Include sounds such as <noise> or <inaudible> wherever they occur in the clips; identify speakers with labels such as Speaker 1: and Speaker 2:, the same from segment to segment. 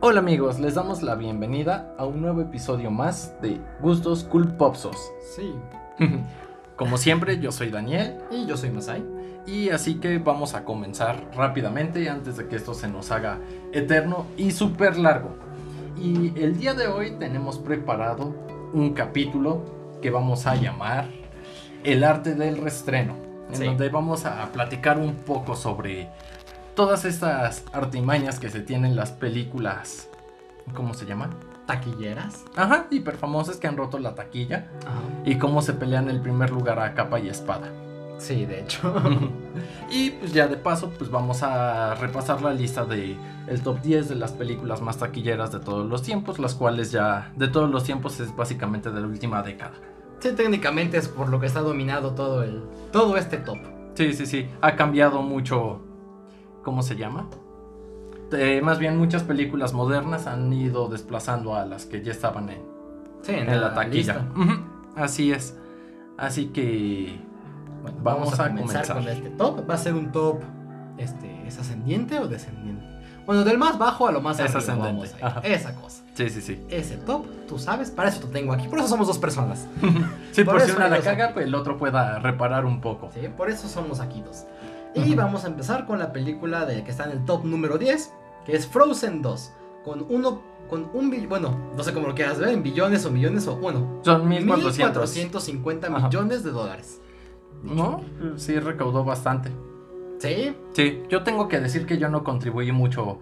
Speaker 1: Hola amigos, les damos la bienvenida a un nuevo episodio más de Gustos Cool Popsos.
Speaker 2: Sí.
Speaker 1: Como siempre, yo soy Daniel
Speaker 2: Y yo soy Masai.
Speaker 1: y así que vamos a comenzar rápidamente antes de que esto se nos haga eterno y súper largo. Y el día de hoy tenemos preparado un capítulo que vamos a llamar El arte del restreno, en
Speaker 2: Sí.
Speaker 1: donde vamos a platicar un poco sobre todas estas artimañas que se tienen las películas. ¿Cómo se llama?
Speaker 2: Taquilleras.
Speaker 1: Ajá, hiperfamosas que han roto la taquilla
Speaker 2: Ajá.
Speaker 1: y cómo se pelean el primer lugar a capa y espada.
Speaker 2: Sí, de hecho.
Speaker 1: <laughs> y pues ya de paso, pues vamos a repasar la lista de el top 10 de las películas más taquilleras de todos los tiempos, las cuales ya de todos los tiempos es básicamente de la última década.
Speaker 2: Sí, técnicamente es por lo que está dominado todo el. todo este top.
Speaker 1: Sí, sí, sí, ha cambiado mucho ¿cómo se llama? Eh, más bien muchas películas modernas han ido desplazando a las que ya estaban en
Speaker 2: Sí,
Speaker 1: en la taquilla.
Speaker 2: lista.
Speaker 1: Ujú, Así es. Así que
Speaker 2: Bueno,
Speaker 1: Vamos
Speaker 2: vamos,
Speaker 1: a
Speaker 2: a comenzar,
Speaker 1: comenzar.
Speaker 2: con este top. Va a ser un top. Este, ¿Es ascendiente o descendiente? Bueno, del más bajo a lo más
Speaker 1: Es
Speaker 2: arriba,
Speaker 1: ascendente,
Speaker 2: vamos a ir.
Speaker 1: ajá.
Speaker 2: Esa cosa.
Speaker 1: sí, sí, sí.
Speaker 2: Ese top, tú sabes, para eso te tengo aquí. Por eso somos dos personas.
Speaker 1: Sí, por,
Speaker 2: Por
Speaker 1: si
Speaker 2: eso
Speaker 1: una la
Speaker 2: los
Speaker 1: caga,
Speaker 2: aquí.
Speaker 1: pues el otro pueda reparar un poco.
Speaker 2: Sí, por eso somos aquí dos. Y
Speaker 1: Ujú.
Speaker 2: vamos a empezar con la película de que está en el top número 10, que es Frozen 2. Con uno, con un billón, bueno, no sé cómo lo quieras ver, en billones o millones o, bueno,
Speaker 1: Son 1400.
Speaker 2: 1450
Speaker 1: Ajá.
Speaker 2: millones de dólares.
Speaker 1: ¿No?
Speaker 2: Mm.
Speaker 1: Sí, recaudó bastante.
Speaker 2: ¿Sí?
Speaker 1: Sí, yo tengo que decir que yo no contribuí mucho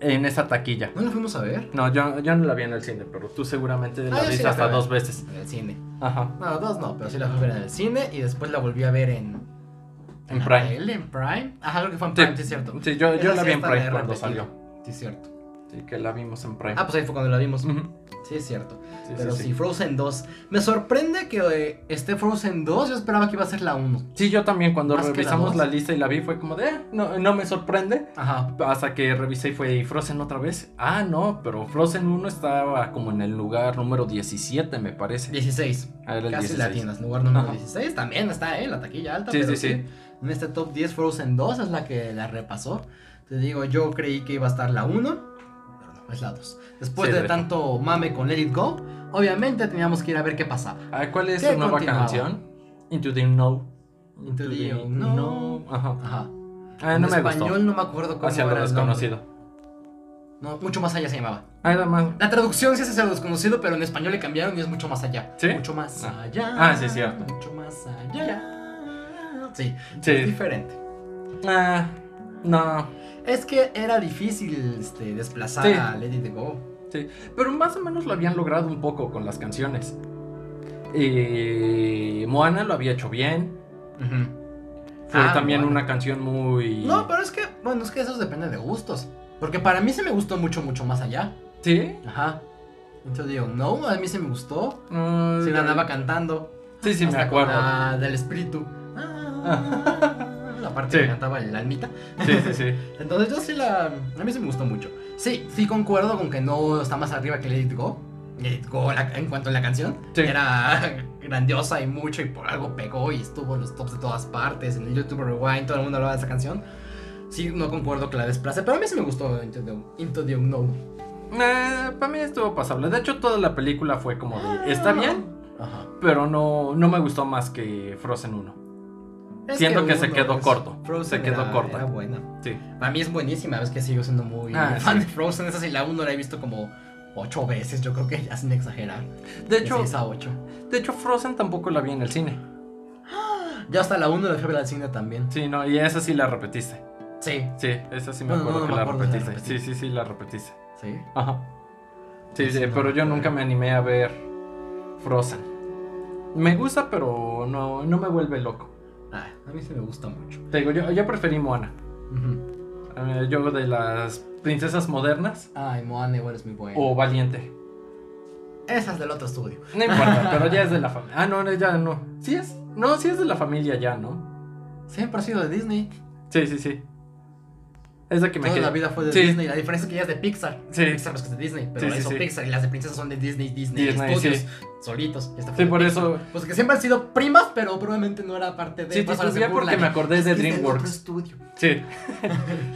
Speaker 1: en esa taquilla.
Speaker 2: ¿No la fuimos a ver?
Speaker 1: No, yo, yo no la vi en el cine, pero tú seguramente la
Speaker 2: Ah, yo sí
Speaker 1: viste
Speaker 2: la
Speaker 1: hasta
Speaker 2: fui a ver.
Speaker 1: dos veces.
Speaker 2: En el cine.
Speaker 1: Ajá.
Speaker 2: No, dos no, pero sí la fui a ver en el cine y después la volví a ver en.
Speaker 1: En
Speaker 2: la
Speaker 1: Prime.
Speaker 2: tele, en Prime. Ajá, creo que fue en
Speaker 1: Sí.
Speaker 2: Prime, sí, es cierto.
Speaker 1: Sí, yo, yo
Speaker 2: Ah,
Speaker 1: la
Speaker 2: Esa sí
Speaker 1: vi en
Speaker 2: hasta la
Speaker 1: Prime
Speaker 2: he
Speaker 1: cuando
Speaker 2: repetido.
Speaker 1: salió.
Speaker 2: Sí, es cierto.
Speaker 1: Sí, que la vimos en Prime.
Speaker 2: Ah, pues ahí fue cuando la vimos.
Speaker 1: Ujú.
Speaker 2: Sí, es cierto.
Speaker 1: Sí, sí,
Speaker 2: Pero sí,
Speaker 1: sí.
Speaker 2: Frozen 2. Me sorprende que eh, esté Frozen 2. Yo esperaba que iba a ser la 1.
Speaker 1: Sí, yo también cuando
Speaker 2: Más que la
Speaker 1: revisamos
Speaker 2: dos.
Speaker 1: la, lista y la vi fue como de, "Eh, no, no me sorprende.
Speaker 2: Ajá.
Speaker 1: Hasta que revisé y fue "¿Y Frozen otra vez. Ah, no, pero Frozen 1 estaba como en el lugar número 17, me parece.
Speaker 2: 16.
Speaker 1: Ah, era el
Speaker 2: Casi
Speaker 1: 16.
Speaker 2: latinas. Lugar número
Speaker 1: Ajá.
Speaker 2: 16. También está, eh, la taquilla alta.
Speaker 1: Sí,
Speaker 2: pero
Speaker 1: sí, sí.
Speaker 2: En este top 10, Frozen 2 es la que la repasó. Te digo, yo creí que iba a estar la 1. Pero no, es la 2. Después
Speaker 1: Sí,
Speaker 2: de
Speaker 1: de-
Speaker 2: tanto mame con Let It Go, obviamente teníamos que ir a ver qué pasaba.
Speaker 1: Ah, ¿Cuál es
Speaker 2: ¿Qué
Speaker 1: su nueva
Speaker 2: continuaba?
Speaker 1: canción? Into the No.
Speaker 2: Into the Unknown.
Speaker 1: Ajá.
Speaker 2: Ajá.
Speaker 1: Ah, no
Speaker 2: en
Speaker 1: me
Speaker 2: español
Speaker 1: gustó.
Speaker 2: no me acuerdo cómo
Speaker 1: Hacia
Speaker 2: era
Speaker 1: lo
Speaker 2: el
Speaker 1: desconocido.
Speaker 2: nombre. No, mucho más allá se llamaba.
Speaker 1: Ah, era más.
Speaker 2: La traducción sí es hacia lo desconocido, pero en español le cambiaron y es mucho más allá.
Speaker 1: ¿Sí?
Speaker 2: Mucho más
Speaker 1: Ah.
Speaker 2: allá.
Speaker 1: Ah, sí, es cierto.
Speaker 2: Mucho más allá. Sí, es
Speaker 1: Sí.
Speaker 2: diferente.
Speaker 1: Ah, no.
Speaker 2: Es que era difícil este, desplazar
Speaker 1: Sí.
Speaker 2: a Lady de Go.
Speaker 1: Pero más o menos lo habían logrado un poco con las canciones. Eh, Moana lo había hecho bien. Fue
Speaker 2: Ah,
Speaker 1: también
Speaker 2: Moana.
Speaker 1: una canción muy.
Speaker 2: No, pero es que, bueno, es que eso depende de gustos. Porque para mí se me gustó mucho, mucho más allá.
Speaker 1: ¿Sí?
Speaker 2: Ajá. Entonces digo, no, a mí se me gustó.
Speaker 1: Ah,
Speaker 2: Se la andaba cantando.
Speaker 1: Sí, sí, me
Speaker 2: Hasta con
Speaker 1: acuerdo. Ah.
Speaker 2: la del espíritu. Ah, La parte
Speaker 1: Sí.
Speaker 2: que cantaba el almita.
Speaker 1: Sí, sí, <laughs> sí.
Speaker 2: Entonces yo sí la... A mí sí me gustó mucho. Sí, sí concuerdo con que no está más arriba que Let It Go. Let It Go la- en cuanto a la canción.
Speaker 1: Sí.
Speaker 2: Era <laughs> grandiosa y mucho y por algo pegó y estuvo en los tops de todas partes. En el YouTube Rewind todo el mundo hablaba de esa canción. Sí, no concuerdo que la desplace, pero a mí sí me gustó Into the, Into the Unknown.
Speaker 1: para Eh, mí estuvo pasable. De hecho, toda la película fue como de. Está bien,
Speaker 2: Ajá.
Speaker 1: pero no, no me gustó más que Frozen 1.
Speaker 2: Es
Speaker 1: Siento que se
Speaker 2: uno,
Speaker 1: quedó
Speaker 2: pues,
Speaker 1: corto, se quedó
Speaker 2: era-
Speaker 1: corta.
Speaker 2: era buena.
Speaker 1: Sí.
Speaker 2: Para mí es buenísima, es que sigo siendo muy
Speaker 1: Ah,
Speaker 2: fan
Speaker 1: sí.
Speaker 2: de Frozen. Esa sí, la 1 la he visto como 8 veces, yo creo que ya sin exagerar.
Speaker 1: De
Speaker 2: De
Speaker 1: hecho,
Speaker 2: 6 a 8.
Speaker 1: de hecho, Frozen tampoco la vi en el cine.
Speaker 2: Ya hasta la 1 de Fiebre del Cine también.
Speaker 1: Sí, no, y esa sí la repetiste.
Speaker 2: Sí.
Speaker 1: Sí, esa sí me
Speaker 2: Bueno,
Speaker 1: acuerdo
Speaker 2: no, no
Speaker 1: que
Speaker 2: me
Speaker 1: la
Speaker 2: acuerdo si la
Speaker 1: repetiste.
Speaker 2: repetí.
Speaker 1: Sí, sí, sí, la repetiste.
Speaker 2: Sí.
Speaker 1: Ajá. Sí,
Speaker 2: Pues
Speaker 1: sí,
Speaker 2: no
Speaker 1: pero
Speaker 2: me
Speaker 1: yo
Speaker 2: acuerdo.
Speaker 1: nunca me animé a ver Frozen. Me gusta, pero no, no me vuelve loco.
Speaker 2: Ah, a mí sí me gusta mucho.
Speaker 1: Te digo, yo, yo preferí Moana.
Speaker 2: Ujú.
Speaker 1: Eh, Yo de las princesas modernas
Speaker 2: Ay, Moana igual es muy buena.
Speaker 1: o Valiente.
Speaker 2: Esa es del otro estudio.
Speaker 1: No
Speaker 2: <laughs>
Speaker 1: importa, pero ya es de la familia. Ah, no, no, ya no. Sí es. No, sí es de la familia ya, ¿no?
Speaker 2: Siempre ha sido de Disney.
Speaker 1: Sí, sí, sí. Es de que me
Speaker 2: Toda
Speaker 1: quedé.
Speaker 2: la vida fue de
Speaker 1: Sí.
Speaker 2: Disney. La diferencia es que ella es de Pixar.
Speaker 1: Sí.
Speaker 2: Pixar pues, que es de Disney, pero
Speaker 1: Sí,
Speaker 2: eso
Speaker 1: sí, sí.
Speaker 2: Pixar y las de princesas son de Disney, Disney,
Speaker 1: Disney,
Speaker 2: Studios,
Speaker 1: sí.
Speaker 2: solitos. Esta fue
Speaker 1: Sí,
Speaker 2: de <laughs>
Speaker 1: por
Speaker 2: Pixar.
Speaker 1: eso.
Speaker 2: Pues que siempre han sido primas, pero probablemente no era parte de.
Speaker 1: Sí,
Speaker 2: por eso se
Speaker 1: titubeé
Speaker 2: burlan.
Speaker 1: porque me acordé de
Speaker 2: Es del otro
Speaker 1: DreamWorks.
Speaker 2: estudio.
Speaker 1: Sí.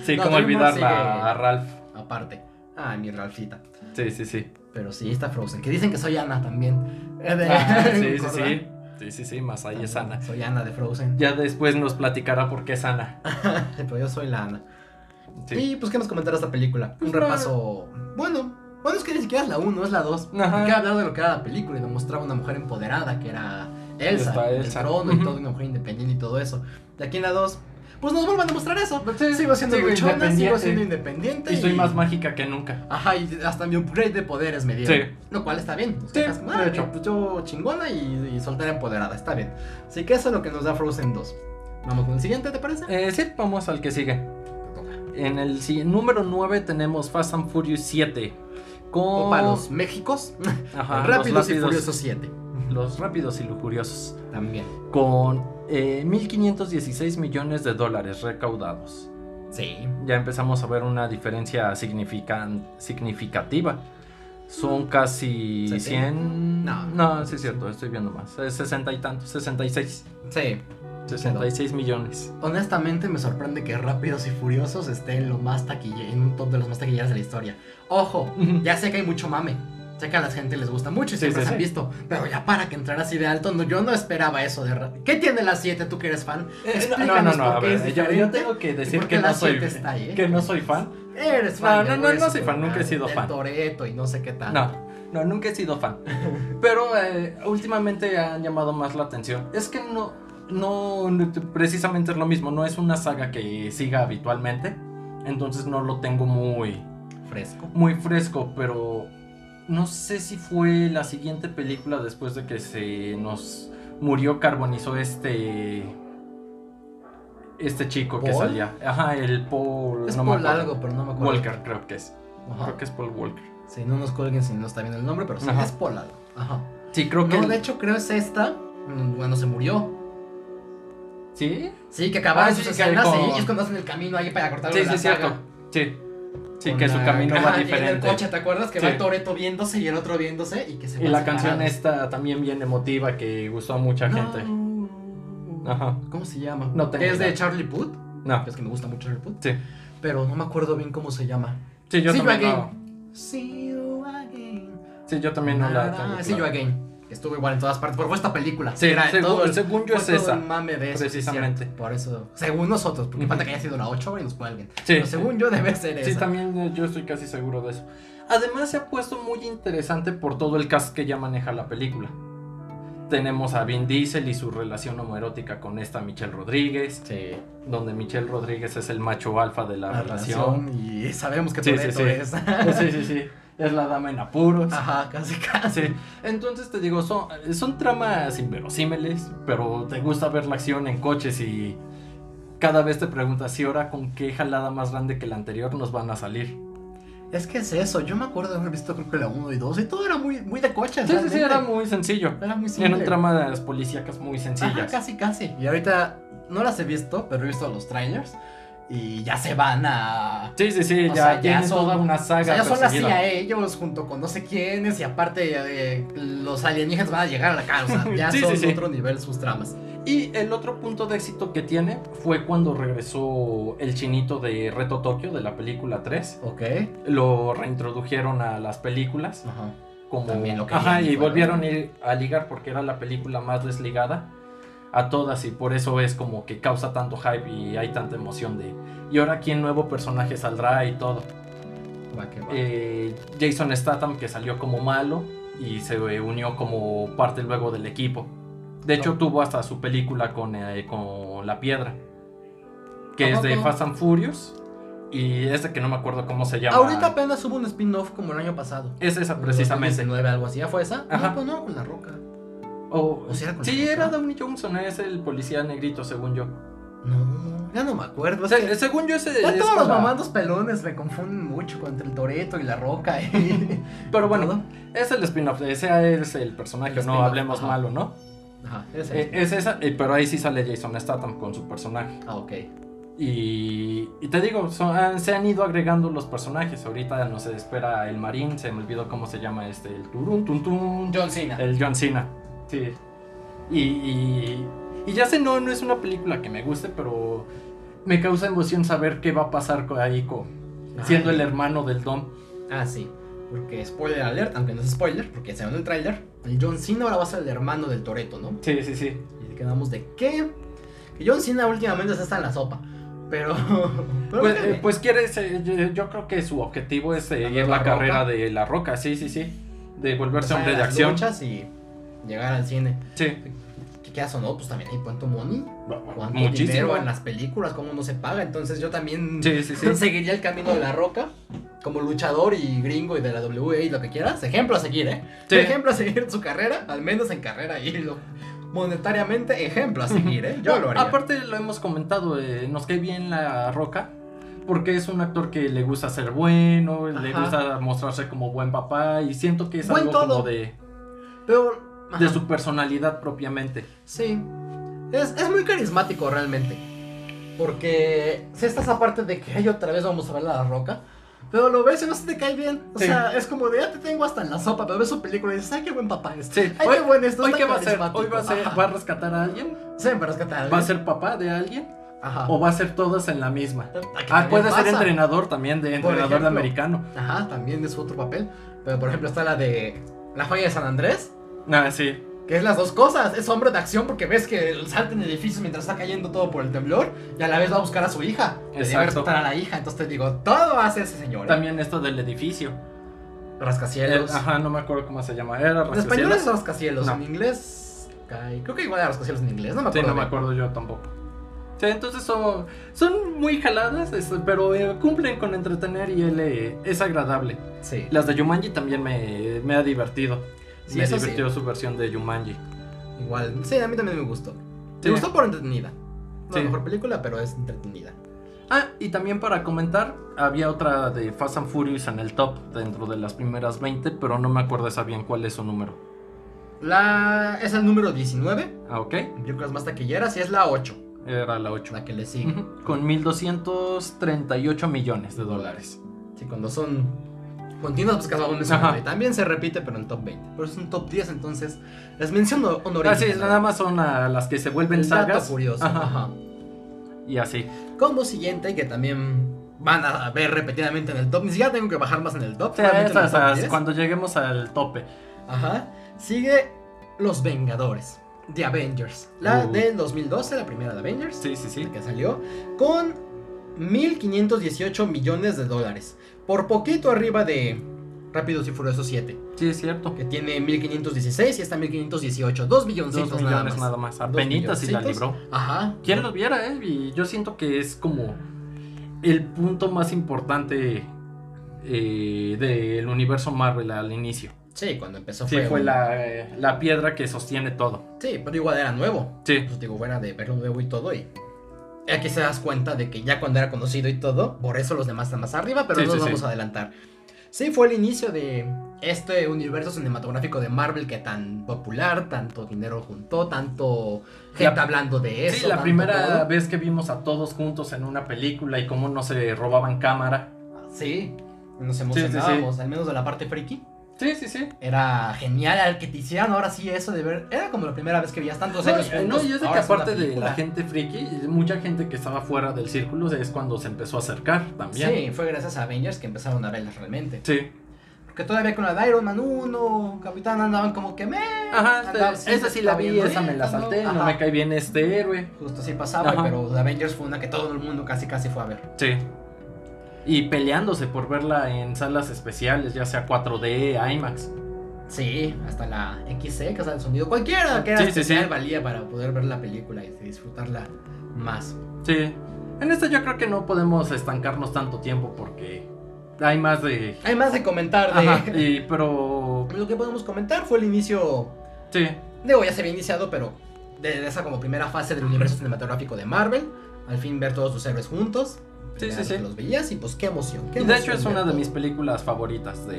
Speaker 1: Sí,
Speaker 2: No,
Speaker 1: como
Speaker 2: DreamWorks
Speaker 1: olvidar
Speaker 2: sigue-
Speaker 1: a Ralph.
Speaker 2: Aparte. Ah, mi Ralfita.
Speaker 1: Sí, sí, sí.
Speaker 2: Pero sí, está Frozen. Que dicen que soy Ana también. Eh, de- <laughs>
Speaker 1: Ah, sí, sí,
Speaker 2: ¿Recuerdan?
Speaker 1: sí. Sí, sí, sí, Masai es Ana.
Speaker 2: Soy Ana de Frozen.
Speaker 1: Ya después nos platicará por qué es Ana.
Speaker 2: <laughs> Pero yo soy la Ana.
Speaker 1: Sí.
Speaker 2: Y pues, ¿qué nos comentará esta película?
Speaker 1: Pues,
Speaker 2: Un
Speaker 1: nada.
Speaker 2: repaso. Bueno, bueno, es que ni siquiera es la 1, es la 2. Hay que
Speaker 1: Ajá.
Speaker 2: hablar de lo que era la película y nos mostraba una mujer empoderada que era Elsa,
Speaker 1: Está
Speaker 2: el
Speaker 1: Elsa.
Speaker 2: trono y
Speaker 1: Ujú.
Speaker 2: todo, una mujer independiente y todo eso. De aquí en la 2, pues nos vuelvan a mostrar eso.
Speaker 1: Sí,
Speaker 2: Sigo siendo
Speaker 1: sigo
Speaker 2: luchona, sigo
Speaker 1: independiente.
Speaker 2: siendo independiente.
Speaker 1: Y soy más mágica que nunca.
Speaker 2: Ajá, y hasta mi upgrade de poderes me dieron.
Speaker 1: Sí.
Speaker 2: Lo cual está bien. Nos
Speaker 1: Sí,
Speaker 2: quejas, "Ah,
Speaker 1: de hecho.
Speaker 2: pues Yo chingona y, y soltera empoderada, está bien. Así que eso es lo que nos da Frozen 2. Vamos con el siguiente, ¿te parece?
Speaker 1: Eh, sí, vamos al que sigue.
Speaker 2: Te toca.
Speaker 1: En el si- número 9 tenemos Fast and Furious 7. Con
Speaker 2: Opa, los Méxicos.
Speaker 1: Ajá, los
Speaker 2: Rápidos y Furiosos 7.
Speaker 1: Los rápidos y lujuriosos.
Speaker 2: También.
Speaker 1: Con eh, 1.516 millones de dólares recaudados.
Speaker 2: Sí.
Speaker 1: Ya empezamos a ver una diferencia significan- significativa. Son casi
Speaker 2: ¿Setenta?
Speaker 1: 100.
Speaker 2: No.
Speaker 1: no, sí es cierto, estoy viendo más. Es 60 y tanto, 66.
Speaker 2: Sí.
Speaker 1: 66
Speaker 2: <laughs>
Speaker 1: millones. <laughs>
Speaker 2: Honestamente me sorprende que Rápidos y Furiosos esté en lo más taquille, en un top de los más taquilleros de la historia. Ojo,
Speaker 1: Ujú.
Speaker 2: ya sé que hay mucho mame. Sé que a la gente les gusta mucho y
Speaker 1: Sí,
Speaker 2: siempre
Speaker 1: sí,
Speaker 2: se han
Speaker 1: sí.
Speaker 2: visto. Pero ya para que entrar así de alto, no, yo no esperaba eso de ra- ¿Qué tiene la 7 tú que eres fan?
Speaker 1: Eh, no, no, no,
Speaker 2: Explícanos
Speaker 1: no,
Speaker 2: por
Speaker 1: a
Speaker 2: qué
Speaker 1: ver,
Speaker 2: es
Speaker 1: yo, yo
Speaker 2: diferente
Speaker 1: tengo que
Speaker 2: y
Speaker 1: decir
Speaker 2: por
Speaker 1: que
Speaker 2: qué la
Speaker 1: no, soy,
Speaker 2: 7 está ahí, eh?
Speaker 1: que no soy fan.
Speaker 2: Eres
Speaker 1: No,
Speaker 2: fan.
Speaker 1: no,
Speaker 2: de
Speaker 1: no,
Speaker 2: Luis
Speaker 1: no soy fan, nunca he sido
Speaker 2: del
Speaker 1: fan.
Speaker 2: Toretto y no sé qué tal.
Speaker 1: No, no, nunca he sido
Speaker 2: <laughs>
Speaker 1: fan. Pero eh, últimamente han llamado más la atención. Es que no, no, no, precisamente es lo mismo. No es una saga que siga habitualmente. Entonces no lo tengo muy,
Speaker 2: Fresco.
Speaker 1: muy fresco, pero no sé si fue la siguiente película después de que se nos murió, carbonizó este. Este chico que
Speaker 2: ¿Paul?
Speaker 1: salía. Ajá, el Paul.
Speaker 2: Es
Speaker 1: no me
Speaker 2: por
Speaker 1: acuerdo.
Speaker 2: algo, Ah. pero no me acuerdo.
Speaker 1: Walker, creo que es.
Speaker 2: Ajá.
Speaker 1: Creo que es Paul Walker.
Speaker 2: Sí, no nos cuelguen si no está bien el nombre, pero sí,
Speaker 1: Ajá.
Speaker 2: es Polalo. Ajá.
Speaker 1: Sí, creo que.
Speaker 2: No, de hecho, creo es esta mm, cuando se murió.
Speaker 1: ¿Sí?
Speaker 2: Sí, que acababan
Speaker 1: Ah,
Speaker 2: sus
Speaker 1: sí, que
Speaker 2: escenas
Speaker 1: con-
Speaker 2: sí, y es cuando hacen el camino ahí para cortar
Speaker 1: Sí,
Speaker 2: la
Speaker 1: sí, es cierto.
Speaker 2: saga.
Speaker 1: Sí. Sí,
Speaker 2: Con
Speaker 1: que su
Speaker 2: la-
Speaker 1: camino va
Speaker 2: Ajá, y en el
Speaker 1: diferente.
Speaker 2: coche, ¿te acuerdas? Que
Speaker 1: Sí.
Speaker 2: va el Toreto viéndose y el otro viéndose y que se
Speaker 1: Y
Speaker 2: van
Speaker 1: la canción
Speaker 2: separados.
Speaker 1: esta también bien emotiva que gustó a mucha gente.
Speaker 2: No.
Speaker 1: Ajá.
Speaker 2: ¿Cómo se llama?
Speaker 1: No tengo
Speaker 2: Que es de
Speaker 1: idea.
Speaker 2: Charlie Puth. Ah,
Speaker 1: No.
Speaker 2: Es que me gusta mucho Charlie Puth.
Speaker 1: Sí.
Speaker 2: Pero no me acuerdo bien cómo se llama.
Speaker 1: Sí, yo
Speaker 2: See you
Speaker 1: también no.
Speaker 2: again. See you again.
Speaker 1: Sí, yo también no la tengo
Speaker 2: Ah, sí, yo
Speaker 1: clara.
Speaker 2: again. Estuvo igual en todas partes. Por fue esta película.
Speaker 1: Sí,
Speaker 2: Era
Speaker 1: según,
Speaker 2: todo el-
Speaker 1: según yo
Speaker 2: fue
Speaker 1: es
Speaker 2: todo
Speaker 1: esa.
Speaker 2: el mame de eso.
Speaker 1: precisamente.
Speaker 2: cierto. Por eso. Según nosotros, porque
Speaker 1: Ujú.
Speaker 2: falta que haya sido la 8 y nos puede alguien.
Speaker 1: Sí,
Speaker 2: Pero según yo debe ser
Speaker 1: sí
Speaker 2: esa.
Speaker 1: también eh, yo estoy casi seguro de eso. Además se ha puesto muy interesante por todo el cast que ya maneja la película. Tenemos a Vin Diesel y su relación homoerótica con esta Michelle Rodríguez,
Speaker 2: Sí,
Speaker 1: donde Michelle Rodríguez es el macho alfa de la,
Speaker 2: la
Speaker 1: relación.
Speaker 2: relación. Y sabemos que
Speaker 1: Sí,
Speaker 2: Toretto
Speaker 1: sí, sí.
Speaker 2: es.
Speaker 1: <laughs> Sí, sí, sí. Es la dama en apuros.
Speaker 2: <laughs> Ajá, casi casi.
Speaker 1: Sí. Entonces te digo, son, son tramas inverosímiles, pero te gusta ver la acción en coches y cada vez te preguntas si ahora con qué jalada más grande que la anterior nos van a salir.
Speaker 2: Es que es eso. Yo me acuerdo de haber visto, creo que la 1 y 2. Y todo era muy, muy de coches.
Speaker 1: Sí, sí, sí,
Speaker 2: realmente.
Speaker 1: era muy sencillo.
Speaker 2: Era muy simple.
Speaker 1: Eran tramas policíacas muy
Speaker 2: Ajá,
Speaker 1: sencillas.
Speaker 2: casi, casi. Y ahorita no las he visto, pero he visto los trailers. Y ya se van a.
Speaker 1: Sí, sí, sí, ya,
Speaker 2: O sea, ya
Speaker 1: tienen
Speaker 2: son-
Speaker 1: toda una
Speaker 2: O
Speaker 1: saga.
Speaker 2: sea, ya son la
Speaker 1: perseguida.
Speaker 2: CIA ellos junto con no sé quiénes y aparte eh, los alienígenas van a llegar a la casa. Ya
Speaker 1: <laughs> Sí,
Speaker 2: son
Speaker 1: sí, sí.
Speaker 2: otro nivel sus tramas.
Speaker 1: Y el otro punto de éxito que tiene fue cuando regresó el chinito de Reto Tokio de la película 3.
Speaker 2: Ok.
Speaker 1: Lo reintrodujeron a las películas.
Speaker 2: Ajá.
Speaker 1: como
Speaker 2: También lo querían
Speaker 1: ajá
Speaker 2: y
Speaker 1: y
Speaker 2: fueron.
Speaker 1: volvieron a ir- a ligar porque era la película más desligada a todas y por eso es como que causa tanto hype y hay tanta emoción de y ahora quién nuevo personaje saldrá y todo
Speaker 2: Va que va.
Speaker 1: Eh, Jason Statham que salió como malo y se eh, unió como parte luego del equipo de hecho
Speaker 2: Ah.
Speaker 1: tuvo hasta su película con eh, con la piedra
Speaker 2: ¿A
Speaker 1: que es de
Speaker 2: poco?
Speaker 1: Fast and Furious y es de que no me acuerdo cómo se llama
Speaker 2: Ahorita apenas hubo un spin-off como el año pasado.
Speaker 1: es esa Ah, precisamente
Speaker 2: 9 algo así. ¿Ya fue esa?
Speaker 1: Ajá.
Speaker 2: No, pues no, con la roca.
Speaker 1: O-
Speaker 2: ¿O sí era con
Speaker 1: sí,
Speaker 2: la
Speaker 1: era
Speaker 2: roca?
Speaker 1: Downey Johnson, es el policía negrito, según yo.
Speaker 2: No, ya no me acuerdo.
Speaker 1: O
Speaker 2: es
Speaker 1: sea,
Speaker 2: que-
Speaker 1: según yo ese
Speaker 2: Ya
Speaker 1: es
Speaker 2: Pues todos
Speaker 1: con
Speaker 2: los
Speaker 1: la-
Speaker 2: mamandos pelones me confunden mucho contra el Toreto y la roca. eh.
Speaker 1: Pero
Speaker 2: Todo.
Speaker 1: bueno, es el spin-off, ese es el personaje,
Speaker 2: El
Speaker 1: no
Speaker 2: spin-off,
Speaker 1: hablemos
Speaker 2: ajá.
Speaker 1: malo, ¿no?
Speaker 2: Ajá, ese.
Speaker 1: Eh, es esa, eh, pero ahí sí sale Jason Statham con su personaje.
Speaker 2: Ah, ok.
Speaker 1: Y, y te digo, son- han- se han ido agregando los personajes. Ahorita no se espera el marín, se me olvidó cómo se llama este, el turun, tun, tun,
Speaker 2: John Cena.
Speaker 1: El John Cena. Sí. Y, y, y ya sé, no, no es una película que me guste, pero me causa emoción saber qué va a pasar con ahí con, siendo el hermano del Dom.
Speaker 2: Ah, sí. Porque spoiler alert, aunque no es spoiler, porque se ve en el tráiler, el John Cena ahora va a ser el hermano del Toreto, ¿no?
Speaker 1: Sí, sí, sí.
Speaker 2: Y quedamos de qué. Que John Cena últimamente se está en la sopa. Pero. <laughs> pero
Speaker 1: Pues,
Speaker 2: créeme.
Speaker 1: eh, pues quiere, se- yo, yo creo que su objetivo es seguir la,
Speaker 2: La
Speaker 1: carrera
Speaker 2: Roca.
Speaker 1: de La Roca, sí, sí, sí. De volverse
Speaker 2: Empezar
Speaker 1: hombre de
Speaker 2: las
Speaker 1: acción.
Speaker 2: luchas y llegar al cine.
Speaker 1: Sí,
Speaker 2: ¿Qué quedas o no? Pues también hay cuánto money, cuánto
Speaker 1: muchísimo.
Speaker 2: dinero en las películas, cómo no se paga. Entonces yo también
Speaker 1: Sí, sí, sí.
Speaker 2: <laughs> seguiría el camino de la roca como luchador y gringo y de la WWE y lo que quieras. Ejemplo a seguir, ¿eh?
Speaker 1: Sí.
Speaker 2: Ejemplo a seguir en su carrera, al menos en carrera y lo- monetariamente, ejemplo a seguir, ¿eh? Yo lo haría.
Speaker 1: Aparte lo hemos comentado, eh, nos cae bien La Roca. Porque es un actor que le gusta ser bueno, le
Speaker 2: Ajá.
Speaker 1: gusta mostrarse como buen papá y siento que es
Speaker 2: Buen
Speaker 1: algo
Speaker 2: todo.
Speaker 1: como de,
Speaker 2: Pero.
Speaker 1: de
Speaker 2: ajá,
Speaker 1: su personalidad propiamente.
Speaker 2: Sí. Es, es muy carismático realmente. Porque si está esa parte de que ay, otra vez vamos a ver a la roca. Pero lo ves y no se te cae bien. O
Speaker 1: Sí.
Speaker 2: sea, es como de ya te tengo hasta en la sopa, pero ves su película y dices, ay, qué buen papá es.
Speaker 1: Sí.
Speaker 2: Ay,
Speaker 1: Hoy,
Speaker 2: qué buen esto.
Speaker 1: hoy
Speaker 2: está
Speaker 1: qué va a ser?
Speaker 2: carismático".
Speaker 1: Hoy va a ser,
Speaker 2: Ajá.
Speaker 1: va a rescatar a alguien,
Speaker 2: Sí, pero es que tal.
Speaker 1: va a ser papá de alguien
Speaker 2: Ajá.
Speaker 1: o va a ser todas en la misma.
Speaker 2: Que
Speaker 1: Ah,
Speaker 2: también
Speaker 1: puede ser
Speaker 2: pasa.
Speaker 1: entrenador también, de
Speaker 2: Por
Speaker 1: entrenador de
Speaker 2: ejemplo.
Speaker 1: americano.
Speaker 2: Ajá, también es otro papel. Pero por ejemplo está la de La falla de San Andrés,
Speaker 1: Ah, sí.
Speaker 2: que es las dos cosas. Es hombre de acción porque ves que salta en edificios mientras está cayendo todo por el temblor y a la vez va a buscar a su hija. Le debe
Speaker 1: Exacto.
Speaker 2: respetar a la hija, entonces te digo, todo hace ese señor. ¿eh?
Speaker 1: También esto del edificio.
Speaker 2: Rascacielos.
Speaker 1: El- ajá, no me acuerdo cómo se llama. Era
Speaker 2: En español
Speaker 1: rascacielos.
Speaker 2: es rascacielos,
Speaker 1: No.
Speaker 2: en inglés... Sky. Creo que igual era rascacielos en inglés, no me
Speaker 1: Sí,
Speaker 2: acuerdo.
Speaker 1: no me
Speaker 2: bien.
Speaker 1: acuerdo yo tampoco. Sí, entonces son, son muy jaladas, es- pero eh, cumplen con entretener y él, eh, es agradable.
Speaker 2: Sí.
Speaker 1: Las de Yumanji también me, me ha divertido.
Speaker 2: Sí,
Speaker 1: me
Speaker 2: eso sí.
Speaker 1: divirtió su versión de Yumanji.
Speaker 2: Igual. Sí, a mí también me gustó.
Speaker 1: Sí.
Speaker 2: Me gustó por entretenida. No
Speaker 1: Sí.
Speaker 2: la mejor película, pero es entretenida.
Speaker 1: Ah, y también para comentar, había otra de Fast and Furious en el top dentro de las primeras 20, pero no me acuerdo esa bien cuál es su número.
Speaker 2: La... Es el número 19.
Speaker 1: Ah, ok.
Speaker 2: películas más taquilleras y es la 8,
Speaker 1: Era la 8.
Speaker 2: la que le sigue.
Speaker 1: Ujú, Con 1.238 millones de dólares.
Speaker 2: Sí, cuando son continuas, pues cada uno es
Speaker 1: Ajá.
Speaker 2: una. Y también se repite, pero en top 20. Pero es un top 10, entonces les menciono honorífica.
Speaker 1: Ah, sí, nada más son ah, las que se vuelven
Speaker 2: El dato
Speaker 1: sagas
Speaker 2: curioso.
Speaker 1: Ajá.
Speaker 2: ajá.
Speaker 1: y así.
Speaker 2: Como siguiente, que también van a ver repetidamente en el top. Ni siquiera tengo que bajar más en el top.
Speaker 1: Sí,
Speaker 2: solamente en el
Speaker 1: esas,
Speaker 2: top
Speaker 1: ah,
Speaker 2: 10.
Speaker 1: cuando lleguemos al tope.
Speaker 2: Ajá. Sigue Los Vengadores. The Avengers. La
Speaker 1: Uh.
Speaker 2: del 2012, la primera de Avengers.
Speaker 1: Sí, sí, sí.
Speaker 2: la que salió, con 1.518 millones de dólares. Por poquito arriba de Rápidos y Furiosos 7,
Speaker 1: Sí, es cierto.
Speaker 2: que tiene 1.516 y está 1.518. Dos billoncitos
Speaker 1: Dos millones
Speaker 2: nada
Speaker 1: nada
Speaker 2: más.
Speaker 1: más.
Speaker 2: Dos
Speaker 1: Apenitas y la
Speaker 2: milloncitos.
Speaker 1: libró.
Speaker 2: Ajá.
Speaker 1: ¿Quién lo viera, eh? Y yo siento que es como el punto más importante eh, del universo Marvel al inicio.
Speaker 2: Sí, cuando empezó
Speaker 1: Sí, fue
Speaker 2: un-
Speaker 1: la, eh, la piedra que sostiene todo.
Speaker 2: Sí, pero igual era nuevo.
Speaker 1: Sí,
Speaker 2: Pues digo, fuera de verlo nuevo y todo y... Aquí se das cuenta de que ya cuando era conocido y todo, por eso los demás están más arriba, pero
Speaker 1: Sí,
Speaker 2: no nos
Speaker 1: sí, sí.
Speaker 2: vamos a adelantar. Sí, fue el inicio de este universo cinematográfico de Marvel que tan popular, tanto dinero juntó, tanto gente
Speaker 1: La-
Speaker 2: hablando de eso.
Speaker 1: sí la
Speaker 2: tanto
Speaker 1: primera
Speaker 2: todo.
Speaker 1: vez que vimos a todos juntos en una película y cómo no se robaban cámara.
Speaker 2: Sí, nos
Speaker 1: sí.
Speaker 2: emocionábamos, al menos de la parte friki.
Speaker 1: Sí, sí, sí.
Speaker 2: Era genial al que te hicieran ahora sí eso de ver. Era como la primera vez que veías tantos
Speaker 1: No,
Speaker 2: años.
Speaker 1: eh, no,
Speaker 2: juntos,
Speaker 1: y es de que
Speaker 2: ahora una
Speaker 1: aparte de la
Speaker 2: película.
Speaker 1: gente friki, mucha gente que estaba fuera del círculo es cuando se empezó a acercar también.
Speaker 2: Sí, fue gracias a Avengers que empezaron a verlas realmente.
Speaker 1: Sí.
Speaker 2: Que todavía con la de Iron Man 1, Capitán andaban como que me.
Speaker 1: Ajá,
Speaker 2: Andaba
Speaker 1: esa-
Speaker 2: así,
Speaker 1: esa sí la
Speaker 2: estaba
Speaker 1: vi,
Speaker 2: bien
Speaker 1: esa me la
Speaker 2: bonita, ¿no?
Speaker 1: salté, no
Speaker 2: Ajá.
Speaker 1: me cae bien este héroe.
Speaker 2: Justo así pasaba,
Speaker 1: Ajá.
Speaker 2: pero The Avengers fue una que todo el mundo casi casi fue a ver.
Speaker 1: Sí. Y peleándose por verla en salas especiales, ya sea 4D, IMAX.
Speaker 2: Sí, hasta la XC, que es el sonido. Cualquiera que era
Speaker 1: Sí, sí,
Speaker 2: especial
Speaker 1: sí.
Speaker 2: valía para poder ver la película y disfrutarla más.
Speaker 1: Sí. En esta yo creo que no podemos estancarnos tanto tiempo porque hay más de...
Speaker 2: Hay más de comentar de.
Speaker 1: Ajá, y- pero...
Speaker 2: <laughs> Lo que podemos comentar fue el inicio.
Speaker 1: Sí,
Speaker 2: Digo, ya se había iniciado, pero. De esa como primera fase del universo cinematográfico de Marvel. Al fin ver todos sus héroes juntos.
Speaker 1: Sí,
Speaker 2: Primera
Speaker 1: sí,
Speaker 2: vez
Speaker 1: sí.
Speaker 2: que Los veías y pues qué emoción. qué
Speaker 1: Y de hecho
Speaker 2: emoción
Speaker 1: es
Speaker 2: ver
Speaker 1: una de
Speaker 2: todo.
Speaker 1: mis películas favoritas de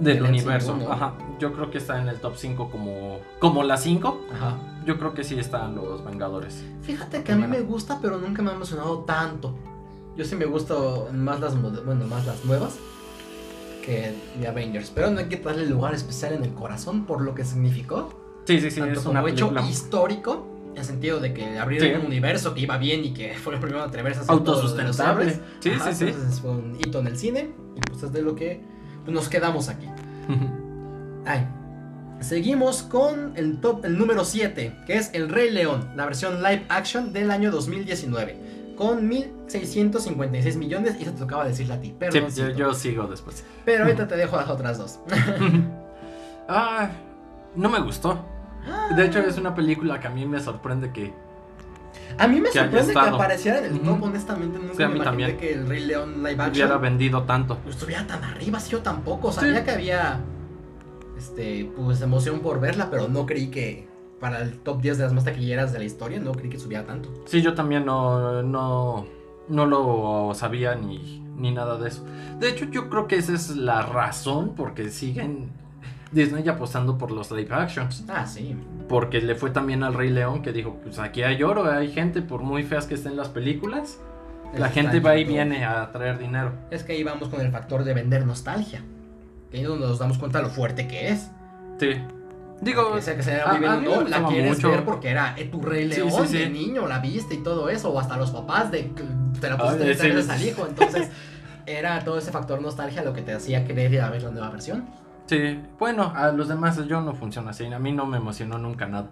Speaker 1: del
Speaker 2: Del
Speaker 1: universo.
Speaker 2: MCU, ¿no?
Speaker 1: Ajá. Yo creo que está en el top 5 como como la 5.
Speaker 2: Ajá.
Speaker 1: Yo creo que sí están los Vengadores.
Speaker 2: Fíjate que a mí
Speaker 1: Bueno.
Speaker 2: me gusta, pero nunca me ha emocionado tanto. Yo sí me gustan más las mode- bueno, más las nuevas que de Avengers, pero no hay que darle lugar especial en el corazón por lo que significó,
Speaker 1: Sí, sí, sí,
Speaker 2: tanto
Speaker 1: es una
Speaker 2: como hecho
Speaker 1: película.
Speaker 2: histórico el sentido de que abrir
Speaker 1: Sí.
Speaker 2: un universo que iba bien y que fue lo primero a atreverse a hacer todo lo de los
Speaker 1: Autosustentable.
Speaker 2: héroes.
Speaker 1: Sí,
Speaker 2: Ajá,
Speaker 1: sí, <laughs> sí.
Speaker 2: Entonces fue un hito en el cine y pues es de lo que pues, nos quedamos aquí. Ay. Seguimos con el top, el número 7, que es El Rey León, la versión live action del año 2019, con 1.656 millones y eso te tocaba decirla a ti,
Speaker 1: Sí,
Speaker 2: perdón.
Speaker 1: yo, yo sigo después. <laughs>
Speaker 2: Pero ahorita te dejo las otras dos.
Speaker 1: Ah, no me gustó. <laughs> De hecho, es una película que a mí me sorprende que.
Speaker 2: A mí me
Speaker 1: que haya
Speaker 2: sorprende que
Speaker 1: estado.
Speaker 2: apareciera en el top,
Speaker 1: Ujú.
Speaker 2: honestamente, nunca
Speaker 1: Sí, a
Speaker 2: me
Speaker 1: mí
Speaker 2: imaginé
Speaker 1: también.
Speaker 2: que El Rey León live
Speaker 1: Hubiera
Speaker 2: action
Speaker 1: vendido tanto.
Speaker 2: estuviera tan arriba, si yo tampoco, sabía que había este pues emoción por verla, pero no creí que para el top 10 de las más taquilleras de la historia, no creí que subiera tanto.
Speaker 1: Sí, yo también no, no, no lo sabía ni, ni nada de eso. De hecho, yo creo que esa es la razón porque siguen Disney apostando por los live actions.
Speaker 2: Ah, sí.
Speaker 1: Porque le fue también al Rey León que dijo, pues aquí hay oro, hay gente, por muy feas que estén las películas, la
Speaker 2: Está
Speaker 1: gente va y
Speaker 2: chido.
Speaker 1: viene a traer dinero.
Speaker 2: Es que ahí vamos con el factor de vender nostalgia. Que ahí es donde nos damos cuenta lo fuerte que es.
Speaker 1: Sí. Digo,
Speaker 2: Que sea que se
Speaker 1: a-
Speaker 2: haya
Speaker 1: a mí
Speaker 2: vivido,
Speaker 1: me
Speaker 2: no, la
Speaker 1: gustaba
Speaker 2: quieres
Speaker 1: mucho.
Speaker 2: ver porque era eh, tu rey
Speaker 1: Sí,
Speaker 2: león
Speaker 1: sí, sí.
Speaker 2: de niño, la viste y todo eso, o hasta los papás de que te la
Speaker 1: Ah,
Speaker 2: pusiste tres
Speaker 1: sí.
Speaker 2: veces al hijo. Entonces, era todo ese factor nostalgia lo que te hacía querer ir a ver la nueva versión.
Speaker 1: sí. Bueno, a los demás yo no funciona así, a mí no me emocionó nunca nada.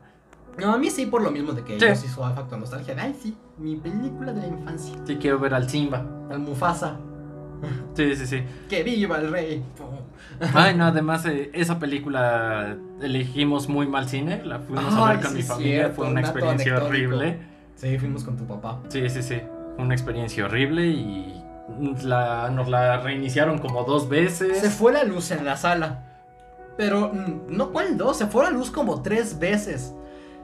Speaker 2: No, a mí sí, por lo mismo de que
Speaker 1: Sí.
Speaker 2: yo sí soy al factor nostalgia. de, Ay, sí, mi película de la infancia,
Speaker 1: Sí quiero ver al Simba.
Speaker 2: al Mufasa,
Speaker 1: Sí, sí, sí.
Speaker 2: que viva el rey.
Speaker 1: <laughs> Ay, no, además eh, esa película elegimos muy mal cine, la fuimos a
Speaker 2: Ay,
Speaker 1: ver con
Speaker 2: sí,
Speaker 1: mi familia,
Speaker 2: cierto,
Speaker 1: fue
Speaker 2: un
Speaker 1: una
Speaker 2: dato
Speaker 1: experiencia
Speaker 2: anecdótico.
Speaker 1: horrible.
Speaker 2: Sí, fuimos con tu papá.
Speaker 1: Sí, sí, sí, una experiencia horrible y la, nos la reiniciaron como dos veces.
Speaker 2: Se fue la luz en la sala. Pero, mm, no, ¿cuál dos? Se fue la luz como tres veces.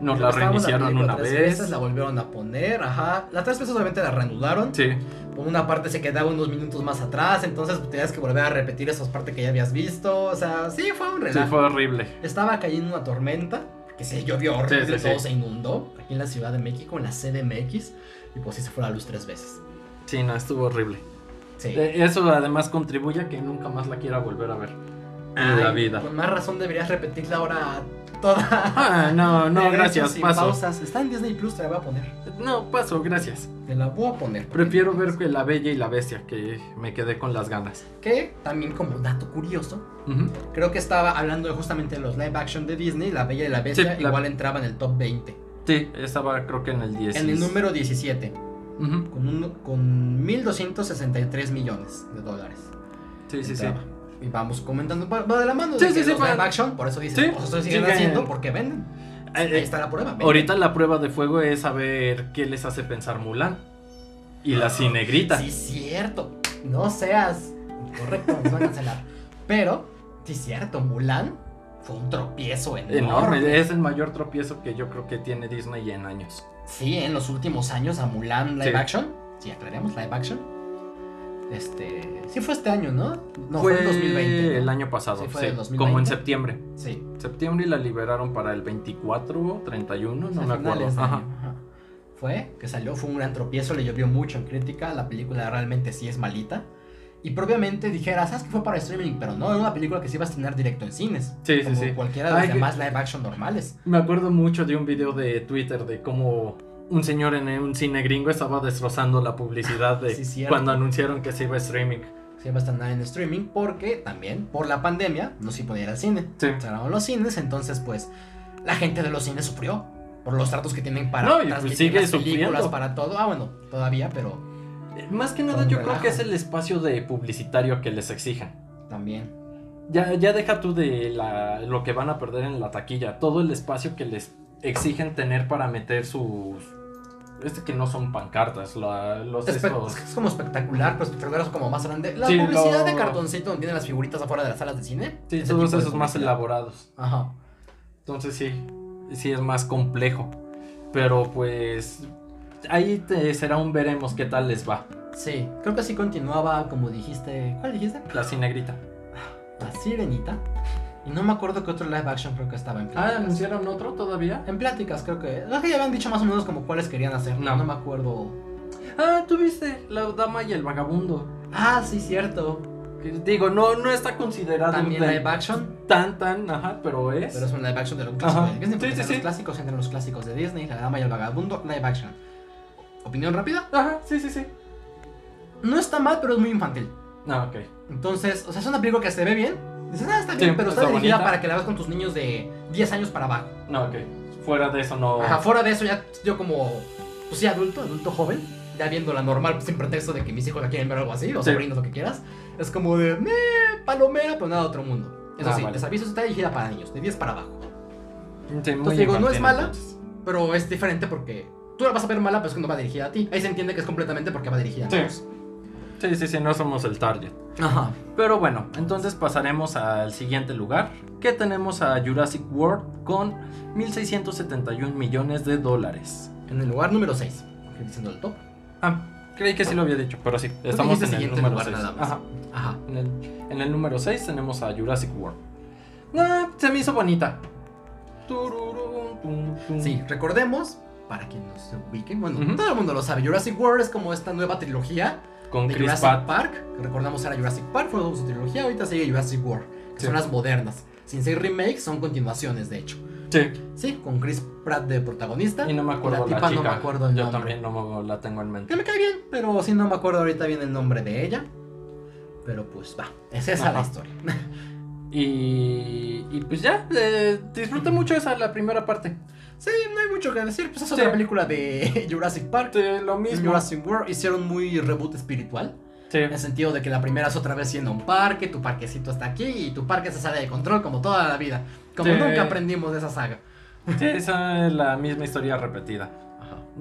Speaker 1: Nos la
Speaker 2: Estábamos
Speaker 1: reiniciaron
Speaker 2: película
Speaker 1: una
Speaker 2: tres
Speaker 1: vez.
Speaker 2: veces, la volvieron a poner, ajá. Las tres veces obviamente la reanudaron.
Speaker 1: Sí,
Speaker 2: Por una parte se quedaba unos minutos más atrás, entonces tenías que volver a repetir esas partes que ya habías visto. O sea, sí, fue un
Speaker 1: sí,
Speaker 2: relajo.
Speaker 1: fue horrible.
Speaker 2: Estaba cayendo una tormenta, que se llovió horrible,
Speaker 1: Sí, sí, sí.
Speaker 2: todo se inundó. Aquí en la Ciudad de México, en la CDMX. Y pues sí se fue la luz tres veces.
Speaker 1: Sí, no, estuvo horrible.
Speaker 2: Sí.
Speaker 1: Eh, Eso además contribuye a que nunca más la quiera volver a ver. En la
Speaker 2: Ay,
Speaker 1: vida.
Speaker 2: Con más razón deberías repetirla ahora toda.
Speaker 1: Ah, no,
Speaker 2: <laughs>
Speaker 1: no,
Speaker 2: Derecho,
Speaker 1: gracias,
Speaker 2: sin
Speaker 1: paso.
Speaker 2: pausas. Está en Disney Plus, te la voy a poner.
Speaker 1: No, paso, gracias.
Speaker 2: Te la voy a poner. porque-
Speaker 1: Prefiero ver que La Bella y la Bestia, que me quedé con las ganas.
Speaker 2: Que también como dato curioso,
Speaker 1: Ujú.
Speaker 2: creo que estaba hablando de justamente de los live action de Disney, La Bella y la Bestia,
Speaker 1: Sí, la-
Speaker 2: igual entraba en el top 20.
Speaker 1: Sí, estaba creo que en el 10.
Speaker 2: En el número 17,
Speaker 1: Ujú.
Speaker 2: con, un- con 1.263 millones de dólares.
Speaker 1: Sí, sí, sí.
Speaker 2: entraba. Y vamos comentando, va, va de la mano.
Speaker 1: Sí,
Speaker 2: de
Speaker 1: sí,
Speaker 2: que
Speaker 1: sí,
Speaker 2: los
Speaker 1: va-
Speaker 2: live action, por eso dicen,
Speaker 1: Sí,
Speaker 2: pues eso siguen
Speaker 1: siguen-
Speaker 2: haciendo porque venden. Ahí
Speaker 1: Eh, eh,
Speaker 2: está la prueba. venden.
Speaker 1: ahorita la prueba de fuego es saber qué les hace pensar Mulan. Y la cinegrita.
Speaker 2: Ah, Sí, cierto. No seas. Correcto, nos van a cancelar. Pero, sí, cierto, Mulan fue un tropiezo enorme.
Speaker 1: Enorme, es el mayor tropiezo que yo creo que tiene Disney en años.
Speaker 2: Sí, en los últimos años a Mulan live
Speaker 1: Sí.
Speaker 2: action. Sí, aclaremos, live action. Este. Sí, fue este año, ¿no? No, fue,
Speaker 1: fue
Speaker 2: en 2020.
Speaker 1: el
Speaker 2: ¿no?
Speaker 1: año pasado,
Speaker 2: Sí, fue
Speaker 1: sí,
Speaker 2: el 2020.
Speaker 1: como en septiembre.
Speaker 2: Sí,
Speaker 1: Septiembre y la liberaron para el 24 o 31, no
Speaker 2: a
Speaker 1: me acuerdo.
Speaker 2: finales de
Speaker 1: Ajá.
Speaker 2: año, ajá. Fue, que salió, fue un gran tropiezo, le llovió mucho en crítica, la película realmente sí es malita. Y propiamente dijera, ¿sabes que fue para streaming? Pero no, era una película que se iba a estrenar directo en cines.
Speaker 1: Sí, sí,
Speaker 2: como
Speaker 1: sí.
Speaker 2: cualquiera de las
Speaker 1: Ay, que-
Speaker 2: demás live action normales.
Speaker 1: Me acuerdo mucho de un video de Twitter de cómo un señor en un cine gringo estaba destrozando la publicidad de
Speaker 2: Sí, cierto.
Speaker 1: cuando anunciaron que se iba a streaming.
Speaker 2: Se iba a estrenar en streaming porque también, por la pandemia, no se podía ir al cine.
Speaker 1: Sí.
Speaker 2: Cerraron los cines, entonces pues la gente de los cines sufrió por los tratos que tienen para
Speaker 1: No, y pues
Speaker 2: transmitir
Speaker 1: sigue
Speaker 2: las películas,
Speaker 1: sufriendo.
Speaker 2: para todo. Ah, bueno, todavía, pero
Speaker 1: Eh, Más que nada
Speaker 2: Con
Speaker 1: yo
Speaker 2: relajo.
Speaker 1: creo que es el espacio de publicitario que les exijan.
Speaker 2: también.
Speaker 1: Ya, ya deja tú de la- lo que van a perder en la taquilla, todo el espacio que les exigen tener para meter sus... Este que no son pancartas, la- los...
Speaker 2: Espe-
Speaker 1: estos-
Speaker 2: Es como espectacular, pero espectacular es como más grande. La
Speaker 1: Sí,
Speaker 2: publicidad
Speaker 1: lo-
Speaker 2: de cartoncito donde tienen las figuritas afuera de las salas de cine.
Speaker 1: Sí,
Speaker 2: ese
Speaker 1: todos
Speaker 2: tipo de
Speaker 1: esos más
Speaker 2: publicidad.
Speaker 1: elaborados.
Speaker 2: Ajá.
Speaker 1: Entonces sí, sí es más complejo. Pero pues ahí te- será un veremos qué tal les va.
Speaker 2: Sí, creo que así continuaba, como dijiste. ¿Cuál dijiste?
Speaker 1: La cinegrita.
Speaker 2: La sirenita. Y no me acuerdo que otro live action creo que estaba en
Speaker 1: Ah,
Speaker 2: pláticas.
Speaker 1: ¿anunciaron otro todavía?
Speaker 2: En pláticas, creo que. Creo que ya habían dicho más o menos como cuáles querían hacer. No,
Speaker 1: No.
Speaker 2: no me acuerdo.
Speaker 1: Ah, tú viste, la dama y el vagabundo.
Speaker 2: Ah, sí, cierto.
Speaker 1: Que digo, no, no está considerado
Speaker 2: También
Speaker 1: tan-
Speaker 2: live action.
Speaker 1: tan, tan, ajá, pero es.
Speaker 2: Pero es un live action de un clásico
Speaker 1: Ajá.
Speaker 2: de Disney.
Speaker 1: Sí,
Speaker 2: porque
Speaker 1: sí,
Speaker 2: entre
Speaker 1: sí.
Speaker 2: Los clásicos entre los clásicos de Disney, La Dama y el Vagabundo, live action. ¿Opinión rápida?
Speaker 1: Ajá, sí, sí, sí.
Speaker 2: No está mal, pero es muy infantil.
Speaker 1: No, ok.
Speaker 2: Entonces, o sea, es una película que se ve bien. Dices, ah, está
Speaker 1: Sí,
Speaker 2: bien, pero
Speaker 1: está
Speaker 2: está, dirigida
Speaker 1: bonita.
Speaker 2: para que la veas con tus niños de 10 años para abajo.
Speaker 1: No, ok. Fuera de eso no.
Speaker 2: Ajá, fuera de eso, ya yo como, pues sí, adulto, adulto joven, ya viendo la normal, pues, sin pretexto de que mis hijos la quieren ver o algo así, o
Speaker 1: Sí.
Speaker 2: sobrinos, lo que quieras. Es como de, meh, palomera, pero nada de otro mundo. Eso
Speaker 1: Ah,
Speaker 2: sí,
Speaker 1: vale.
Speaker 2: les aviso, está dirigida para niños, de 10 para abajo.
Speaker 1: Sí, muy
Speaker 2: Entonces digo, no
Speaker 1: infantil,
Speaker 2: es mala,
Speaker 1: entonces.
Speaker 2: pero es diferente porque tú la vas a ver mala, pero es que no va dirigida a ti. Ahí se entiende que es completamente porque va dirigida a
Speaker 1: Sí.
Speaker 2: niños.
Speaker 1: Sí, sí, sí, no somos el target.
Speaker 2: Ajá.
Speaker 1: Pero bueno, entonces pasaremos al siguiente lugar, que tenemos a Jurassic World con 1.671 millones de dólares.
Speaker 2: En el lugar número 6, diciendo el top.
Speaker 1: Ah, creí que sí lo había dicho, pero sí, estamos
Speaker 2: dijiste
Speaker 1: en el
Speaker 2: siguiente
Speaker 1: número
Speaker 2: lugar
Speaker 1: 6.
Speaker 2: nada más. Ajá.
Speaker 1: En el, en el número 6 tenemos a Jurassic World. Ah, se me hizo bonita. Tururum, tum, tum.
Speaker 2: Sí, recordemos, para quien no se ubiquen, bueno,
Speaker 1: Mm. Ujú.
Speaker 2: todo el mundo lo sabe, Jurassic World es como esta nueva trilogía
Speaker 1: con
Speaker 2: de
Speaker 1: Chris
Speaker 2: Jurassic
Speaker 1: Pratt.
Speaker 2: Park, que recordamos era Jurassic Park, fue su trilogía, ahorita sigue Jurassic World, que
Speaker 1: Sí.
Speaker 2: son las modernas. Sin ser remakes, son continuaciones, de hecho.
Speaker 1: Sí,
Speaker 2: Sí, con Chris Pratt de protagonista.
Speaker 1: y no me acuerdo
Speaker 2: la
Speaker 1: la,
Speaker 2: tipa no
Speaker 1: chica.
Speaker 2: me acuerdo el
Speaker 1: Yo
Speaker 2: nombre.
Speaker 1: también no me- la tengo en
Speaker 2: Que
Speaker 1: mente.
Speaker 2: me cae bien, pero sí no me acuerdo ahorita bien el nombre de ella. Pero pues va, es esa la
Speaker 1: Ajá.
Speaker 2: historia.
Speaker 1: Y, y pues ya, eh, disfruté mucho esa la primera parte.
Speaker 2: Sí, no hay mucho que decir, pues es
Speaker 1: Sí.
Speaker 2: otra película de <laughs> Jurassic Park.
Speaker 1: Sí, lo mismo.
Speaker 2: Jurassic World hicieron muy reboot espiritual.
Speaker 1: Sí.
Speaker 2: En el sentido de que la primera es otra vez siendo un parque, tu parquecito está aquí y tu parque se sale de control como toda la vida. Como
Speaker 1: Sí.
Speaker 2: nunca aprendimos de esa saga.
Speaker 1: Sí, esa es la misma historia repetida.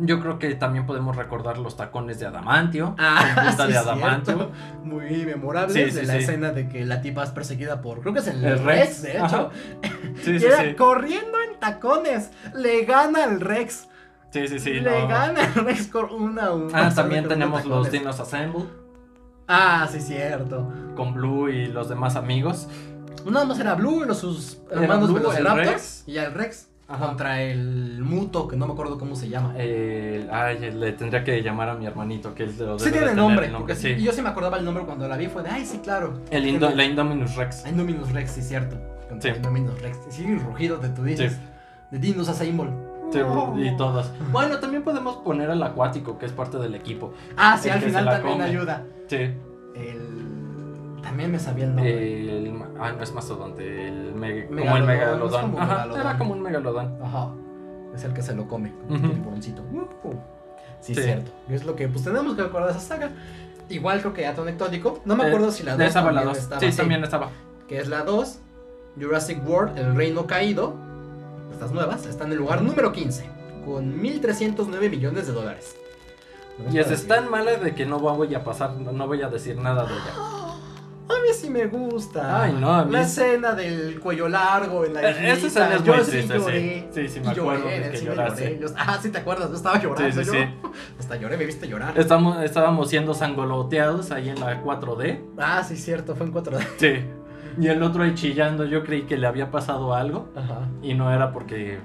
Speaker 1: Yo creo que también podemos recordar los tacones de Adamantio.
Speaker 2: Ah,
Speaker 1: Punta
Speaker 2: <laughs> sí,
Speaker 1: de
Speaker 2: es
Speaker 1: adamantio.
Speaker 2: cierto. Muy memorable
Speaker 1: Sí, sí,
Speaker 2: de la
Speaker 1: sí.
Speaker 2: escena de que la tipa es perseguida por, creo que es el,
Speaker 1: El
Speaker 2: Rex,
Speaker 1: Rex,
Speaker 2: de hecho.
Speaker 1: ajá. Sí,
Speaker 2: Y
Speaker 1: sí,
Speaker 2: era
Speaker 1: sí.
Speaker 2: corriendo en tacones. Le gana al Rex.
Speaker 1: Sí, sí, sí.
Speaker 2: Le
Speaker 1: no.
Speaker 2: gana al Rex con una, una.
Speaker 1: Ah, también
Speaker 2: con
Speaker 1: tenemos los
Speaker 2: tacones.
Speaker 1: Dinos Assemble
Speaker 2: Ah, sí, cierto.
Speaker 1: con Blue y los demás amigos.
Speaker 2: Nada más era Blue y los sus
Speaker 1: Era
Speaker 2: hermanos
Speaker 1: Blue, el
Speaker 2: Velociraptors
Speaker 1: Rex.
Speaker 2: y el Rex
Speaker 1: Ajá.
Speaker 2: contra el Muto, que no me acuerdo cómo se llama.
Speaker 1: Eh, ay, le tendría que llamar a mi hermanito, que él lo debe
Speaker 2: Sí
Speaker 1: de
Speaker 2: tiene
Speaker 1: tener
Speaker 2: nombre,
Speaker 1: el
Speaker 2: porque sí,
Speaker 1: sí.
Speaker 2: yo sí me acordaba el nombre cuando la vi, fue de, ay, sí, claro.
Speaker 1: El
Speaker 2: Tiene-
Speaker 1: Indo- la Indominus Rex.
Speaker 2: Ay, Indominus Rex, sí, cierto. Contra
Speaker 1: Sí.
Speaker 2: Indominus Rex. Sí, el rugido de tu dices.
Speaker 1: Sí.
Speaker 2: De Dinos a Seymour.
Speaker 1: Sí, y todos. Bueno, también podemos poner al acuático, que es parte del equipo.
Speaker 2: Ah, sí,
Speaker 1: El
Speaker 2: al
Speaker 1: que
Speaker 2: final
Speaker 1: se la
Speaker 2: también
Speaker 1: come.
Speaker 2: ayuda.
Speaker 1: Sí.
Speaker 2: El... También me sabía el nombre.
Speaker 1: El, ah, no es mastodonte, el me- como el
Speaker 2: Megalodón,
Speaker 1: megalodón.
Speaker 2: es como
Speaker 1: Ajá,
Speaker 2: megalodón.
Speaker 1: era como un megalodón.
Speaker 2: Ajá. Es el que se lo come, como
Speaker 1: Ujú.
Speaker 2: tiene el broncito. Sí,
Speaker 1: Sí.
Speaker 2: cierto. Es lo que pues tenemos que recordar de esa saga. Igual creo que Atón Ectótico. No me acuerdo si la
Speaker 1: De
Speaker 2: 2
Speaker 1: Eh, esa
Speaker 2: también
Speaker 1: la dos.
Speaker 2: estaba
Speaker 1: Sí,
Speaker 2: así,
Speaker 1: también estaba.
Speaker 2: Que es la 2. Jurassic World, El Reino Caído. Estas nuevas. Está en el lugar número 15. Con 1.309 millones de dólares.
Speaker 1: Y es, es tan mala de que no voy a pasar, no voy a decir nada de ella.
Speaker 2: A mí sí me gusta.
Speaker 1: Ay, no, a mí
Speaker 2: La
Speaker 1: sí.
Speaker 2: escena del cuello largo en la
Speaker 1: Eh, Esa
Speaker 2: islita,
Speaker 1: escena es
Speaker 2: yo
Speaker 1: muy
Speaker 2: sí
Speaker 1: triste, sí.
Speaker 2: lloré.
Speaker 1: Sí, sí, me
Speaker 2: Y
Speaker 1: acuerdo
Speaker 2: lloré, en
Speaker 1: de
Speaker 2: el
Speaker 1: que
Speaker 2: cine lloré.
Speaker 1: lloraste.
Speaker 2: Yo, ah, sí, te acuerdas, yo estaba llorando.
Speaker 1: Sí, sí,
Speaker 2: yo.
Speaker 1: sí.
Speaker 2: Hasta lloré, me viste llorar.
Speaker 1: Estamos, estábamos siendo sangoloteados ahí en la 4D.
Speaker 2: Ah, sí, cierto, fue en 4D.
Speaker 1: Sí. Y el otro ahí chillando, yo creí que le había pasado algo.
Speaker 2: <laughs> Ajá.
Speaker 1: Y no era porque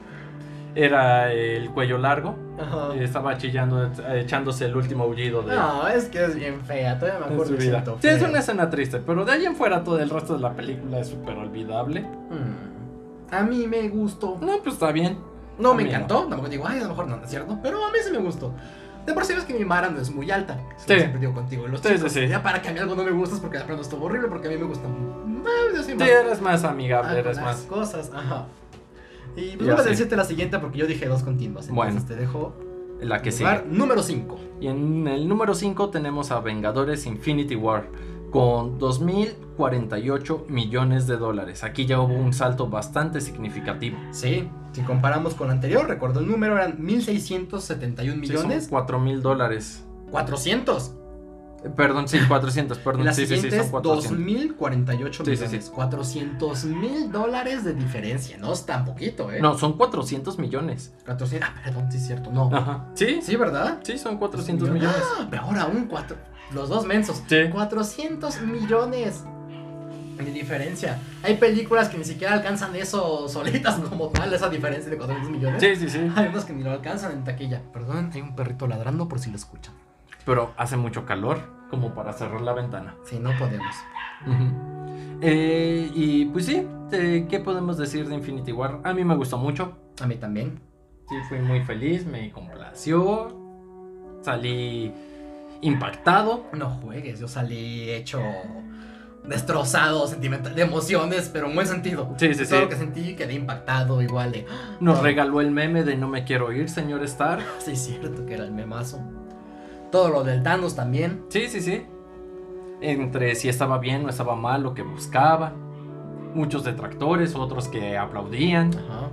Speaker 1: era el cuello largo.
Speaker 2: Ajá.
Speaker 1: Y Estaba chillando, echándose el último aullido de,
Speaker 2: No, es que es bien fea, todavía me
Speaker 1: de
Speaker 2: acuerdo.
Speaker 1: su
Speaker 2: y
Speaker 1: vida.
Speaker 2: Ah, siento
Speaker 1: Sí, es
Speaker 2: feo.
Speaker 1: una escena triste, pero de ahí en fuera todo el resto de la película es súper olvidable.
Speaker 2: Mm. A mí me gustó.
Speaker 1: No, pues está bien.
Speaker 2: No
Speaker 1: A
Speaker 2: me
Speaker 1: mí no.
Speaker 2: encantó, tampoco digo, ay, a lo mejor no, no es cierto, pero a mí sí me gustó. De por sí ves que mi Mara no es muy alta. Eso
Speaker 1: Sí.
Speaker 2: Siempre digo contigo. y Los
Speaker 1: Sí, sí,
Speaker 2: chicos,
Speaker 1: sí.
Speaker 2: Ya para que a mí algo no me gusta es porque de pronto estuvo horrible, porque a mí me gusta. No, yo soy
Speaker 1: Sí,
Speaker 2: más-
Speaker 1: eres más
Speaker 2: ah,
Speaker 1: amigable,
Speaker 2: con
Speaker 1: eres
Speaker 2: las
Speaker 1: más.
Speaker 2: cosas, ajá. Y
Speaker 1: Ya
Speaker 2: pues vamos a
Speaker 1: sé.
Speaker 2: decirte la siguiente porque yo dije dos continuas. Entonces
Speaker 1: Bueno.
Speaker 2: te dejo
Speaker 1: La que sigue.
Speaker 2: lugar número 5.
Speaker 1: Y en el número 5 tenemos a Vengadores Infinity War con 2.048 millones de dólares. Aquí ya hubo un salto bastante significativo.
Speaker 2: Sí, si comparamos con la anterior, recuerdo el número, eran 1671 millones.
Speaker 1: Sí, son 4.000 dólares.
Speaker 2: 400.
Speaker 1: Eh, Perdón, sí, 400,
Speaker 2: Y
Speaker 1: perdón.
Speaker 2: la
Speaker 1: Sí, sí, sí,
Speaker 2: siguiente
Speaker 1: son
Speaker 2: es
Speaker 1: 400.
Speaker 2: 2048
Speaker 1: Sí, sí,
Speaker 2: millones.
Speaker 1: sí.
Speaker 2: 400 mil dólares de diferencia. No es tan poquito, ¿eh?
Speaker 1: No, son 400 millones.
Speaker 2: 400. Ah, perdón, sí es cierto. No.
Speaker 1: Ajá. Sí,
Speaker 2: Sí, ¿verdad?
Speaker 1: sí, son 400 millones.
Speaker 2: Ah, peor aún, cuatro. Los dos mensos.
Speaker 1: Sí.
Speaker 2: 400 millones de diferencia. Hay películas que ni siquiera alcanzan eso solitas <laughs> como tal, esa diferencia de 400 millones.
Speaker 1: Sí, sí, sí.
Speaker 2: Hay unos que ni lo alcanzan en taquilla. Perdón, hay un perrito ladrando por si lo escuchan.
Speaker 1: Pero hace mucho calor como para cerrar la ventana.
Speaker 2: Sí, no podemos.
Speaker 1: Ujú. Eh, y pues sí, eh, ¿qué podemos decir de Infinity War? A mí me gustó mucho.
Speaker 2: A mí también.
Speaker 1: Sí, fui muy feliz, me complació. Salí impactado.
Speaker 2: No juegues, yo salí hecho destrozado, sentimental, de emociones, pero en buen sentido.
Speaker 1: Sí, sí, sí.
Speaker 2: Todo lo que sentí quedé impactado, igual de. ¡ah!
Speaker 1: Nos
Speaker 2: Todo-
Speaker 1: regaló el meme de No me quiero ir, señor Stark.
Speaker 2: "Ah, Sí, es cierto que era el memazo. Todo lo del Thanos también.
Speaker 1: Sí, sí, sí. Entre si estaba bien o estaba mal lo que buscaba. Muchos detractores, otros que aplaudían.
Speaker 2: Ajá.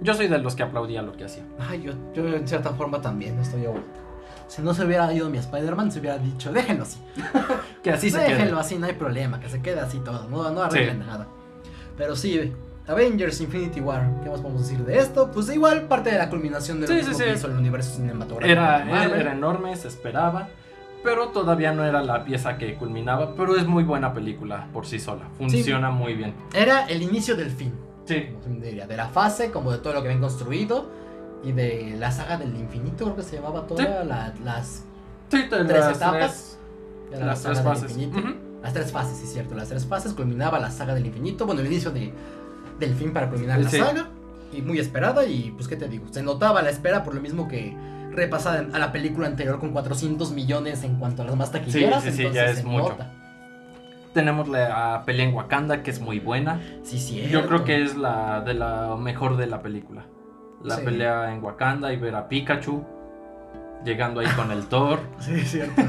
Speaker 1: Yo soy de los que aplaudía lo que hacía.
Speaker 2: Ay, yo, yo en cierta forma también estoy yo. Si no se hubiera ido mi Spider-Man, se hubiera dicho, déjenlo así.
Speaker 1: Que así se
Speaker 2: déjenlo
Speaker 1: queda.
Speaker 2: así, no hay problema, que se quede así todo, no, no arreglen nada. Pero sí, Avengers Infinity War, ¿qué más podemos decir de esto? Pues igual parte de la culminación de lo
Speaker 1: Sí,
Speaker 2: mismo
Speaker 1: sí,
Speaker 2: que
Speaker 1: sí.
Speaker 2: hizo el universo cinematográfico. de
Speaker 1: Era,
Speaker 2: Marvel.
Speaker 1: era enorme, se esperaba. Pero todavía no era la pieza que culminaba. Pero es muy buena película por sí sola. Funciona muy bien.
Speaker 2: Era el inicio del fin,
Speaker 1: Sí.
Speaker 2: como se diría, de la fase, como de todo lo que habían construido y de la saga del infinito, creo que se llamaba toda la- las,
Speaker 1: Sí, te-
Speaker 2: Tres
Speaker 1: las
Speaker 2: etapas.
Speaker 1: tres-
Speaker 2: era la
Speaker 1: las tres
Speaker 2: saga del
Speaker 1: fases.
Speaker 2: infinito.
Speaker 1: Ujú.
Speaker 2: Las tres fases, sí, cierto. Las tres fases culminaba la saga del infinito. Bueno, el inicio de, del fin para culminar la
Speaker 1: Sí.
Speaker 2: saga. Y muy esperada. Y pues, ¿qué te digo? Se notaba la espera por lo mismo que repasada en- a la película anterior con 400 millones en cuanto a las más taquilleras.
Speaker 1: sí, sí,
Speaker 2: entonces
Speaker 1: ya es
Speaker 2: se
Speaker 1: mucho.
Speaker 2: nota.
Speaker 1: Tenemos la pelea en Wakanda, que es muy buena.
Speaker 2: Sí, sí.
Speaker 1: Yo creo que es la de la mejor de la película. La
Speaker 2: Sí.
Speaker 1: pelea en Wakanda y ver a Pikachu llegando ahí con
Speaker 2: <laughs>
Speaker 1: el Thor.
Speaker 2: Sí, es
Speaker 1: <laughs>
Speaker 2: cierto.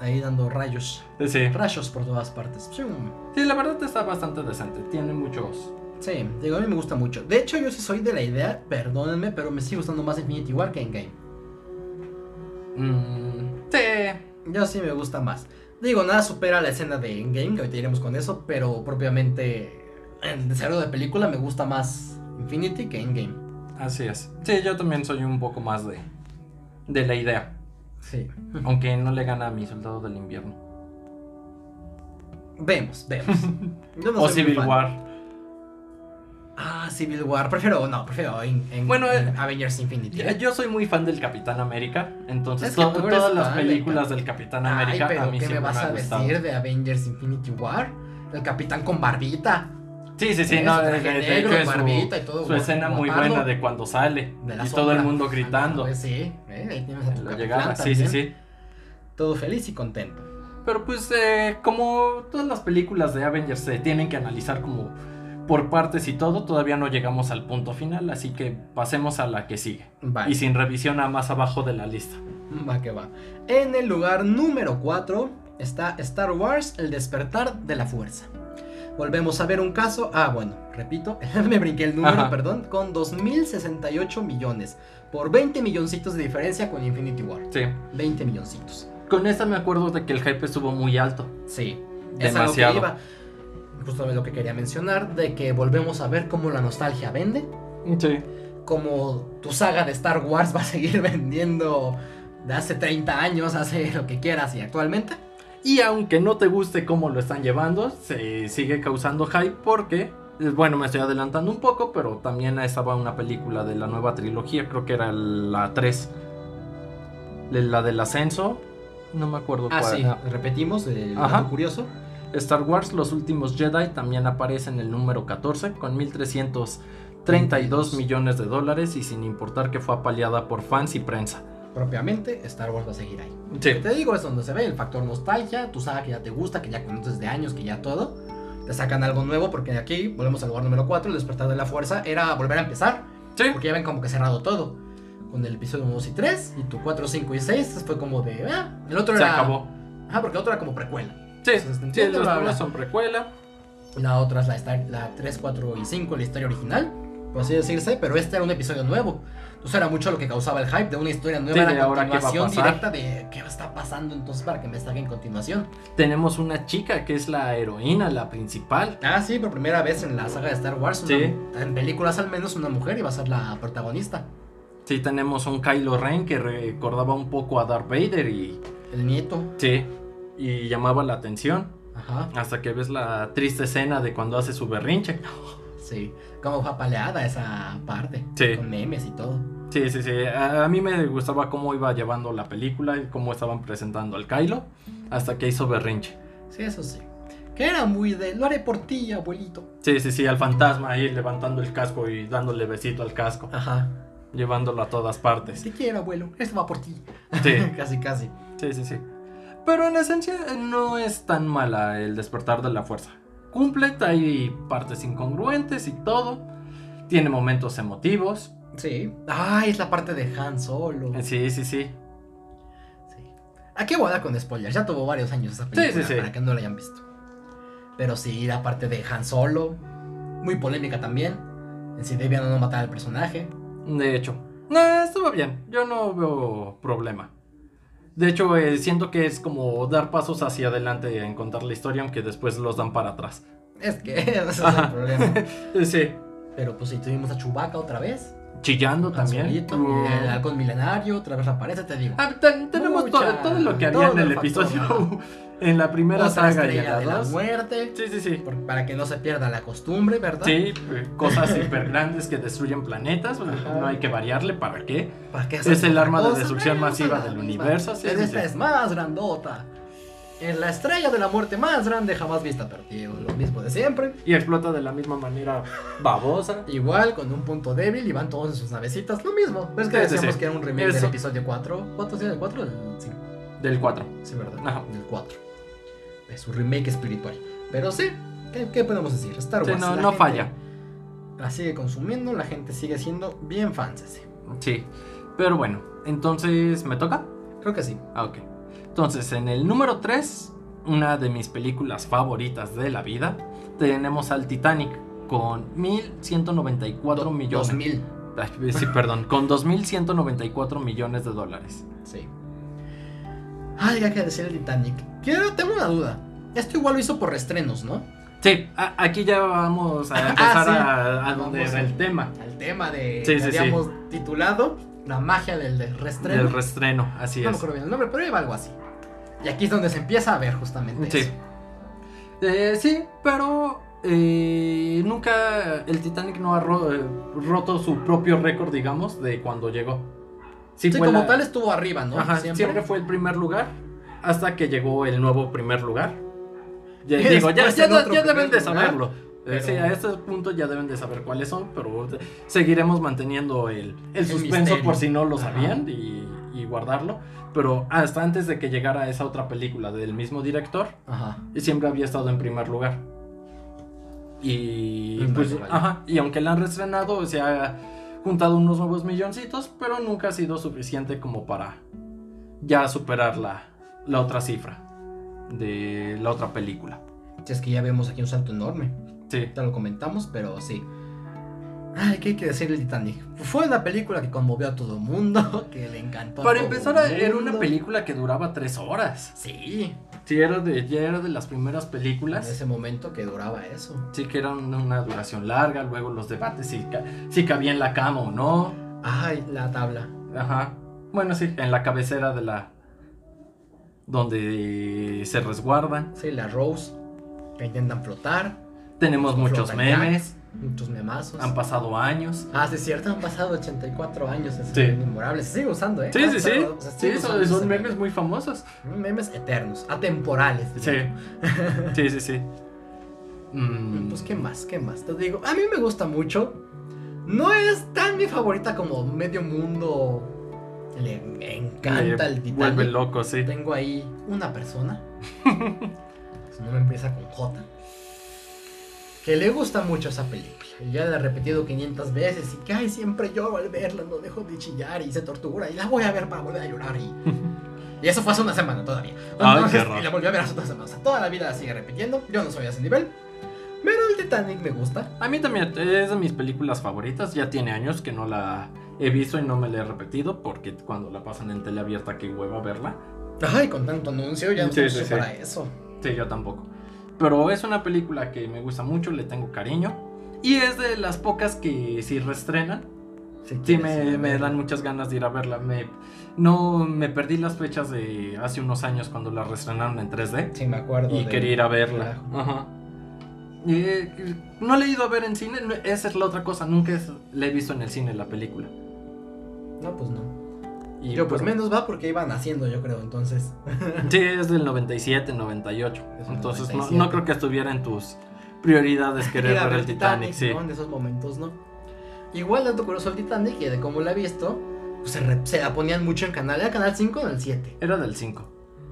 Speaker 2: Ahí dando rayos.
Speaker 1: Sí.
Speaker 2: Rayos por todas partes. Shum.
Speaker 1: Sí, la verdad está bastante decente. Tiene muchos.
Speaker 2: Sí, digo, a mí me gusta mucho. De hecho, yo sí soy de la idea, perdónenme, pero me sigue gustando más Infinity War que Endgame.
Speaker 1: mm, sí.
Speaker 2: Yo sí me gusta más. Digo, nada supera la escena de Endgame, que ahorita iremos con eso, pero propiamente en desarrollo de película me gusta más Infinity que Endgame.
Speaker 1: Así es. Sí, yo también soy un poco más de, de la idea.
Speaker 2: Sí.
Speaker 1: Aunque no le gana a mi soldado del invierno.
Speaker 2: Vemos,
Speaker 1: <laughs>
Speaker 2: vemos. Yo no
Speaker 1: o
Speaker 2: soy muy
Speaker 1: Civil
Speaker 2: fan.
Speaker 1: War.
Speaker 2: Ah, Civil War. Prefiero, no, prefiero en, en-
Speaker 1: Bueno,
Speaker 2: en
Speaker 1: eh,
Speaker 2: Avengers Infinity.
Speaker 1: Ya, Yo soy muy fan del Capitán América. Entonces,
Speaker 2: Es que
Speaker 1: to-
Speaker 2: tú eres
Speaker 1: todas las
Speaker 2: fan del
Speaker 1: películas
Speaker 2: Cap-
Speaker 1: del Capitán
Speaker 2: Ay,
Speaker 1: América a
Speaker 2: pero
Speaker 1: mí
Speaker 2: ¿qué me
Speaker 1: siempre
Speaker 2: vas
Speaker 1: me
Speaker 2: a
Speaker 1: han gustado.
Speaker 2: decir de Avengers Infinity War? El capitán con barbita.
Speaker 1: Sí, sí, sí,
Speaker 2: Eso,
Speaker 1: no, de,
Speaker 2: traje
Speaker 1: de- de
Speaker 2: negro,
Speaker 1: hecho es
Speaker 2: barbita
Speaker 1: su,
Speaker 2: y todo
Speaker 1: su escena muy
Speaker 2: guapardo.
Speaker 1: buena de cuando sale
Speaker 2: De la
Speaker 1: y todo el
Speaker 2: sombra.
Speaker 1: mundo gritando.
Speaker 2: Ah, pues sí, eh, ahí tienes a tu
Speaker 1: Lo
Speaker 2: capitán
Speaker 1: llegaba, sí, sí,
Speaker 2: también.
Speaker 1: sí.
Speaker 2: Todo feliz y contento.
Speaker 1: Pero pues eh, como todas las películas de Avengers se tienen que analizar como por partes y todo, todavía no llegamos al punto final, así que pasemos a la que sigue.
Speaker 2: Vale.
Speaker 1: Y sin revisión a más abajo de la lista.
Speaker 2: Va que va. En el lugar número 4 está Star Wars, el despertar de la fuerza. Volvemos a ver un caso, ah bueno, repito, <laughs> me brinqué el número,
Speaker 1: Ajá.
Speaker 2: perdón, con 2.068 millones, por 20 milloncitos de diferencia con Infinity War.
Speaker 1: Sí.
Speaker 2: 20 milloncitos.
Speaker 1: Con esta me acuerdo de que el hype estuvo muy alto.
Speaker 2: Sí,
Speaker 1: Demasiado.
Speaker 2: Es a lo que iba. Justo lo que quería mencionar, de que volvemos a ver cómo la nostalgia vende,
Speaker 1: Sí.
Speaker 2: como tu saga de Star Wars <laughs> va a seguir vendiendo de hace 30 años, hace lo que quieras y actualmente.
Speaker 1: Y aunque no te guste cómo lo están llevando, se sigue causando hype porque, eh, bueno, me estoy adelantando un poco, pero también estaba una película de la nueva trilogía, creo que era la 3, de la del ascenso, no me acuerdo
Speaker 2: Ah,
Speaker 1: cuál.
Speaker 2: sí, repetimos el
Speaker 1: Ajá.
Speaker 2: dato curioso.
Speaker 1: Star Wars, los últimos Jedi, también aparece en el número 14 con 1.332 millones de dólares y sin importar que fue apaleada por fans y prensa.
Speaker 2: Propiamente, Star Wars va a seguir ahí.
Speaker 1: Sí.
Speaker 2: Te digo, es donde se ve el factor nostalgia, tu saga que ya te gusta, que ya conoces de años, que ya todo. Te sacan algo nuevo porque aquí volvemos al lugar número 4, el despertar de la fuerza era volver a empezar,
Speaker 1: Sí.
Speaker 2: porque ya ven como que cerrado todo. Con el episodio 1, 2 y 3, y tu 4, 5 y 6 fue como de... Ah, el otro
Speaker 1: Se
Speaker 2: era...
Speaker 1: acabó.
Speaker 2: Ah, porque el otro era como precuela.
Speaker 1: Sí,
Speaker 2: Entonces,
Speaker 1: sí,
Speaker 2: entiendo,
Speaker 1: los
Speaker 2: bla, bla.
Speaker 1: juegos son precuela.
Speaker 2: La otra es la, star- la 3, 4 y 5, la historia original, por así decirse, pero este era un episodio nuevo. Entonces era mucho lo que causaba el hype de una historia nueva,
Speaker 1: Sí,
Speaker 2: era
Speaker 1: de ahora, ¿qué va a
Speaker 2: continuación
Speaker 1: pasar?
Speaker 2: directa de qué está pasando entonces para que me saquen continuación.
Speaker 1: Tenemos una chica que es la heroína, la principal.
Speaker 2: Ah, sí, por primera vez en la saga de Star Wars, una-
Speaker 1: Sí.
Speaker 2: en películas al menos una mujer iba a ser la protagonista.
Speaker 1: Sí, tenemos un Kylo Ren que recordaba un poco a Darth Vader y.
Speaker 2: El nieto.
Speaker 1: Sí. Y llamaba la atención.
Speaker 2: Ajá,
Speaker 1: Hasta que ves la triste escena de cuando hace su berrinche.
Speaker 2: sí. Como fue apaleada esa parte.
Speaker 1: Sí.
Speaker 2: Con memes y todo.
Speaker 1: Sí, sí, sí. A, a mí me gustaba cómo iba llevando la película y cómo estaban presentando al Kylo. Hasta que hizo berrinche.
Speaker 2: Sí, eso sí. Que era muy de, lo haré por ti, abuelito.
Speaker 1: Sí, sí, sí, al fantasma ahí levantando el casco y dándole besito al casco,
Speaker 2: Ajá.
Speaker 1: llevándolo a todas partes.
Speaker 2: Te quiero, abuelo. Esto va por ti.
Speaker 1: Sí,
Speaker 2: <laughs> casi, casi.
Speaker 1: sí, sí, sí. Pero en esencia eh, no es tan mala el despertar de la fuerza. Cumple, hay partes incongruentes y todo. Tiene momentos emotivos.
Speaker 2: Sí. Ay, es la parte de Han Solo.
Speaker 1: Eh, Sí, sí, sí.
Speaker 2: Sí. ¿A qué voy a dar con spoilers? Ya tuvo varios años esa
Speaker 1: sí,
Speaker 2: película
Speaker 1: sí.
Speaker 2: para que no la hayan visto. Pero sí, la parte de Han Solo, muy polémica también. En si debían o no matar al personaje.
Speaker 1: De hecho, no, estuvo bien. Yo no veo problema. De hecho, eh, siento que es como dar pasos hacia adelante en contar la historia, aunque después los dan para atrás.
Speaker 2: Es que <laughs> ese es el
Speaker 1: Ajá.
Speaker 2: problema.
Speaker 1: <laughs> Eh, Sí,
Speaker 2: Pero pues si tuvimos a Chewbacca otra vez.
Speaker 1: chillando
Speaker 2: Han
Speaker 1: también.
Speaker 2: Ah, Solito,
Speaker 1: Uh.
Speaker 2: el halcón milenario, otra vez aparece, te digo.
Speaker 1: Ah, ten- tenemos to-
Speaker 2: Mucha-
Speaker 1: todo lo que había
Speaker 2: todo
Speaker 1: en el
Speaker 2: el factor,
Speaker 1: episodio, <laughs> en la primera
Speaker 2: Otra
Speaker 1: saga y en
Speaker 2: estrella
Speaker 1: la
Speaker 2: de la
Speaker 1: dos.
Speaker 2: muerte.
Speaker 1: Sí, sí, sí.
Speaker 2: por- para que no se pierda la costumbre, ¿verdad?
Speaker 1: Sí, eh, cosas hiper grandes que destruyen planetas, pues,
Speaker 2: Ajá.
Speaker 1: no hay que variarle, ¿para qué?
Speaker 2: ¿Para qué
Speaker 1: Es
Speaker 2: hacer
Speaker 1: el
Speaker 2: otra
Speaker 1: arma de
Speaker 2: cosa?
Speaker 1: destrucción
Speaker 2: Eh,
Speaker 1: masiva
Speaker 2: usa la
Speaker 1: del
Speaker 2: misma.
Speaker 1: universo, sí,
Speaker 2: Pero
Speaker 1: sí,
Speaker 2: esta
Speaker 1: sí.
Speaker 2: es más grandota. En la estrella de la muerte más grande jamás vista, pero digo, lo mismo de siempre.
Speaker 1: Y explota de la misma manera babosa.
Speaker 2: Igual, con un punto débil y van todos en sus navecitas, lo mismo. Es que
Speaker 1: Sí, sí,
Speaker 2: decíamos
Speaker 1: sí.
Speaker 2: que era un remake del
Speaker 1: Eso.
Speaker 2: episodio 4. ¿Cuánto sí? ¿El 4? El 5.
Speaker 1: Del 4.
Speaker 2: Sí, ¿verdad?
Speaker 1: Ajá.
Speaker 2: El 4. Es un remake espiritual. Pero sí, ¿qué, qué podemos decir? Star Wars.
Speaker 1: no,
Speaker 2: la
Speaker 1: no
Speaker 2: gente
Speaker 1: falla.
Speaker 2: La sigue consumiendo, la gente sigue siendo bien fans.
Speaker 1: Sí. Pero bueno, entonces, ¿me toca?
Speaker 2: Creo que sí.
Speaker 1: Ah, ok. Entonces, en el número 3, una de mis películas favoritas de la vida, tenemos al Titanic con 1194
Speaker 2: Do-
Speaker 1: millones.
Speaker 2: 2000.
Speaker 1: Ay, eh, sí, perdón, con 2.194 millones de dólares.
Speaker 2: Sí. Ay, hay que decir el Titanic. Quiero, tengo una duda. Esto igual lo hizo por restrenos, ¿no?
Speaker 1: Sí, a- aquí ya vamos
Speaker 2: <laughs>
Speaker 1: a empezar
Speaker 2: Ah, sí.
Speaker 1: a, a donde
Speaker 2: Vamos
Speaker 1: era
Speaker 2: a-
Speaker 1: el tema
Speaker 2: Al tema de,
Speaker 1: Sí,
Speaker 2: que
Speaker 1: sí, sí.
Speaker 2: habíamos titulado La magia del de- reestreno.
Speaker 1: del restreno, así
Speaker 2: no me
Speaker 1: es.
Speaker 2: acuerdo bien el nombre, pero iba algo así. Y aquí es donde se empieza a ver justamente
Speaker 1: Sí.
Speaker 2: eso.
Speaker 1: Eh, sí, pero eh, nunca el Titanic no ha ro- eh, roto su propio récord, digamos, de cuando llegó. Sí,
Speaker 2: Sí,
Speaker 1: fue
Speaker 2: como
Speaker 1: la-
Speaker 2: tal estuvo arriba, ¿no?
Speaker 1: Ajá, siempre. fue el primer lugar hasta que llegó el nuevo primer lugar. Ya,
Speaker 2: Y
Speaker 1: digo, ya,
Speaker 2: después
Speaker 1: pues, ya-
Speaker 2: el otro
Speaker 1: ya
Speaker 2: primer
Speaker 1: deben de
Speaker 2: lugar,
Speaker 1: saberlo. Eh,
Speaker 2: pero-
Speaker 1: sí, a este punto ya deben de saber cuáles son, pero seguiremos manteniendo el, el suspenso
Speaker 2: misterio.
Speaker 1: por si no lo
Speaker 2: Ajá.
Speaker 1: sabían y, y guardarlo. Pero hasta antes de que llegara esa otra película del mismo director,
Speaker 2: Ajá.
Speaker 1: y siempre había estado en primer lugar. Y
Speaker 2: Mm,
Speaker 1: pues,
Speaker 2: vale, vale.
Speaker 1: ajá, y aunque la han reestrenado, se ha juntado unos nuevos milloncitos, pero nunca ha sido suficiente como para ya superar la, la otra cifra de la otra película.
Speaker 2: Si es que ya vemos aquí un salto enorme.
Speaker 1: Sí,
Speaker 2: Ya lo comentamos, pero sí. Ay, ¿qué hay que decir el Titanic? Fue una película que conmovió a todo el mundo, <laughs> que le encantó. a
Speaker 1: para
Speaker 2: todo
Speaker 1: empezar, eh, era
Speaker 2: mundo.
Speaker 1: una película que duraba tres horas.
Speaker 2: Sí,
Speaker 1: Sí, era de, ya era de las primeras
Speaker 2: en
Speaker 1: películas.
Speaker 2: ese momento que duraba eso.
Speaker 1: Sí, que era una, una duración larga, luego los debates si, ca- si cabía en la cama o no.
Speaker 2: Ay, la tabla.
Speaker 1: Ajá. Bueno, sí, en la cabecera de la. donde se resguardan.
Speaker 2: Sí, la Rose. Que intentan flotar.
Speaker 1: Tenemos muchos
Speaker 2: Flotan
Speaker 1: memes,
Speaker 2: Muchos memazos.
Speaker 1: han pasado años.
Speaker 2: Ah, sí, es cierto, han pasado 84 años. Es
Speaker 1: Sí.
Speaker 2: memorable. Se sigue usando, ¿eh?
Speaker 1: Sí,
Speaker 2: Ah,
Speaker 1: sí, sí.
Speaker 2: pero, o sea,
Speaker 1: Sí, pues,
Speaker 2: sigue
Speaker 1: son,
Speaker 2: usando
Speaker 1: son
Speaker 2: ese
Speaker 1: memes
Speaker 2: meme.
Speaker 1: muy famosos.
Speaker 2: Memes eternos, atemporales.
Speaker 1: Sí. <laughs> Sí, sí, sí. Mm,
Speaker 2: Pues, ¿qué más? ¿Qué más? Te digo, a mí me gusta mucho. No es tan mi favorita como medio mundo. Le me encanta
Speaker 1: eh,
Speaker 2: el Titanic.
Speaker 1: Vuelve loco, sí.
Speaker 2: Tengo ahí
Speaker 1: <laughs>
Speaker 2: una persona. su nombre empieza con J. Que le gusta mucho esa película. Y ya la he repetido 500 veces. Y que ay, siempre lloro al verla. No dejo de chillar y se tortura. Y la voy a ver para volver a llorar.
Speaker 1: <laughs>
Speaker 2: Y, y eso fue hace una semana todavía.
Speaker 1: Ay,
Speaker 2: Entonces,
Speaker 1: qué horror.
Speaker 2: y la volví a ver hace otra semana. O sea, toda la vida la sigue repitiendo. Yo no soy a ese nivel. Pero el Titanic me gusta.
Speaker 1: A mí también es de mis películas favoritas. Ya tiene años que no la he visto y no me la he repetido porque cuando la pasan en tele abierta, qué hueva verla.
Speaker 2: Ay, con tanto anuncio ya no
Speaker 1: Sí,
Speaker 2: soy
Speaker 1: sí, sí.
Speaker 2: para eso.
Speaker 1: Sí, yo tampoco. Pero es una película que me gusta mucho, le tengo cariño. Y es de las pocas que si reestrenan,
Speaker 2: Si
Speaker 1: sí
Speaker 2: quieres ir
Speaker 1: me,
Speaker 2: a
Speaker 1: me
Speaker 2: verla.
Speaker 1: dan muchas ganas de ir a verla. Me, no, me perdí las fechas de hace unos años cuando la reestrenaron en 3D.
Speaker 2: Sí, me acuerdo.
Speaker 1: Y
Speaker 2: de-
Speaker 1: quería ir a verla.
Speaker 2: relajo.
Speaker 1: Ajá. Eh, eh, no la he ido a ver en cine, no- esa es la otra cosa, nunca es- la he visto en el cine la película.
Speaker 2: No, pues no. Y yo, pues menos va porque iban haciendo, yo creo, entonces.
Speaker 1: Sí, es del 97, 98.
Speaker 2: Es del
Speaker 1: Entonces no-
Speaker 2: 97.
Speaker 1: No, creo que estuviera en tus prioridades querer
Speaker 2: <laughs> ir a
Speaker 1: ver el Titanic, sí.
Speaker 2: ¿no? En esos momentos, ¿no? Igual, dato curioso del Titanic, que de cómo la he visto, pues se, re- se la ponían mucho en Canal, era Canal 5 o en el 7.
Speaker 1: Era del 5.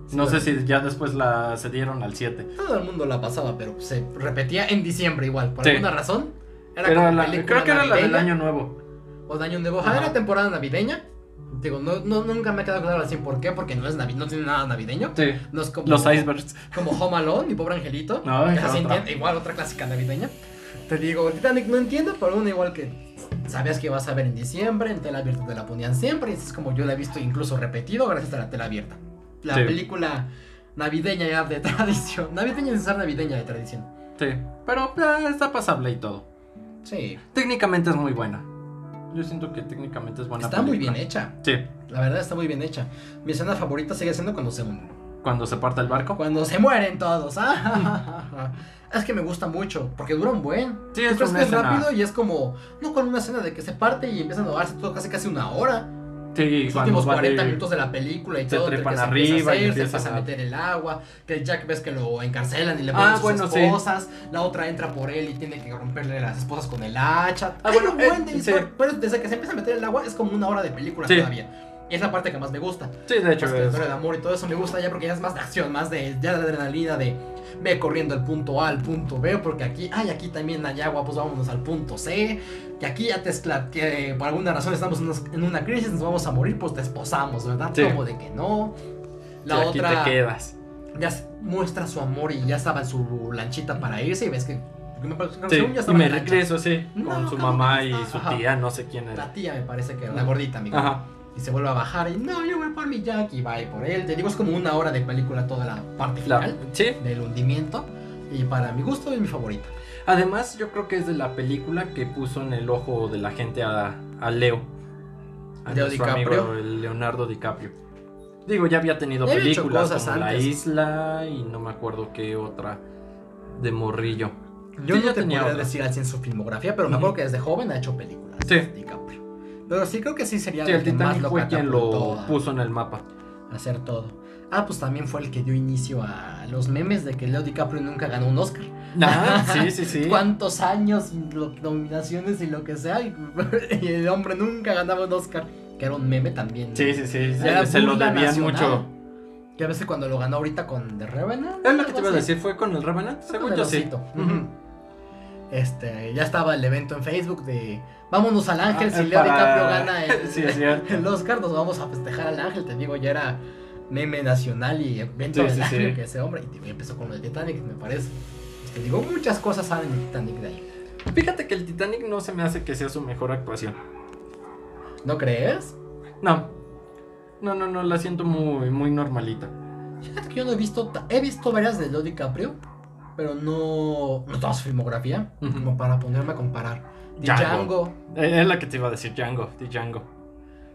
Speaker 2: Sí,
Speaker 1: No sé
Speaker 2: bueno.
Speaker 1: si ya después la cedieron al 7.
Speaker 2: Todo el mundo la pasaba, pero pues, se repetía en diciembre igual, por
Speaker 1: Sí.
Speaker 2: alguna razón.
Speaker 1: Era
Speaker 2: como
Speaker 1: la-
Speaker 2: película
Speaker 1: creo que era la del
Speaker 2: navideña
Speaker 1: año nuevo.
Speaker 2: O de año nuevo,
Speaker 1: Ajá.
Speaker 2: ajá, era temporada navideña. Digo, no, no- nunca me ha quedado claro así por qué, porque no es navi no tiene nada navideño.
Speaker 1: Sí.
Speaker 2: No es como,
Speaker 1: Los icebergs.
Speaker 2: como Home Alone, mi pobre angelito.
Speaker 1: No,
Speaker 2: Esa
Speaker 1: esa
Speaker 2: sí
Speaker 1: otra.
Speaker 2: entiendo, igual otra clásica navideña. Te digo, el Titanic no entiendo, pero una igual que sabías que ibas a ver en diciembre, en tela abierta te la ponían siempre, y es como yo la he visto incluso repetido gracias a la tela abierta. La
Speaker 1: Sí.
Speaker 2: película navideña ya de <laughs> tradición, navideña sin ser navideña de tradición.
Speaker 1: Sí. Pero ah, está pasable y todo.
Speaker 2: Sí,
Speaker 1: Técnicamente es muy buena. Yo siento que técnicamente es buena.
Speaker 2: está muy bien
Speaker 1: película.
Speaker 2: hecha.
Speaker 1: Sí.
Speaker 2: La verdad está muy bien hecha. Mi escena favorita sigue siendo cuando se unen.
Speaker 1: Cuando se parte el barco.
Speaker 2: Cuando se mueren todos. ah, <laughs> es que me gusta mucho, porque dura un buen.
Speaker 1: Sí,
Speaker 2: Tú
Speaker 1: es
Speaker 2: crees
Speaker 1: una
Speaker 2: que es
Speaker 1: escena-
Speaker 2: rápido y es como, no con una escena de que se parte y empiezan a darse todo casi casi una hora.
Speaker 1: Sí,
Speaker 2: Los
Speaker 1: cuando
Speaker 2: últimos
Speaker 1: va
Speaker 2: 40
Speaker 1: de-
Speaker 2: minutos de la película y
Speaker 1: se
Speaker 2: todo. entre que
Speaker 1: trepan
Speaker 2: se empieza a
Speaker 1: arriba y
Speaker 2: hacer, se
Speaker 1: empiezan
Speaker 2: empieza a
Speaker 1: a-
Speaker 2: meter el agua, que Jack ves que lo encarcelan y le
Speaker 1: Ah,
Speaker 2: ponen sus
Speaker 1: bueno, sí.
Speaker 2: esposas, la otra entra por él y tiene que romperle las esposas con el hacha.
Speaker 1: Ah,
Speaker 2: Hay
Speaker 1: bueno,
Speaker 2: un buen
Speaker 1: eh,
Speaker 2: de
Speaker 1: sí.
Speaker 2: historia, pero desde que se empieza a meter el agua es como una hora de película
Speaker 1: Sí.
Speaker 2: todavía. Y es la parte que más me gusta.
Speaker 1: Sí, de hecho.
Speaker 2: Más que la
Speaker 1: es-
Speaker 2: historia de amor y todo eso me gusta ya porque ya es más de acción, más de ya de adrenalina de ve corriendo al punto A al punto B, porque aquí, ay, aquí también hay agua, pues vámonos al punto C, que aquí ya te escla- que por alguna razón estamos en unas- en una crisis, nos vamos a morir, pues te esposamos, ¿verdad?
Speaker 1: Sí.
Speaker 2: Como de que no. La
Speaker 1: sí, aquí
Speaker 2: otra
Speaker 1: te quedas.
Speaker 2: ya s- muestra su amor y ya estaba en su lanchita para irse y ves que porque me parece que
Speaker 1: Sí,
Speaker 2: según ya
Speaker 1: y
Speaker 2: estaba
Speaker 1: me
Speaker 2: en la lancha.
Speaker 1: regreso, sí. Con
Speaker 2: No,
Speaker 1: su
Speaker 2: ¿cómo
Speaker 1: mamá
Speaker 2: que
Speaker 1: y
Speaker 2: está?
Speaker 1: su
Speaker 2: Ajá.
Speaker 1: tía, no sé quién
Speaker 2: La
Speaker 1: era.
Speaker 2: tía me parece que era la gordita, amigo.
Speaker 1: Ajá.
Speaker 2: Y se vuelve a bajar y no, yo voy por mi Jack y va y por él. Te digo, es como una hora de película toda la parte
Speaker 1: La-
Speaker 2: final
Speaker 1: sí.
Speaker 2: del hundimiento. Y para mi gusto es mi favorita.
Speaker 1: Además, yo creo que es de la película que puso en el ojo de la gente a, a Leo. A
Speaker 2: Leo
Speaker 1: nuestro
Speaker 2: DiCaprio.
Speaker 1: amigo el Leonardo DiCaprio. Digo, ya había tenido
Speaker 2: Ya había hecho
Speaker 1: películas
Speaker 2: cosas
Speaker 1: como La
Speaker 2: antes.
Speaker 1: Isla y no me acuerdo qué otra de morrillo.
Speaker 2: Yo
Speaker 1: Sí,
Speaker 2: no
Speaker 1: ya
Speaker 2: te
Speaker 1: tenía
Speaker 2: podría
Speaker 1: otra.
Speaker 2: decir al 100 su filmografía, pero me
Speaker 1: Ujú.
Speaker 2: acuerdo que desde joven ha hecho películas.
Speaker 1: Sí.
Speaker 2: DiCaprio. Pero sí creo que sí sería
Speaker 1: Sí,
Speaker 2: la
Speaker 1: el
Speaker 2: que más
Speaker 1: Titanic fue quien
Speaker 2: catapultó
Speaker 1: lo
Speaker 2: a-
Speaker 1: puso en el
Speaker 2: <laughs>
Speaker 1: mapa.
Speaker 2: a hacer todo. Ah, pues también fue el que dio inicio a los memes de que Leo DiCaprio nunca ganó un Oscar.
Speaker 1: Ah, sí, sí,
Speaker 2: <laughs>
Speaker 1: sí.
Speaker 2: ¿Cuántos años, lo- nominaciones y lo que sea? Y, y <laughs> el hombre nunca ganaba un Oscar. Que era un meme también.
Speaker 1: Sí, sí, sí.
Speaker 2: Ya era
Speaker 1: Se, se lo
Speaker 2: burla
Speaker 1: debían
Speaker 2: nacional.
Speaker 1: mucho.
Speaker 2: Que a veces cuando lo ganó ahorita con The Revenant.
Speaker 1: Es lo que te iba
Speaker 2: algo
Speaker 1: a
Speaker 2: así.
Speaker 1: decir, fue con el Revenant,
Speaker 2: Fue con
Speaker 1: según
Speaker 2: el
Speaker 1: yo sí.
Speaker 2: osito.
Speaker 1: Ujú.
Speaker 2: Este, ya estaba el evento en Facebook de vámonos al Ángel
Speaker 1: Ah,
Speaker 2: si Leo
Speaker 1: para-
Speaker 2: DiCaprio
Speaker 1: <laughs>
Speaker 2: gana el,
Speaker 1: Sí, es cierto.
Speaker 2: el Oscar, nos vamos a festejar al Ángel, te digo, ya era meme nacional y evento
Speaker 1: Sí,
Speaker 2: del
Speaker 1: sí, sí.
Speaker 2: año que ese hombre y empezó con el Titanic, me parece. Te digo, muchas cosas salen del Titanic de ahí.
Speaker 1: Fíjate que el Titanic no se me hace que sea su mejor actuación.
Speaker 2: ¿No crees?
Speaker 1: No. No, no, no, la siento muy, muy normalita.
Speaker 2: Fíjate que yo no he visto, ta- he visto varias de Leo DiCaprio, pero no, no toda su filmografía,
Speaker 1: Ujú.
Speaker 2: como para ponerme a comparar.
Speaker 1: Django.
Speaker 2: Django.
Speaker 1: Eh, Es la que te iba a decir, Django, de Django.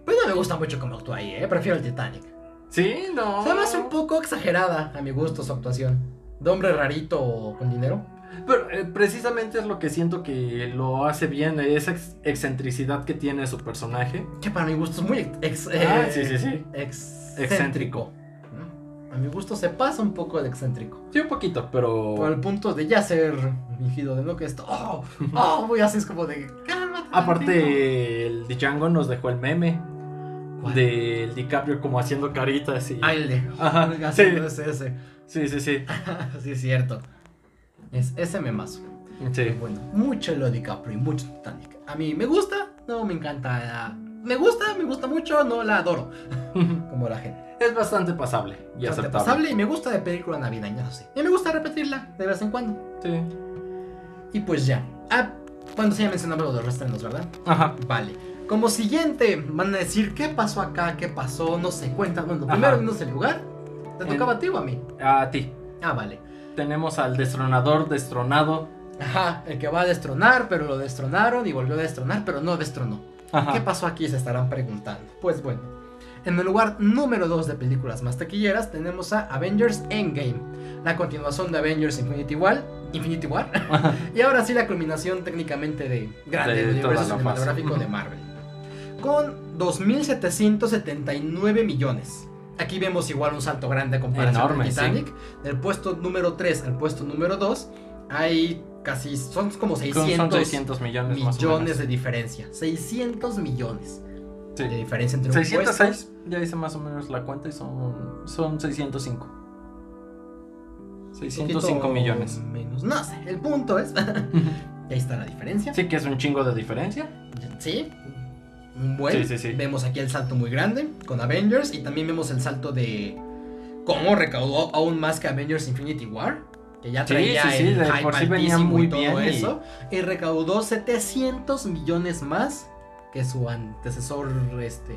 Speaker 2: Pues no me gusta mucho cómo actúa ahí, ¿eh? prefiero el Titanic.
Speaker 1: Sí, no.
Speaker 2: Se me hace un poco exagerada a mi gusto su actuación. De hombre rarito o con dinero.
Speaker 1: Pero eh, precisamente es lo que siento que lo hace bien, eh, esa ex- excentricidad que tiene su personaje.
Speaker 2: Que para mi gusto es muy ex, ex-
Speaker 1: Ah,
Speaker 2: eh,
Speaker 1: sí, sí, sí.
Speaker 2: excéntrico. ¿no? A mi gusto se pasa un poco de excéntrico.
Speaker 1: Sí, un poquito, pero...
Speaker 2: Por el punto de ya ser fingido de lo que esto.
Speaker 1: <laughs>
Speaker 2: ¡Oh! ¡Oh! Voy así, es como de. ¡Cálmate! tantito".
Speaker 1: Aparte, el de Django nos dejó el meme
Speaker 2: ¿Cuál?
Speaker 1: del DiCaprio como haciendo caritas y...
Speaker 2: Ah, el de. <laughs>
Speaker 1: Ajá,
Speaker 2: Oiga,
Speaker 1: sí.
Speaker 2: no es ese. <laughs>
Speaker 1: Sí, sí, sí.
Speaker 2: sí, es cierto. Es ese memazo.
Speaker 1: Sí. <laughs>
Speaker 2: Pero Bueno, mucho lo DiCaprio y mucho Titanic. A mí me gusta, no me encanta. la- Me gusta, me gusta mucho, no la adoro. Como la gente.
Speaker 1: Es bastante pasable y
Speaker 2: Bastante
Speaker 1: aceptable.
Speaker 2: pasable y me gusta de película navideña, eso sí. Y me gusta repetirla de vez en cuando.
Speaker 1: Sí.
Speaker 2: Y pues ya. Ah, bueno, sí, ya mencionamos los restrenos, ¿verdad?
Speaker 1: Ajá.
Speaker 2: Vale. Como siguiente, van a decir qué pasó acá, qué pasó, no sé, cuenta. Bueno,
Speaker 1: Ajá.
Speaker 2: primero dinos el lugar. ¿Te
Speaker 1: En-
Speaker 2: tocaba a ti o a mí?
Speaker 1: A ti.
Speaker 2: Ah, vale.
Speaker 1: Tenemos al destronador destronado.
Speaker 2: Ajá, el que va a destronar, pero lo destronaron y volvió a destronar, pero no destronó.
Speaker 1: Ajá.
Speaker 2: ¿Qué pasó aquí? Se estarán preguntando. Pues bueno, en el lugar número 2 de películas más taquilleras tenemos a Avengers Endgame, la continuación de Avengers Infinity War, Infinity War <laughs> y ahora sí la culminación técnicamente de grande
Speaker 1: De
Speaker 2: del
Speaker 1: toda la fase.
Speaker 2: universo cinematográfico de
Speaker 1: Ujú.
Speaker 2: Marvel. con 2.779 millones. Aquí vemos igual un salto grande a comparación
Speaker 1: Enorme,
Speaker 2: de Titanic. Del puesto número 3 al puesto número 2 hay casi, son como
Speaker 1: Son-
Speaker 2: 600,
Speaker 1: Son 600 millones, más o
Speaker 2: millones
Speaker 1: menos.
Speaker 2: de diferencia. 600 millones
Speaker 1: Sí.
Speaker 2: de diferencia entre un
Speaker 1: 606, ya hice más o menos la cuenta y son, son 605. 605
Speaker 2: poquito
Speaker 1: millones.
Speaker 2: Menos. No sé, el
Speaker 1: <laughs>
Speaker 2: punto es. ahí está la diferencia.
Speaker 1: Sí, que es un chingo de diferencia.
Speaker 2: Sí. Un buen.
Speaker 1: Sí, sí, sí.
Speaker 2: Vemos aquí el salto muy grande con Avengers y también vemos el salto de cómo recaudó aún más que Avengers Infinity War. Que ya
Speaker 1: Sí,
Speaker 2: traía
Speaker 1: sí, sí,
Speaker 2: el
Speaker 1: de
Speaker 2: hype
Speaker 1: por sí venía
Speaker 2: altísimo
Speaker 1: muy
Speaker 2: y todo
Speaker 1: bien y-
Speaker 2: eso. Y recaudó 700 millones más que su antecesor este,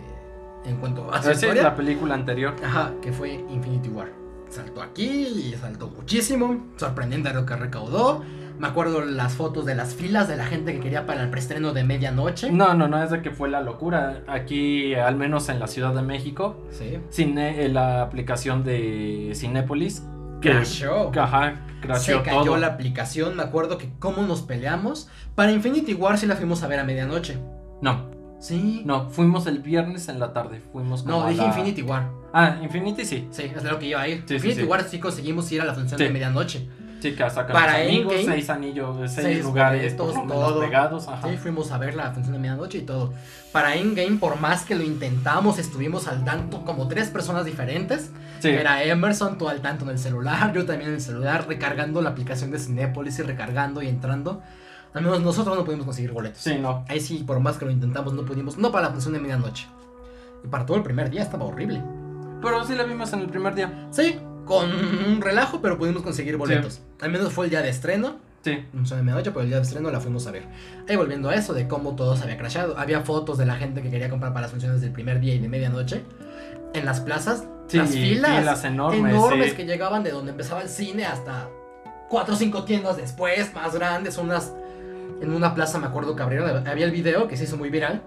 Speaker 2: en cuanto a
Speaker 1: Esa
Speaker 2: su
Speaker 1: es
Speaker 2: historia.
Speaker 1: la película anterior.
Speaker 2: Ajá, que fue Infinity War. Saltó aquí y saltó muchísimo. Sorprendente lo que recaudó. Me acuerdo las fotos de las filas de la gente que quería para el preestreno de medianoche.
Speaker 1: No, no, no, es de que fue la locura. Aquí, al menos en la Ciudad de México,
Speaker 2: Sí.
Speaker 1: cine- eh, la aplicación de Cinépolis. Que,
Speaker 2: Crashó.
Speaker 1: Ajá, crasheó
Speaker 2: Se cayó
Speaker 1: todo.
Speaker 2: la aplicación. Me acuerdo que cómo nos peleamos. Para Infinity War sí la fuimos a ver a medianoche.
Speaker 1: No,
Speaker 2: Sí.
Speaker 1: no, fuimos el viernes en la tarde. Fuimos como
Speaker 2: No,
Speaker 1: a
Speaker 2: dije
Speaker 1: la-
Speaker 2: Infinity War.
Speaker 1: Ah, Infinity sí.
Speaker 2: Sí, es lo que iba a ir.
Speaker 1: Sí, sí,
Speaker 2: Infinity
Speaker 1: sí.
Speaker 2: War sí conseguimos ir a la función
Speaker 1: Sí.
Speaker 2: de medianoche.
Speaker 1: Sí, que sacan
Speaker 2: Para
Speaker 1: los amigos,
Speaker 2: Endgame,
Speaker 1: seis anillos, seis,
Speaker 2: seis
Speaker 1: lugares,
Speaker 2: boletos,
Speaker 1: por lo menos
Speaker 2: todo.
Speaker 1: pegados. Ajá.
Speaker 2: Sí, fuimos a ver la función de medianoche y todo. Para Endgame, por más que lo intentamos, estuvimos al tanto como tres personas diferentes.
Speaker 1: Sí.
Speaker 2: Era Emerson, tú al tanto en el celular, yo también en el celular, recargando la aplicación de Cinépolis y recargando y entrando. Al menos nosotros no pudimos conseguir boletos.
Speaker 1: Sí, no.
Speaker 2: Ahí sí, por más que lo intentamos, no pudimos. No para la función de medianoche. Y para todo el primer día estaba horrible.
Speaker 1: Pero sí la vimos en el primer día.
Speaker 2: Sí, con un relajo, pero pudimos conseguir boletos. Al menos fue el día de estreno.
Speaker 1: Sí.
Speaker 2: No sé, me ocho, pero el día de estreno la fuimos a ver. Ahí volviendo a eso de cómo todo se había crashado. Había fotos de la gente que quería comprar para las funciones del primer día y de medianoche. En las plazas,
Speaker 1: Sí,
Speaker 2: las filas,
Speaker 1: enormes.
Speaker 2: enormes,
Speaker 1: sí.
Speaker 2: que llegaban de donde empezaba el cine hasta cuatro o cinco tiendas después, más grandes, unas... En una plaza, me acuerdo que abrieron, había el video que se hizo muy viral.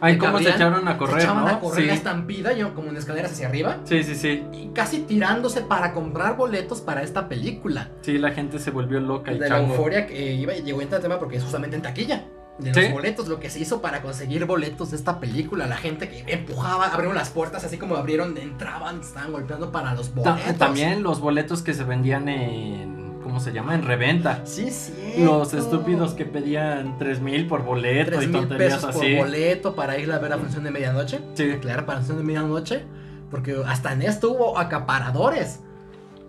Speaker 1: Ay,
Speaker 2: que
Speaker 1: cómo se
Speaker 2: abrían,
Speaker 1: echaron a correr,
Speaker 2: se echaban
Speaker 1: ¿no?
Speaker 2: a correr
Speaker 1: sí.
Speaker 2: la estampida, yo como en escaleras hacia arriba,
Speaker 1: sí, sí, sí.
Speaker 2: y casi tirándose para comprar boletos para esta película.
Speaker 1: Sí, la gente se volvió loca y
Speaker 2: Pues de la
Speaker 1: chango.
Speaker 2: euforia que iba, llegó a entrar el tema porque es justamente en taquilla. De
Speaker 1: Sí.
Speaker 2: los boletos, lo que se hizo para conseguir boletos de esta película. La gente que empujaba, abrieron las puertas, así como abrieron, entraban, estaban golpeando para los
Speaker 1: Ta-
Speaker 2: boletos.
Speaker 1: también los boletos que se vendían en. ¿Cómo se llama? En reventa.
Speaker 2: Sí, sí.
Speaker 1: Los estúpidos que pedían 3000 por boleto
Speaker 2: 3
Speaker 1: y
Speaker 2: mil
Speaker 1: tonterías
Speaker 2: pesos por
Speaker 1: así.
Speaker 2: boleto para ir a ver la función de medianoche.
Speaker 1: Sí.
Speaker 2: Claro, para la función de medianoche. Porque hasta en esto hubo acaparadores.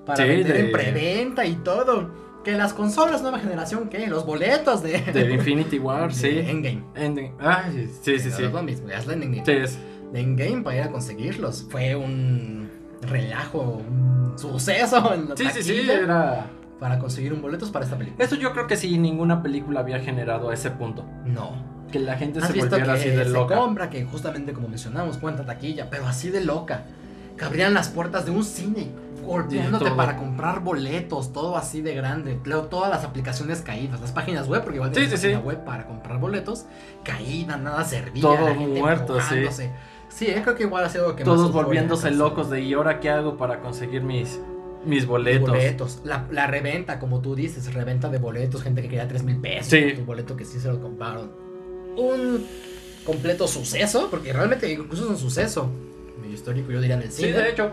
Speaker 2: Para
Speaker 1: Sí,
Speaker 2: vender
Speaker 1: de-
Speaker 2: en preventa y todo. Que las consolas nueva generación, que los boletos de.
Speaker 1: De
Speaker 2: <laughs>
Speaker 1: Infinity War,
Speaker 2: de
Speaker 1: sí.
Speaker 2: Endgame.
Speaker 1: Ending. Ay, sí, sí,
Speaker 2: Pero
Speaker 1: sí.
Speaker 2: es lo mismo, ya es la Endgame.
Speaker 1: Sí, es-
Speaker 2: de Endgame para ir a conseguirlos. Fue un relajo, un suceso en la
Speaker 1: sí, sí, sí,
Speaker 2: taquilla
Speaker 1: era.
Speaker 2: para conseguir un boletos para esta película.
Speaker 1: Eso yo creo que sí, ninguna película había generado a ese punto.
Speaker 2: No.
Speaker 1: Que la gente
Speaker 2: Has
Speaker 1: se
Speaker 2: visto que
Speaker 1: volviera así de
Speaker 2: se
Speaker 1: loca.
Speaker 2: compra, que justamente como mencionamos, cuánta taquilla, pero así de loca. Que abrían las puertas de un cine
Speaker 1: Sí,
Speaker 2: golpeándote
Speaker 1: todo.
Speaker 2: para comprar boletos, todo así de grande. Leo todas las aplicaciones caídas, las páginas web, porque igual
Speaker 1: Sí,
Speaker 2: tienes
Speaker 1: sí, sí.
Speaker 2: página web para comprar boletos, caída, nada servía,
Speaker 1: Todo
Speaker 2: la gente
Speaker 1: muerto, sí.
Speaker 2: empujándose. Sí, eh, creo que igual ha sido lo que más
Speaker 1: Todos
Speaker 2: euforia
Speaker 1: volviéndose
Speaker 2: causó.
Speaker 1: locos de ¿y ahora qué hago para conseguir mis, mis boletos?
Speaker 2: boletos. La, la reventa, como tú dices, reventa de boletos, gente que quería 3 mil pesos.
Speaker 1: Sí.
Speaker 2: Tu boleto que sí se lo compraron. Un completo suceso, porque realmente incluso es un suceso. Medio histórico, yo diría en el
Speaker 1: Sí,
Speaker 2: cine.
Speaker 1: de hecho.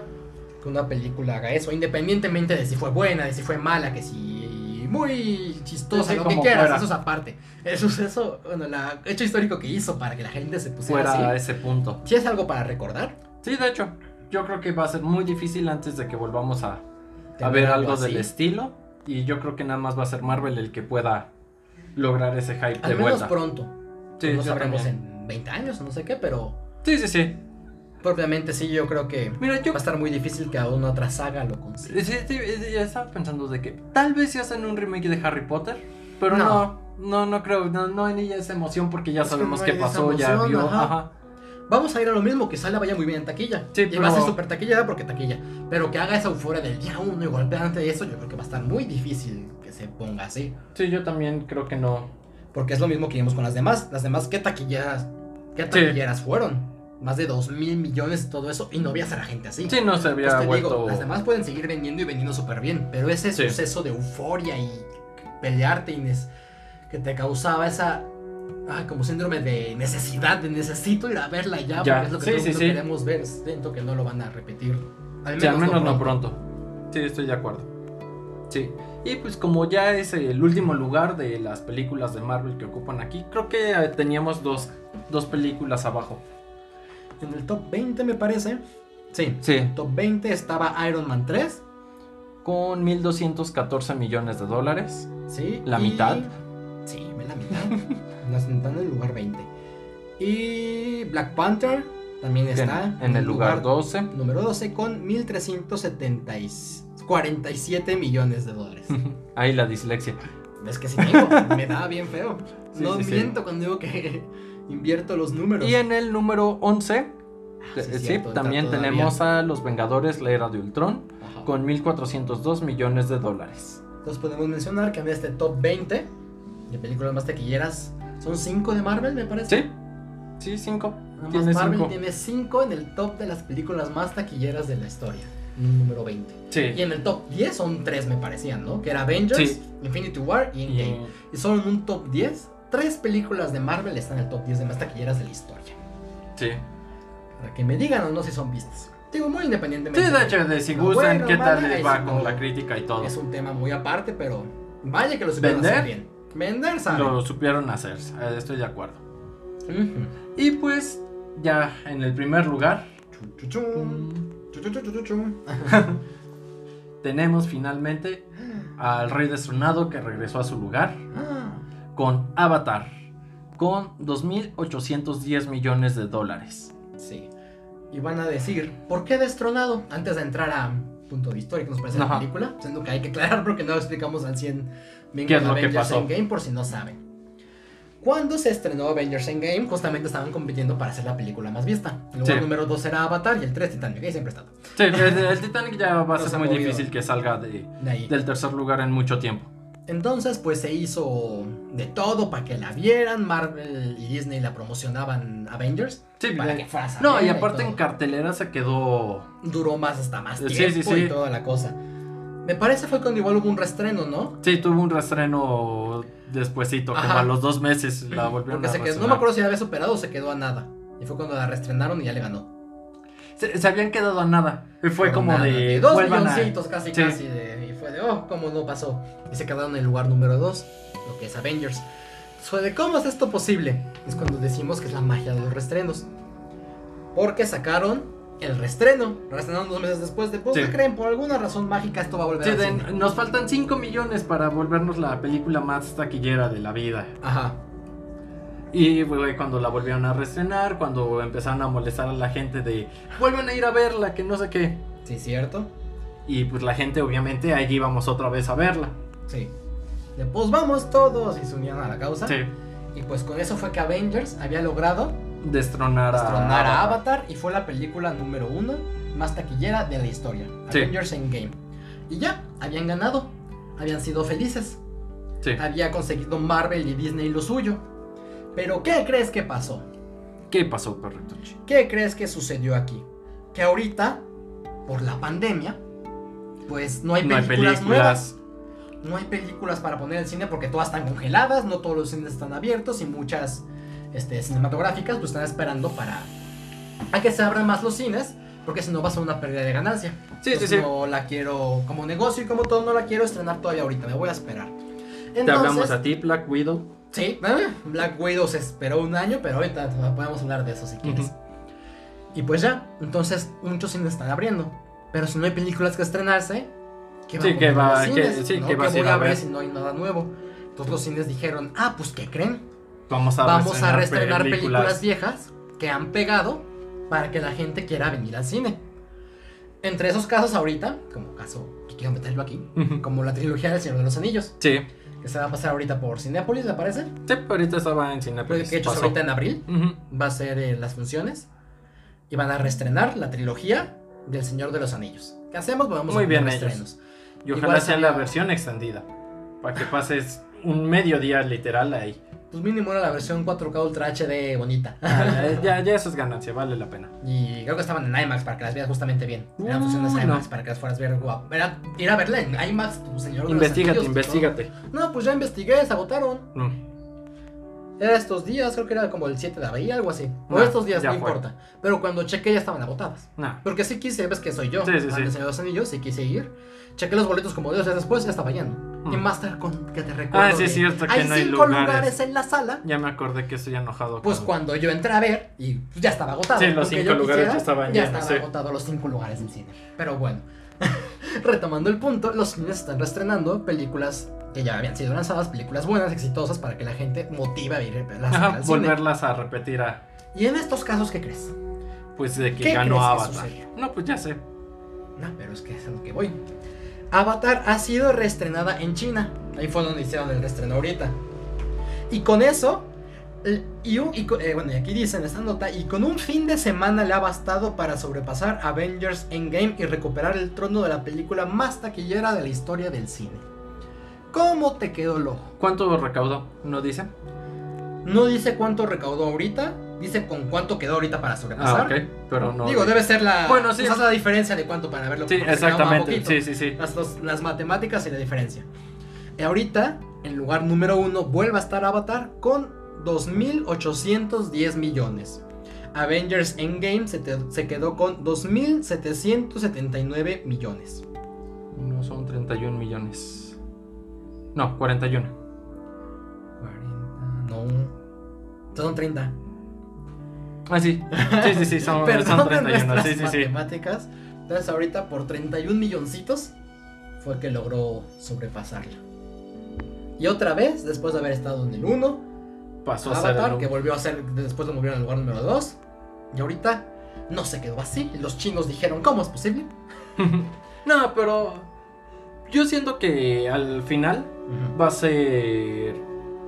Speaker 2: Que una película haga eso, independientemente de si fue buena, de si fue mala, que si muy chistosa,
Speaker 1: Sí, sí,
Speaker 2: lo que
Speaker 1: como
Speaker 2: quieras,
Speaker 1: fuera.
Speaker 2: eso es aparte. El suceso, bueno, el hecho histórico que hizo para que la gente se pusiera
Speaker 1: Fuera a
Speaker 2: así.
Speaker 1: ese punto.
Speaker 2: Si es algo para recordar,
Speaker 1: Sí, de hecho. Yo creo que va a ser muy difícil antes de que volvamos a, a
Speaker 2: tener
Speaker 1: ver algo
Speaker 2: así.
Speaker 1: del estilo. Y yo creo que nada más va a ser Marvel el que pueda lograr ese hype de
Speaker 2: Al menos
Speaker 1: vuelta.
Speaker 2: pronto.
Speaker 1: Sí,
Speaker 2: no
Speaker 1: yo
Speaker 2: sabremos
Speaker 1: también.
Speaker 2: en 20 años, no sé qué, pero
Speaker 1: sí, sí, sí.
Speaker 2: propiamente sí, yo creo que va
Speaker 1: Mira, yo
Speaker 2: a estar muy difícil que a una otra saga lo consiga.
Speaker 1: Sí, sí, sí, ya estaba pensando de que tal vez si hacen un remake de Harry Potter, pero no,
Speaker 2: No.
Speaker 1: no, no, creo, no, no hay ni esa emoción porque ya
Speaker 2: Es que
Speaker 1: sabemos
Speaker 2: no
Speaker 1: qué
Speaker 2: hay esa
Speaker 1: pasó, ya
Speaker 2: emoción,
Speaker 1: vio,
Speaker 2: ajá.
Speaker 1: ajá.
Speaker 2: Vamos a ir a lo mismo, que Sala vaya muy bien en taquilla.
Speaker 1: Sí,
Speaker 2: y va a
Speaker 1: pero-
Speaker 2: ser súper taquilla, ¿verdad? porque taquilla. Pero que haga esa euforia del día uno y golpeante de eso, yo creo que va a estar muy difícil que se ponga así.
Speaker 1: Sí, yo también creo que no.
Speaker 2: Porque es lo mismo que vimos con las demás. Las demás, ¿qué taquilleras, qué taquilleras fueron? Más de 2 mil millones y todo eso, y no veías a la gente así.
Speaker 1: Sí, no se
Speaker 2: Pues
Speaker 1: había
Speaker 2: te
Speaker 1: vuelto.
Speaker 2: digo, las demás pueden seguir vendiendo y vendiendo súper bien, pero ese
Speaker 1: Sí.
Speaker 2: suceso de euforia y pelearte, Inés, que te causaba esa ay, como síndrome de necesidad, de necesito ir a verla ya,
Speaker 1: Ya.
Speaker 2: porque es lo que
Speaker 1: Sí,
Speaker 2: todo el
Speaker 1: sí,
Speaker 2: mundo
Speaker 1: sí.
Speaker 2: queremos ver. Siento que no lo van a repetir.
Speaker 1: Sí, al menos no pronto. Sí, estoy de acuerdo. Sí. Y pues como ya es el último lugar de las películas de Marvel que ocupan aquí, creo que eh, teníamos dos, dos películas abajo.
Speaker 2: En el top 20 me parece. Sí.
Speaker 1: Sí.
Speaker 2: Top 20 estaba Iron Man 3.
Speaker 1: Con 1.214 millones de dólares.
Speaker 2: Sí.
Speaker 1: La
Speaker 2: y-
Speaker 1: mitad.
Speaker 2: Sí, la mitad. <laughs> Nos sentan en el lugar 20. Y Black Panther también
Speaker 1: que en-
Speaker 2: está
Speaker 1: en, el lugar 12.
Speaker 2: número 12 con 1.347 millones
Speaker 1: <laughs>
Speaker 2: de dólares.
Speaker 1: Ahí la dislexia.
Speaker 2: Es que si tengo, me da bien feo.
Speaker 1: Sí,
Speaker 2: no
Speaker 1: sí, sí.
Speaker 2: miento cuando digo que <laughs> invierto los números.
Speaker 1: Y en el número 11,
Speaker 2: Ah,
Speaker 1: eh,
Speaker 2: sí,
Speaker 1: sí,
Speaker 2: es cierto, está
Speaker 1: también
Speaker 2: todavía. Ah.
Speaker 1: tenemos a Los Vengadores, la era de Ultron,
Speaker 2: Ajá.
Speaker 1: con 1.402 millones de dólares.
Speaker 2: Entonces podemos mencionar que en este top 20 de películas más taquilleras son 5 de Marvel, me parece.
Speaker 1: Sí, sí, 5.
Speaker 2: Nada más
Speaker 1: Tiene
Speaker 2: Marvel
Speaker 1: 5.
Speaker 2: tiene 5 en el top de las películas más taquilleras de la historia. en un Número 20.
Speaker 1: Sí.
Speaker 2: Y en el top 10 son 3 me parecían, ¿no? Que era Avengers,
Speaker 1: Sí.
Speaker 2: Infinity War y Endgame.
Speaker 1: Y-
Speaker 2: Y solo en un top 10, 3 películas de Marvel están en el top 10 de más taquilleras de la historia.
Speaker 1: Sí.
Speaker 2: Para que me digan o no si son vistas. Digo, muy
Speaker 1: Sí,
Speaker 2: independientemente.
Speaker 1: de hecho, de si
Speaker 2: Bueno,
Speaker 1: gustan,
Speaker 2: Ah, bueno,
Speaker 1: qué tal
Speaker 2: mala,
Speaker 1: les
Speaker 2: es
Speaker 1: va con
Speaker 2: como-
Speaker 1: la crítica y todo.
Speaker 2: Es un tema muy aparte, pero vaya que lo supieron
Speaker 1: ¿Vender?
Speaker 2: hacer bien. Vender, ¿sabes?
Speaker 1: Lo supieron hacer, eh, estoy de acuerdo.
Speaker 2: Ujú.
Speaker 1: Y pues, ya en el primer lugar,
Speaker 2: Chum, chum,
Speaker 1: Mm.
Speaker 2: chum. Chum, chum, chum, chum, chum, chum.
Speaker 1: tenemos finalmente al Rey Destronado que regresó a su lugar
Speaker 2: Ah,
Speaker 1: con Avatar, con 2.810 millones de dólares.
Speaker 2: sí. Y van a decir, ¿por qué destronado? Antes de entrar a punto de historia que nos parece la
Speaker 1: Ajá.
Speaker 2: película, siendo que hay que aclarar porque no lo explicamos al 100 bien
Speaker 1: ¿Qué
Speaker 2: con
Speaker 1: es lo que
Speaker 2: Avengers
Speaker 1: pasó?
Speaker 2: Endgame por si no saben. Cuando se estrenó Avengers Endgame, justamente estaban compitiendo para ser la película más vista. El lugar
Speaker 1: Sí.
Speaker 2: número 2 era Avatar y el 3 Titanic, ahí siempre está.
Speaker 1: Sí, el, el Titanic ya va a
Speaker 2: No se
Speaker 1: ser
Speaker 2: ha
Speaker 1: muy
Speaker 2: movido.
Speaker 1: difícil que salga de-
Speaker 2: De ahí.
Speaker 1: del tercer lugar en mucho tiempo.
Speaker 2: Entonces, pues se hizo de todo para que la vieran. Marvel y Disney la promocionaban Avengers.
Speaker 1: Sí,
Speaker 2: Para que
Speaker 1: eh,
Speaker 2: fueras a
Speaker 1: no, y
Speaker 2: verla
Speaker 1: aparte en
Speaker 2: todo.
Speaker 1: cartelera se quedó...
Speaker 2: duró más hasta más
Speaker 1: Sí,
Speaker 2: tiempo
Speaker 1: sí, sí.
Speaker 2: y toda la cosa. Me parece fue cuando igual hubo un restreno, ¿no?
Speaker 1: Sí, tuvo un restreno despuesito, como
Speaker 2: Ajá.
Speaker 1: a los dos meses la volvieron
Speaker 2: Porque
Speaker 1: a
Speaker 2: se quedó, no me
Speaker 1: reestrenar.
Speaker 2: acuerdo si la había superado o se quedó a nada. Y fue cuando la restrenaron y ya le ganó.
Speaker 1: Se, se habían quedado a nada. Y fue
Speaker 2: Pero
Speaker 1: como
Speaker 2: nada,
Speaker 1: de.
Speaker 2: dos
Speaker 1: vuelvan a-
Speaker 2: milloncitos casi,
Speaker 1: Sí.
Speaker 2: casi. de- y fue de, oh, cómo no pasó. Y se quedaron en el lugar número 2, lo que es Avengers. Fue de, ¿cómo es esto posible? Es cuando decimos que es la magia de los restrenos. Porque sacaron el restreno. Restrenaron dos meses después de, pues,
Speaker 1: Sí.
Speaker 2: ¿qué creen? Por alguna razón mágica esto va a volver
Speaker 1: Sí,
Speaker 2: al
Speaker 1: de-
Speaker 2: cine.
Speaker 1: nos faltan 5 millones para volvernos la película más taquillera de la vida.
Speaker 2: Ajá.
Speaker 1: Y güey, cuando la volvieron a reestrenar, cuando empezaron a molestar a la gente de vuelvan a ir a verla, que no sé qué.
Speaker 2: Sí, cierto.
Speaker 1: Y pues la gente, obviamente, ahí íbamos otra vez a verla.
Speaker 2: Sí. De, pues vamos todos y se unieron a la causa.
Speaker 1: Sí,
Speaker 2: Y pues con eso fue que Avengers había logrado
Speaker 1: destronar a.
Speaker 2: destronar a Avatar y fue la película número uno más taquillera de la historia.
Speaker 1: Sí.
Speaker 2: Avengers Endgame. Y ya, habían ganado, habían sido felices,
Speaker 1: Sí.
Speaker 2: había conseguido Marvel y Disney lo suyo. Pero ¿qué crees que pasó?
Speaker 1: ¿Qué pasó, Perritucci?
Speaker 2: ¿Qué crees que sucedió aquí? Que ahorita, por la pandemia, pues no hay
Speaker 1: No hay
Speaker 2: películas, nuevas.
Speaker 1: películas.
Speaker 2: no hay películas para poner en cine porque todas están congeladas, no todos los cines están abiertos y muchas este, cinematográficas pues están esperando para a que se abran más los cines porque si no va a ser una pérdida de ganancia.
Speaker 1: Sí, sí,
Speaker 2: Entonces,
Speaker 1: sí.
Speaker 2: Pues No la quiero como negocio y como todo no la quiero estrenar todavía ahorita, me voy a esperar. Entonces,
Speaker 1: Te hablamos a ti, Black Widow.
Speaker 2: Sí, eh, Black Widow se esperó un año, pero ahorita podemos hablar de eso si quieres.
Speaker 1: Ujú.
Speaker 2: Y pues ya, entonces muchos cines están abriendo. Pero si no hay películas que estrenarse, ¿qué va
Speaker 1: Sí,
Speaker 2: a
Speaker 1: que
Speaker 2: poner
Speaker 1: va-
Speaker 2: en los
Speaker 1: que-
Speaker 2: cines?
Speaker 1: sí,
Speaker 2: ¿No?
Speaker 1: que vas a
Speaker 2: voy
Speaker 1: ir a
Speaker 2: a ver
Speaker 1: ver?
Speaker 2: si no hay nada nuevo? Entonces los cines dijeron, ah, pues ¿qué creen?
Speaker 1: Vamos a
Speaker 2: Vamos a reestrenar películas viejas que han pegado para que la gente quiera venir al cine. Entre esos casos ahorita, como caso que quiero meterlo aquí,
Speaker 1: Ujú.
Speaker 2: como la trilogía del Señor de los Anillos,
Speaker 1: Sí.
Speaker 2: que se va a pasar ahorita por Cinepolis, me parece.
Speaker 1: Sí, pero ahorita estaba en Cinepolis.
Speaker 2: Pues, que hecho
Speaker 1: Pues, pasó.
Speaker 2: ahorita en abril
Speaker 1: Ujú.
Speaker 2: va a ser eh, las funciones y van a reestrenar la trilogía del Señor de los Anillos. ¿Qué hacemos? Volvemos
Speaker 1: Muy
Speaker 2: a poner
Speaker 1: bien ellos.
Speaker 2: reestrenos.
Speaker 1: Y ojalá
Speaker 2: Igual
Speaker 1: sea
Speaker 2: sería-
Speaker 1: la versión extendida. Para que pases un mediodía literal ahí.
Speaker 2: Pues mínimo era la versión 4K Ultra HD bonita.
Speaker 1: Ah, ya, ya eso es ganancia, vale la pena.
Speaker 2: Y creo que estaban en IMAX para que las veas justamente bien. Eran
Speaker 1: Uh,
Speaker 2: funciones
Speaker 1: no.
Speaker 2: IMAX para que las fueras ver guapo. Era ir a verla en IMAX, tu Señor de los
Speaker 1: Investígate,
Speaker 2: Anillos,
Speaker 1: investigate.
Speaker 2: todo. No, pues ya investigué, sabotaron.
Speaker 1: Mm.
Speaker 2: Era estos días, creo que era como el 7 de abril, algo así. O
Speaker 1: Nah,
Speaker 2: estos días,
Speaker 1: Ah, ya
Speaker 2: no
Speaker 1: fue.
Speaker 2: importa. Pero cuando chequé ya estaban agotadas.
Speaker 1: Nah.
Speaker 2: Porque sí quise, ves que soy yo.
Speaker 1: Sí, sí,
Speaker 2: al
Speaker 1: sí.
Speaker 2: Señor de los Anillos, sí quise ir. Chequé los boletos como Dios, ya después ya estaba lleno.
Speaker 1: Hmm.
Speaker 2: Y más tarde con que te recuerdo.
Speaker 1: Ah, sí,
Speaker 2: de,
Speaker 1: es cierto que
Speaker 2: hay
Speaker 1: no hay
Speaker 2: cinco
Speaker 1: lugares".
Speaker 2: en la sala.
Speaker 1: Ya me acordé que estoy enojado.
Speaker 2: Pues
Speaker 1: con- <laughs>
Speaker 2: cuando yo entré a ver, y pues, ya estaba agotado.
Speaker 1: Sí, los
Speaker 2: Aunque
Speaker 1: cinco
Speaker 2: yo
Speaker 1: lugares ya estaban
Speaker 2: Ya
Speaker 1: llenos,
Speaker 2: estaba
Speaker 1: sí.
Speaker 2: agotado los cinco lugares en cine. Pero bueno, <laughs> retomando el punto, los cines están reestrenando películas que ya habían sido lanzadas, películas buenas, exitosas, para que la gente motive a ir a las
Speaker 1: Ajá,
Speaker 2: al cine.
Speaker 1: volverlas a repetir a.
Speaker 2: Y en estos casos, ¿qué crees?
Speaker 1: Pues de que
Speaker 2: ¿Qué
Speaker 1: ganó
Speaker 2: crees que
Speaker 1: Avatar.
Speaker 2: sucedió?
Speaker 1: No, pues ya sé.
Speaker 2: No, pero es que es a lo que voy. Avatar ha sido reestrenada en China. Ahí fue donde hicieron el reestreno ahorita. Y con eso, el- y, un- y co- eh, bueno, y aquí dicen esta nota, y con un fin de semana le ha bastado para sobrepasar Avengers Endgame y recuperar el trono de la película más taquillera de la historia del cine. ¿Cómo te quedó el ojo?
Speaker 1: ¿Cuánto recaudó? ¿No dice?
Speaker 2: No dice cuánto recaudó ahorita, dice con cuánto quedó ahorita para sobrepasar.
Speaker 1: Ah, ok. Pero no.
Speaker 2: Digo, debe ser la,
Speaker 1: Bueno, sí.
Speaker 2: quizás la diferencia de cuánto para verlo.
Speaker 1: Sí,
Speaker 2: porque se quedaba más
Speaker 1: exactamente.
Speaker 2: poquito.
Speaker 1: Sí, sí, sí.
Speaker 2: las, dos- las matemáticas y la diferencia. Y ahorita, en lugar número uno, vuelve a estar Avatar con 2.810 millones. Avengers Endgame se, te- se quedó con 2.779 millones.
Speaker 1: No son 31 millones. No, 41.
Speaker 2: 40, no. Son 30.
Speaker 1: Ah, sí. Sí, sí,
Speaker 2: <laughs>
Speaker 1: sí, son, son
Speaker 2: Perdonen
Speaker 1: 31.
Speaker 2: nuestras
Speaker 1: Sí, sí, sí.
Speaker 2: matemáticas. Entonces ahorita por 31 milloncitos fue que logró sobrepasarla. Y otra vez, después de haber estado en el 1,
Speaker 1: Pasó a ser.
Speaker 2: Avatar,
Speaker 1: el-
Speaker 2: que volvió a ser, después lo movieron al lugar número 2. Y ahorita no se quedó así. Los chinos dijeron, ¿cómo es posible?
Speaker 1: no, pero. Yo siento que al final va a ser.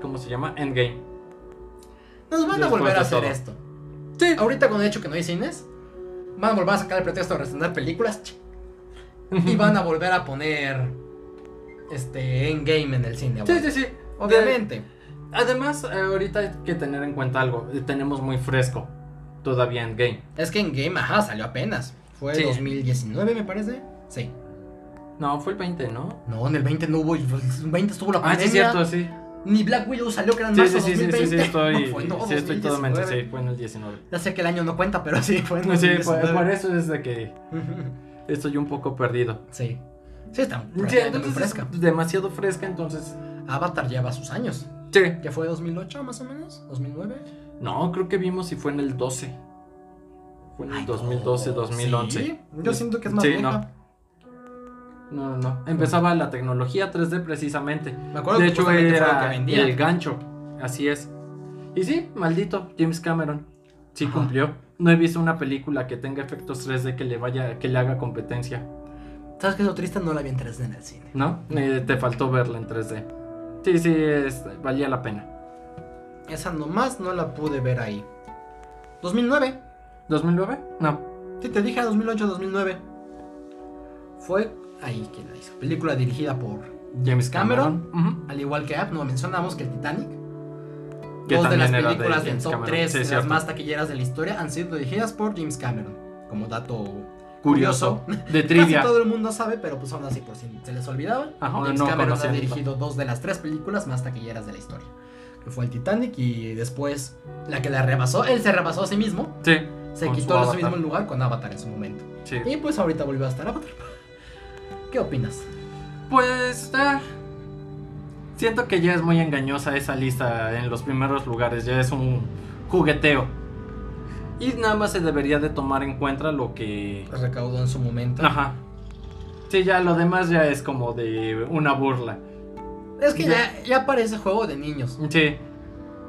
Speaker 1: ¿Cómo se llama? Endgame.
Speaker 2: Nos van a
Speaker 1: Después
Speaker 2: volver
Speaker 1: de
Speaker 2: a hacer
Speaker 1: todo.
Speaker 2: esto.
Speaker 1: Sí.
Speaker 2: Ahorita con el hecho que no hay cines, van a volver a sacar el pretexto de reestrenar películas ch- y van a volver a poner este Endgame en el cine.
Speaker 1: Sí, sí,
Speaker 2: güey.
Speaker 1: sí.
Speaker 2: Obviamente.
Speaker 1: Además, eh, ahorita hay que tener en cuenta algo. eh, Tenemos muy fresco todavía en game.
Speaker 2: Es que Endgame, ajá, salió apenas. Fue
Speaker 1: Sí.
Speaker 2: 2019, me parece. Sí.
Speaker 1: No, fue el 20, ¿no?
Speaker 2: No, en el 20 no hubo. En el 20 estuvo la
Speaker 1: Ah, sí,
Speaker 2: pandemia.
Speaker 1: es cierto, sí.
Speaker 2: Ni Black Widow salió, que era en
Speaker 1: Sí, sí,
Speaker 2: marzo
Speaker 1: sí, sí, sí, sí,
Speaker 2: 2020.
Speaker 1: estoy,
Speaker 2: Fue, no,
Speaker 1: sí, estoy totalmente,
Speaker 2: 2019.
Speaker 1: sí, fue en el 19.
Speaker 2: Ya sé que el año no cuenta, pero <laughs> sí, fue en
Speaker 1: No, sí, por,
Speaker 2: 2019.
Speaker 1: por eso es de que estoy un poco perdido.
Speaker 2: <laughs> Sí. Sí, está
Speaker 1: Sí,
Speaker 2: prácticamente muy
Speaker 1: entonces
Speaker 2: fresca.
Speaker 1: es demasiado fresca, entonces...
Speaker 2: Avatar lleva sus años.
Speaker 1: Sí.
Speaker 2: ¿Que fue 2008 más o menos? ¿2009?
Speaker 1: No, creo que vimos si fue en el 12. Fue en el
Speaker 2: Ay,
Speaker 1: 2012,
Speaker 2: no.
Speaker 1: 2011.
Speaker 2: Sí, yo siento que es más
Speaker 1: Sí,
Speaker 2: vieja.
Speaker 1: no. No, no, no. Empezaba la tecnología 3D precisamente.
Speaker 2: Me acuerdo
Speaker 1: De
Speaker 2: que
Speaker 1: hecho,
Speaker 2: justamente fue lo que
Speaker 1: era
Speaker 2: vendía.
Speaker 1: el gancho. Así es. Y sí, maldito, James Cameron. Sí
Speaker 2: Ajá.
Speaker 1: cumplió. No he visto una película que tenga efectos 3D que le vaya, que le haga competencia.
Speaker 2: ¿Sabes qué es lo triste? No la vi en 3D en el cine.
Speaker 1: ¿No? Eh, te faltó verla en 3D. Sí, sí, es- valía la pena.
Speaker 2: Esa nomás no la pude ver ahí. 2009.
Speaker 1: ¿2009? No.
Speaker 2: Sí, te dije 2008-2009. Fue ahí quien la hizo. Película dirigida por...
Speaker 1: James Cameron.
Speaker 2: Cameron.
Speaker 1: Ujú.
Speaker 2: Al igual que App, no mencionamos que el Titanic.
Speaker 1: Que
Speaker 2: Dos de las
Speaker 1: también era de
Speaker 2: películas del
Speaker 1: James
Speaker 2: top
Speaker 1: Cameron.
Speaker 2: 3
Speaker 1: Sí,
Speaker 2: de las
Speaker 1: cierto.
Speaker 2: más taquilleras de la historia han sido dirigidas por James Cameron. Como dato
Speaker 1: Curioso. De
Speaker 2: <laughs> Casi
Speaker 1: trivia.
Speaker 2: todo el mundo sabe, pero pues aún así por si se les olvidaba.
Speaker 1: Ajá,
Speaker 2: James
Speaker 1: no
Speaker 2: Cameron ha
Speaker 1: conocían.
Speaker 2: dirigido dos de las tres películas más taquilleras de la historia. Que fue el Titanic y después la que la rebasó. Él se rebasó a sí mismo.
Speaker 1: Sí,
Speaker 2: Se
Speaker 1: Con su
Speaker 2: quitó
Speaker 1: Avatar.
Speaker 2: el mismo lugar con Avatar en su momento.
Speaker 1: sí.
Speaker 2: Y pues ahorita volvió a estar Avatar. ¿Qué opinas?
Speaker 1: Pues ah, siento que ya es muy engañosa esa lista en los primeros lugares, ya es un jugueteo. Y nada más se debería de tomar en cuenta lo que...
Speaker 2: Recaudó en su momento.
Speaker 1: Ajá. Sí, ya lo demás ya es como de una burla.
Speaker 2: Es que ya, ya parece juego de niños.
Speaker 1: Sí.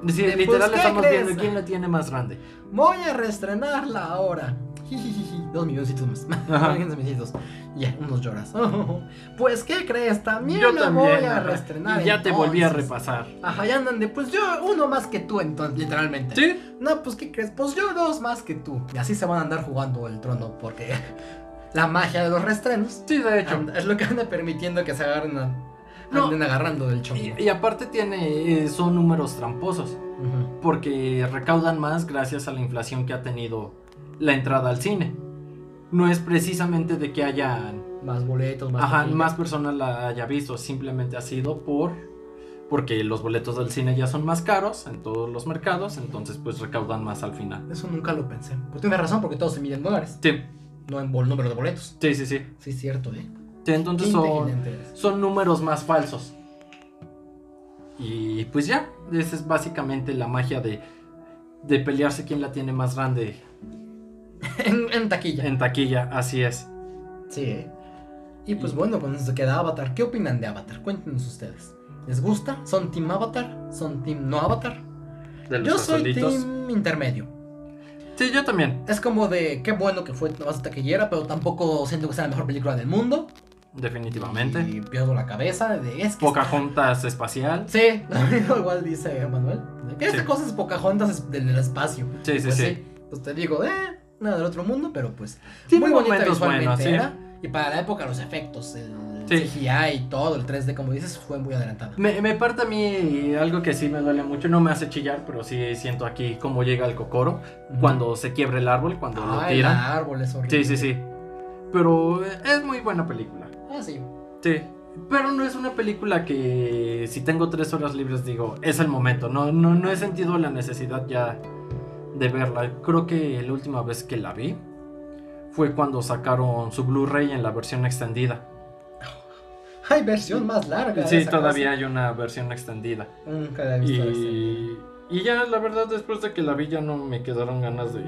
Speaker 1: Sí,
Speaker 2: De,
Speaker 1: literal
Speaker 2: pues, ¿qué
Speaker 1: estamos
Speaker 2: crees?
Speaker 1: viendo quién la tiene más grande.
Speaker 2: Voy a reestrenarla ahora. Jijijiji. Dos milloncitos más. <laughs>
Speaker 1: Ajá.
Speaker 2: Imagínense, milloncitos. Ya, unos lloras. <laughs> Pues, ¿qué crees? También
Speaker 1: Yo
Speaker 2: la
Speaker 1: también.
Speaker 2: voy a
Speaker 1: ajá.
Speaker 2: reestrenar.
Speaker 1: y ya te volví a
Speaker 2: entonces.
Speaker 1: repasar.
Speaker 2: Ajá, ya andan de, pues yo uno más que tú, entonces, literalmente.
Speaker 1: Sí.
Speaker 2: No, pues, ¿qué crees? Pues yo dos más que tú. Y así se van a andar jugando el trono, porque <laughs> la magia de los reestrenos
Speaker 1: Sí, de hecho.
Speaker 2: anda- es lo que anda permitiendo que se agarren a-
Speaker 1: No.
Speaker 2: anden agarrando del chongo.
Speaker 1: Y, y aparte tiene, eh, son números tramposos.
Speaker 2: Ujú.
Speaker 1: porque recaudan más gracias a la inflación que ha tenido la entrada al cine. No es precisamente de que hayan
Speaker 2: Más boletos, más.
Speaker 1: ajá,
Speaker 2: taquilla.
Speaker 1: más personas la haya visto, simplemente ha sido por porque los boletos del cine ya son más caros en todos los mercados, entonces pues recaudan más al final.
Speaker 2: Eso nunca lo pensé. Pues tienes razón, porque todos se miden en dólares,
Speaker 1: Sí,
Speaker 2: no en bol- número de boletos.
Speaker 1: sí, sí, sí.
Speaker 2: Sí, es cierto, ¿eh?
Speaker 1: Sí, entonces
Speaker 2: Qué
Speaker 1: son,
Speaker 2: inteligente eres.
Speaker 1: son números más falsos. Y pues ya, esa es básicamente la magia de, de pelearse quién la tiene más grande
Speaker 2: <laughs> en, en taquilla.
Speaker 1: en taquilla, así es.
Speaker 2: Sí, ¿eh? Y pues bueno, con eso queda Avatar. ¿Qué opinan de Avatar? Cuéntenos ustedes. ¿Les gusta? ¿Son Team Avatar? ¿Son Team No Avatar?
Speaker 1: De los
Speaker 2: Yo soy
Speaker 1: azulitos.
Speaker 2: Team Intermedio.
Speaker 1: Sí, yo también,
Speaker 2: Es como de qué bueno que fue más taquillera, pero tampoco siento que sea la mejor película del mundo.
Speaker 1: definitivamente.
Speaker 2: Y pierdo la cabeza de es que.
Speaker 1: Pocahontas espacial.
Speaker 2: Sí, <laughs> lo mismo igual dice Manuel. Que esta
Speaker 1: Sí.
Speaker 2: cosa es Pocahontas es del del espacio.
Speaker 1: Sí, sí,
Speaker 2: Pues
Speaker 1: sí.
Speaker 2: sí. Pues te digo, eh, nada del otro mundo, pero pues.
Speaker 1: Tiene
Speaker 2: muy bonita
Speaker 1: momentos
Speaker 2: visualmente ¿eh?
Speaker 1: buenos, sí.
Speaker 2: era. Y para la época, los efectos, el
Speaker 1: Sí.
Speaker 2: CGI y todo, el 3D, como dices, fue muy adelantada.
Speaker 1: Me, me parte a mí algo que sí me duele mucho, no me hace chillar, pero sí siento aquí cómo llega el cocoro Mm. cuando se quiebra el árbol, cuando
Speaker 2: Ah,
Speaker 1: lo
Speaker 2: el
Speaker 1: tiran.
Speaker 2: árbol es horrible.
Speaker 1: Sí, sí, sí. Pero eh, es muy buena película.
Speaker 2: Ah, sí.
Speaker 1: Sí. Pero no es una película que si tengo tres horas libres digo, es el momento. No, no, no he sentido la necesidad ya de verla. Creo que la última vez que la vi fue cuando sacaron su Blu-ray en la versión extendida.
Speaker 2: Hay versión más larga. de
Speaker 1: Sí,
Speaker 2: esa cosa.
Speaker 1: todavía hay una versión extendida.
Speaker 2: Nunca la he visto. esa.
Speaker 1: Y, y ya, la verdad, después de que la vi, ya no me quedaron ganas de,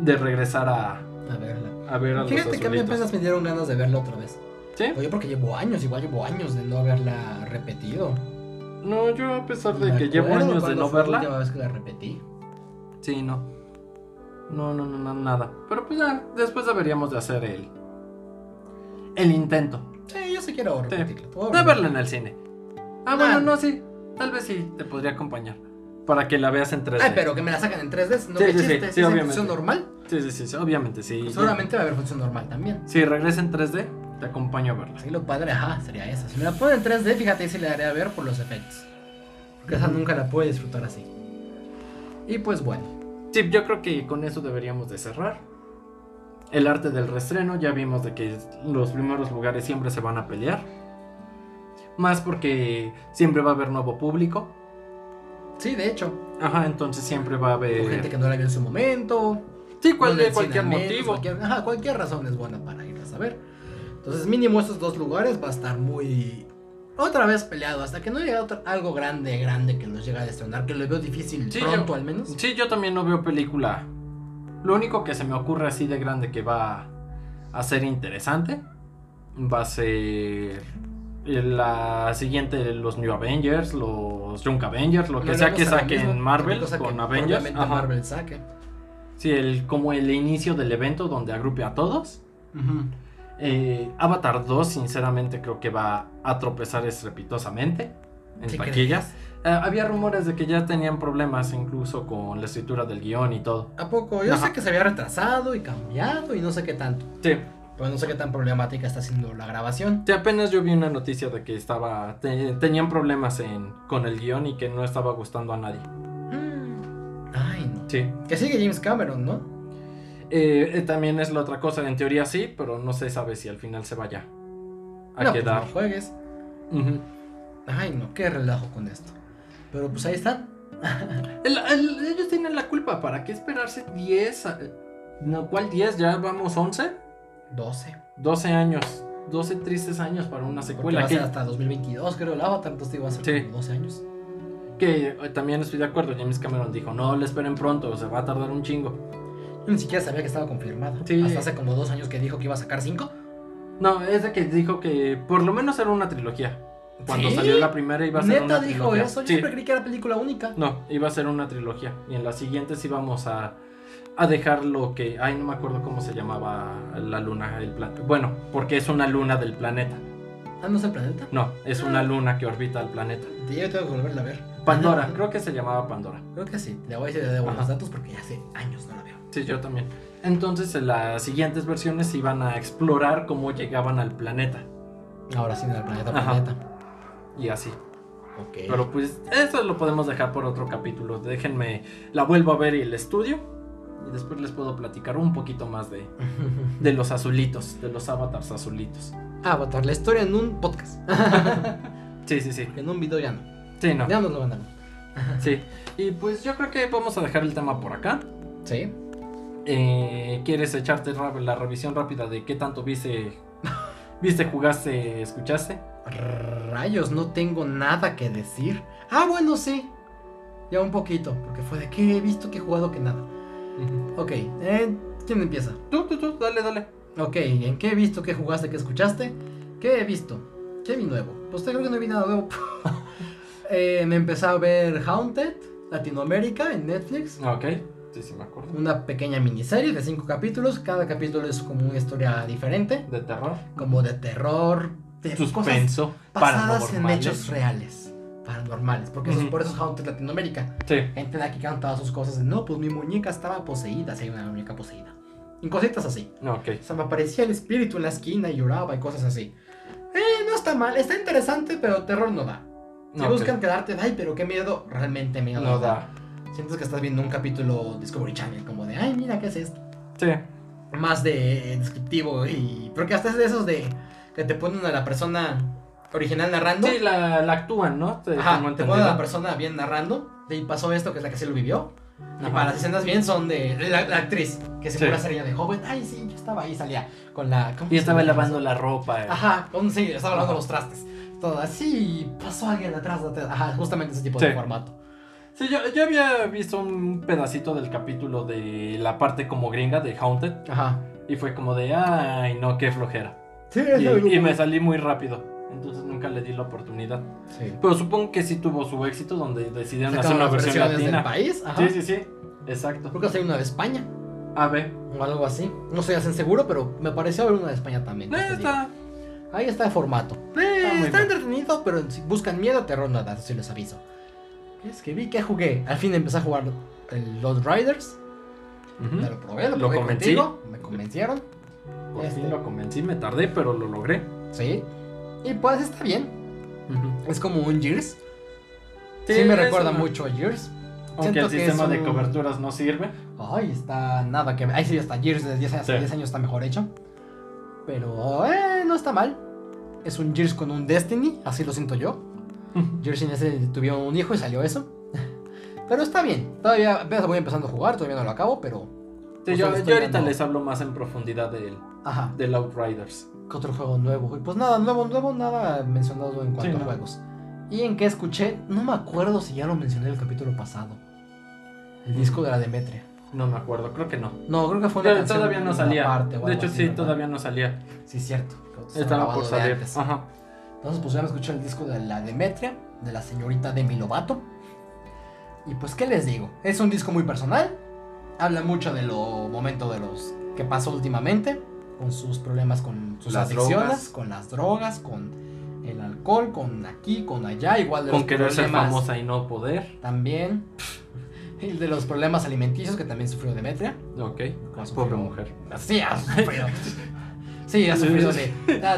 Speaker 1: de regresar a,
Speaker 2: A verla.
Speaker 1: a ver a
Speaker 2: Fíjate
Speaker 1: los
Speaker 2: que a mí
Speaker 1: azulitos.
Speaker 2: apenas me dieron ganas de verla otra vez.
Speaker 1: ¿Sí?
Speaker 2: Oye, porque llevo años, igual llevo años de no haberla repetido.
Speaker 1: No, yo a pesar de
Speaker 2: Me
Speaker 1: que llevo
Speaker 2: acuerdo
Speaker 1: años de
Speaker 2: cuándo
Speaker 1: no
Speaker 2: fue la
Speaker 1: verla.
Speaker 2: última vez que la repetí.
Speaker 1: Sí, no. No, no, no, no, nada. Pero pues ya, después deberíamos de hacer el, el intento
Speaker 2: Sí, yo sí quiero repetirla. Puedo
Speaker 1: de verla en
Speaker 2: repetirla.
Speaker 1: el cine. Ah,
Speaker 2: Nah.
Speaker 1: bueno, no, sí. Tal vez sí, te podría acompañar. Para que la veas en 3D.
Speaker 2: Ay, pero que me la sacan en 3D, no
Speaker 1: Sí,
Speaker 2: que
Speaker 1: sí, sí,
Speaker 2: chiste.
Speaker 1: sí,
Speaker 2: ¿Es en
Speaker 1: obviamente.
Speaker 2: función normal?
Speaker 1: Sí, sí, sí, sí, obviamente, sí.
Speaker 2: Seguramente va a haber función normal también.
Speaker 1: Si regresa en 3D, te acompaño a verla.
Speaker 2: Así lo padre, ajá, sería esa. Si me la ponen en 3D, fíjate, ahí sí le daré a ver por los efectos. Porque esa nunca la pude disfrutar así. Y pues bueno.
Speaker 1: Sí, yo creo que con eso deberíamos de cerrar. El arte del restreno, ya vimos de que los primeros lugares siempre se van a pelear. Más porque siempre va a haber nuevo público.
Speaker 2: Sí, de hecho.
Speaker 1: Ajá, entonces siempre va a
Speaker 2: o gente
Speaker 1: haber...
Speaker 2: que no la vio en su momento.
Speaker 1: Sí, cual-
Speaker 2: no le
Speaker 1: Eh. cualquier
Speaker 2: enseñan menos,
Speaker 1: motivo.
Speaker 2: Cualquier, ajá, cualquier razón es buena para ir a saber. Entonces, mínimo esos dos lugares va a estar muy. Otra vez peleado, hasta que no llegue otro- algo grande, grande que nos llegue a destronar, que lo veo difícil
Speaker 1: Sí,
Speaker 2: pronto
Speaker 1: yo-
Speaker 2: al menos.
Speaker 1: Sí, yo también no veo película. Lo único que se me ocurre así de grande que va a ser interesante va a ser la siguiente, los New Avengers, los Junk Avengers, lo que sea que saquen Marvel con Avengers.
Speaker 2: Obviamente
Speaker 1: Ajá.
Speaker 2: Marvel saque.
Speaker 1: Sí, el, como el inicio del evento donde agrupe a todos. Eh, Avatar 2, sinceramente, creo que va a tropezar estrepitosamente en
Speaker 2: ¿Qué
Speaker 1: taquillas. Eh, había rumores de que ya tenían problemas incluso con la escritura del guión y todo.
Speaker 2: ¿A poco? Yo
Speaker 1: Ajá.
Speaker 2: sé que se había retrasado y cambiado y no sé qué tanto.
Speaker 1: Sí,
Speaker 2: Pero no sé qué tan problemática está siendo la grabación.
Speaker 1: sí, apenas yo vi una noticia de que estaba te- tenían problemas en, con el guión y que no estaba gustando a nadie.
Speaker 2: Mm. Ay, no.
Speaker 1: Sí.
Speaker 2: Que sigue James Cameron, ¿no?
Speaker 1: Eh, eh, también es la otra cosa, en teoría sí, pero no se sabe si al final se vaya a
Speaker 2: no, pues
Speaker 1: quedar.
Speaker 2: no juegues.
Speaker 1: Ujú.
Speaker 2: Ay, no, qué relajo con esto. Pero pues ahí están.
Speaker 1: El- el- ellos tienen la culpa, ¿para qué esperarse 10? a- No, ¿cuál 10? Ya vamos 11,
Speaker 2: 12.
Speaker 1: 12 años, 12 tristes años para una
Speaker 2: Porque va
Speaker 1: secuela.
Speaker 2: a ser
Speaker 1: Que,
Speaker 2: hasta 2022, creo, el Avatar. Entonces digo, va a ser
Speaker 1: Sí.
Speaker 2: como 12 años.
Speaker 1: que, eh, también estoy de acuerdo, James Cameron dijo, no, le esperen pronto, se va a tardar un chingo.
Speaker 2: Yo ni siquiera sabía que estaba confirmado.
Speaker 1: Sí.
Speaker 2: Hasta hace como dos años que dijo que iba a sacar 5.
Speaker 1: No, es de que dijo que por lo menos era una trilogía. Cuando
Speaker 2: ¿Sí?
Speaker 1: salió la primera iba a ser
Speaker 2: Neta
Speaker 1: una
Speaker 2: dijo
Speaker 1: trilogía.
Speaker 2: eso. Yo
Speaker 1: Sí.
Speaker 2: siempre creí que era película única.
Speaker 1: No, iba a ser una trilogía. Y en las siguientes íbamos a, a dejar lo que. Ay, no me acuerdo cómo se llamaba la luna. El plan... Bueno, porque es una luna del planeta.
Speaker 2: Ah, no es el planeta.
Speaker 1: No, es
Speaker 2: Ah.
Speaker 1: una luna que orbita al planeta.
Speaker 2: Sí, Yo tengo que volverla a ver.
Speaker 1: Pandora, creo que se llamaba Pandora.
Speaker 2: Creo que sí. Le voy a decir de buenos
Speaker 1: Ajá.
Speaker 2: datos porque ya hace años no la veo.
Speaker 1: Sí, yo también. Entonces, en las siguientes versiones iban a explorar cómo llegaban al planeta.
Speaker 2: Ahora sí, del planeta,
Speaker 1: Ajá.
Speaker 2: planeta.
Speaker 1: Y así.
Speaker 2: Ok. <laughs>
Speaker 1: Pero pues eso lo podemos dejar por otro capítulo. Déjenme, la vuelvo a ver y el estudio. Y después les puedo platicar un poquito más de, de los azulitos, de los avatars azulitos.
Speaker 2: Ah, Avatar, la historia en un podcast. <laughs>
Speaker 1: Sí, sí, sí.
Speaker 2: en un video ya no.
Speaker 1: Sí, no.
Speaker 2: Ya nos lo mandaron.
Speaker 1: Sí. Y pues yo creo que vamos a dejar el tema por acá.
Speaker 2: Sí.
Speaker 1: Eh, ¿Quieres echarte ra- la revisión rápida de qué tanto viste, <laughs> viste, jugaste, escuchaste?
Speaker 2: Rayos, no tengo nada que decir. Ah, bueno, sí. Ya un poquito, porque fue de que he visto, que he jugado, que nada. Ok, eh, ¿quién empieza?
Speaker 1: Tú, tú, tú, dale, dale.
Speaker 2: Ok, ¿en qué he visto? ¿Qué jugaste? ¿Qué escuchaste? ¿Qué he visto? ¿Qué vi nuevo? Pues creo que no vi
Speaker 1: <laughs>
Speaker 2: nada nuevo. Eh, me empecé a ver Haunted, Latinoamérica, en Netflix.
Speaker 1: Ah, Ok, sí, sí, me acuerdo.
Speaker 2: Una pequeña miniserie de cinco capítulos. Cada capítulo es como una historia diferente.
Speaker 1: De terror.
Speaker 2: Como de terror, de Eh, cosas
Speaker 1: Suspenso.
Speaker 2: basadas en
Speaker 1: paranormales.
Speaker 2: hechos reales, paranormales, porque eso es-
Speaker 1: Ujú.
Speaker 2: por eso es Haunted Latinoamérica.
Speaker 1: Sí.
Speaker 2: Gente de aquí que cantaba sus cosas de, no, pues mi muñeca estaba poseída, sí, una muñeca poseída. Y cositas así.
Speaker 1: Ok.
Speaker 2: O sea, me aparecía el espíritu en la esquina y lloraba y cosas así. Eh, no está mal, está interesante, pero terror no da. Si
Speaker 1: ok.
Speaker 2: buscan quedarte, ay, pero qué miedo, realmente miedo
Speaker 1: No da.
Speaker 2: Sientes que estás viendo un capítulo Discovery Channel, como de, ay, mira, ¿qué es esto?
Speaker 1: Sí.
Speaker 2: más de eh, descriptivo y pero que hasta es de esos de que te ponen a la persona original narrando
Speaker 1: Sí, la, la actúan, ¿no? Te, tengo
Speaker 2: Ajá, te ponen a la
Speaker 1: entendido.
Speaker 2: persona bien narrando y pasó esto que es la que se lo vivió y
Speaker 1: Ajá.
Speaker 2: para las escenas bien son de la, la actriz que se
Speaker 1: Sí.
Speaker 2: cura ser ella de joven ay sí yo estaba ahí salía con la ¿cómo
Speaker 1: Y
Speaker 2: se
Speaker 1: estaba
Speaker 2: llama?
Speaker 1: lavando la ropa. eh.
Speaker 2: ajá con sí estaba lavando
Speaker 1: Ajá.
Speaker 2: los trastes todo así y pasó alguien atrás de atrás. ajá justamente ese tipo de
Speaker 1: Sí.
Speaker 2: formato
Speaker 1: Sí, yo, yo había visto un pedacito del capítulo de la parte como gringa de Haunted.
Speaker 2: ajá
Speaker 1: Y fue como de, ay, no, qué flojera.
Speaker 2: sí,
Speaker 1: Y, y me salí muy rápido. Entonces nunca le di la oportunidad. Pero supongo que sí tuvo su éxito donde decidieron hacer una versión
Speaker 2: del
Speaker 1: latina.
Speaker 2: país ajá
Speaker 1: Sí, sí, sí. Exacto.
Speaker 2: creo que salió una de España
Speaker 1: A ver.
Speaker 2: o algo así. No estoy hacen seguro, pero me pareció ver una de España también.
Speaker 1: Eh,
Speaker 2: te digo.
Speaker 1: está.
Speaker 2: Ahí está el formato. Eh,
Speaker 1: muy
Speaker 2: está
Speaker 1: bien.
Speaker 2: entretenido, pero si buscan miedo, terror, nada, eso sí les aviso. Es que vi que jugué. Al fin empecé a jugar el Lord Riders.
Speaker 1: Ujú.
Speaker 2: Me lo probé, ¿Mm? lo,
Speaker 1: Lo
Speaker 2: probé
Speaker 1: convencí.
Speaker 2: contigo, Me convencieron.
Speaker 1: Por
Speaker 2: este.
Speaker 1: fin lo convencí, me tardé, pero lo logré.
Speaker 2: Sí. Y pues está bien.
Speaker 1: Ujú.
Speaker 2: Es como un Gears. Sí, me
Speaker 1: es
Speaker 2: recuerda
Speaker 1: una-
Speaker 2: mucho a Gears.
Speaker 1: Aunque
Speaker 2: Siento
Speaker 1: el
Speaker 2: que
Speaker 1: sistema
Speaker 2: es
Speaker 1: de
Speaker 2: un-
Speaker 1: coberturas no sirve.
Speaker 2: Ay, está nada que ver. Ahí sí, hasta Gears de 10 años,
Speaker 1: Sí.
Speaker 2: 10 años está mejor hecho. Pero eh, no está mal. Es un Gears con un Destiny, así lo siento yo. Gears en ese tuvieron un hijo y salió eso. <laughs> Pero está bien. Todavía apenas voy empezando a jugar, todavía no lo acabo, pero.
Speaker 1: Sí,
Speaker 2: Pues
Speaker 1: yo,
Speaker 2: le estoy
Speaker 1: yo ahorita
Speaker 2: dando-
Speaker 1: les hablo más en profundidad del,
Speaker 2: Ajá.
Speaker 1: del Outriders.
Speaker 2: ¿Qué otro juego nuevo? Y pues nada, nuevo, nuevo, nada mencionado en cuanto
Speaker 1: Sí,
Speaker 2: a
Speaker 1: no.
Speaker 2: juegos. ¿Y en qué escuché? No me acuerdo si ya lo mencioné en el capítulo pasado. El
Speaker 1: Mm.
Speaker 2: disco de la Demetria.
Speaker 1: No me acuerdo, creo que no.
Speaker 2: No, creo que fue una
Speaker 1: Pero
Speaker 2: canción
Speaker 1: todavía no
Speaker 2: una
Speaker 1: salía.
Speaker 2: parte o algo
Speaker 1: de hecho,
Speaker 2: así,
Speaker 1: sí,
Speaker 2: ¿verdad?
Speaker 1: todavía no salía.
Speaker 2: Sí, cierto.
Speaker 1: Estaba por
Speaker 2: Grabado de
Speaker 1: salir.
Speaker 2: antes.
Speaker 1: Ajá.
Speaker 2: Entonces, pues ya me escuché el disco de la Demetria, de la señorita Demi Lovato. Y pues, ¿qué les digo? Es un disco muy personal. Habla mucho de lo momento de los que pasó últimamente, con sus problemas con sus
Speaker 1: Las
Speaker 2: adicciones,
Speaker 1: drogas.
Speaker 2: con las drogas, con el alcohol, con aquí, con allá, igual de
Speaker 1: Con
Speaker 2: los
Speaker 1: querer ser
Speaker 2: problemas
Speaker 1: famosa y no poder.
Speaker 2: también. <laughs> Y de los problemas alimenticios que también sufrió Demetria.
Speaker 1: Ok.
Speaker 2: Con su
Speaker 1: Pobre
Speaker 2: feo.
Speaker 1: mujer.
Speaker 2: Sí, <laughs> ha sufrido. Sí, ha sufrido de
Speaker 1: <laughs> Es todo un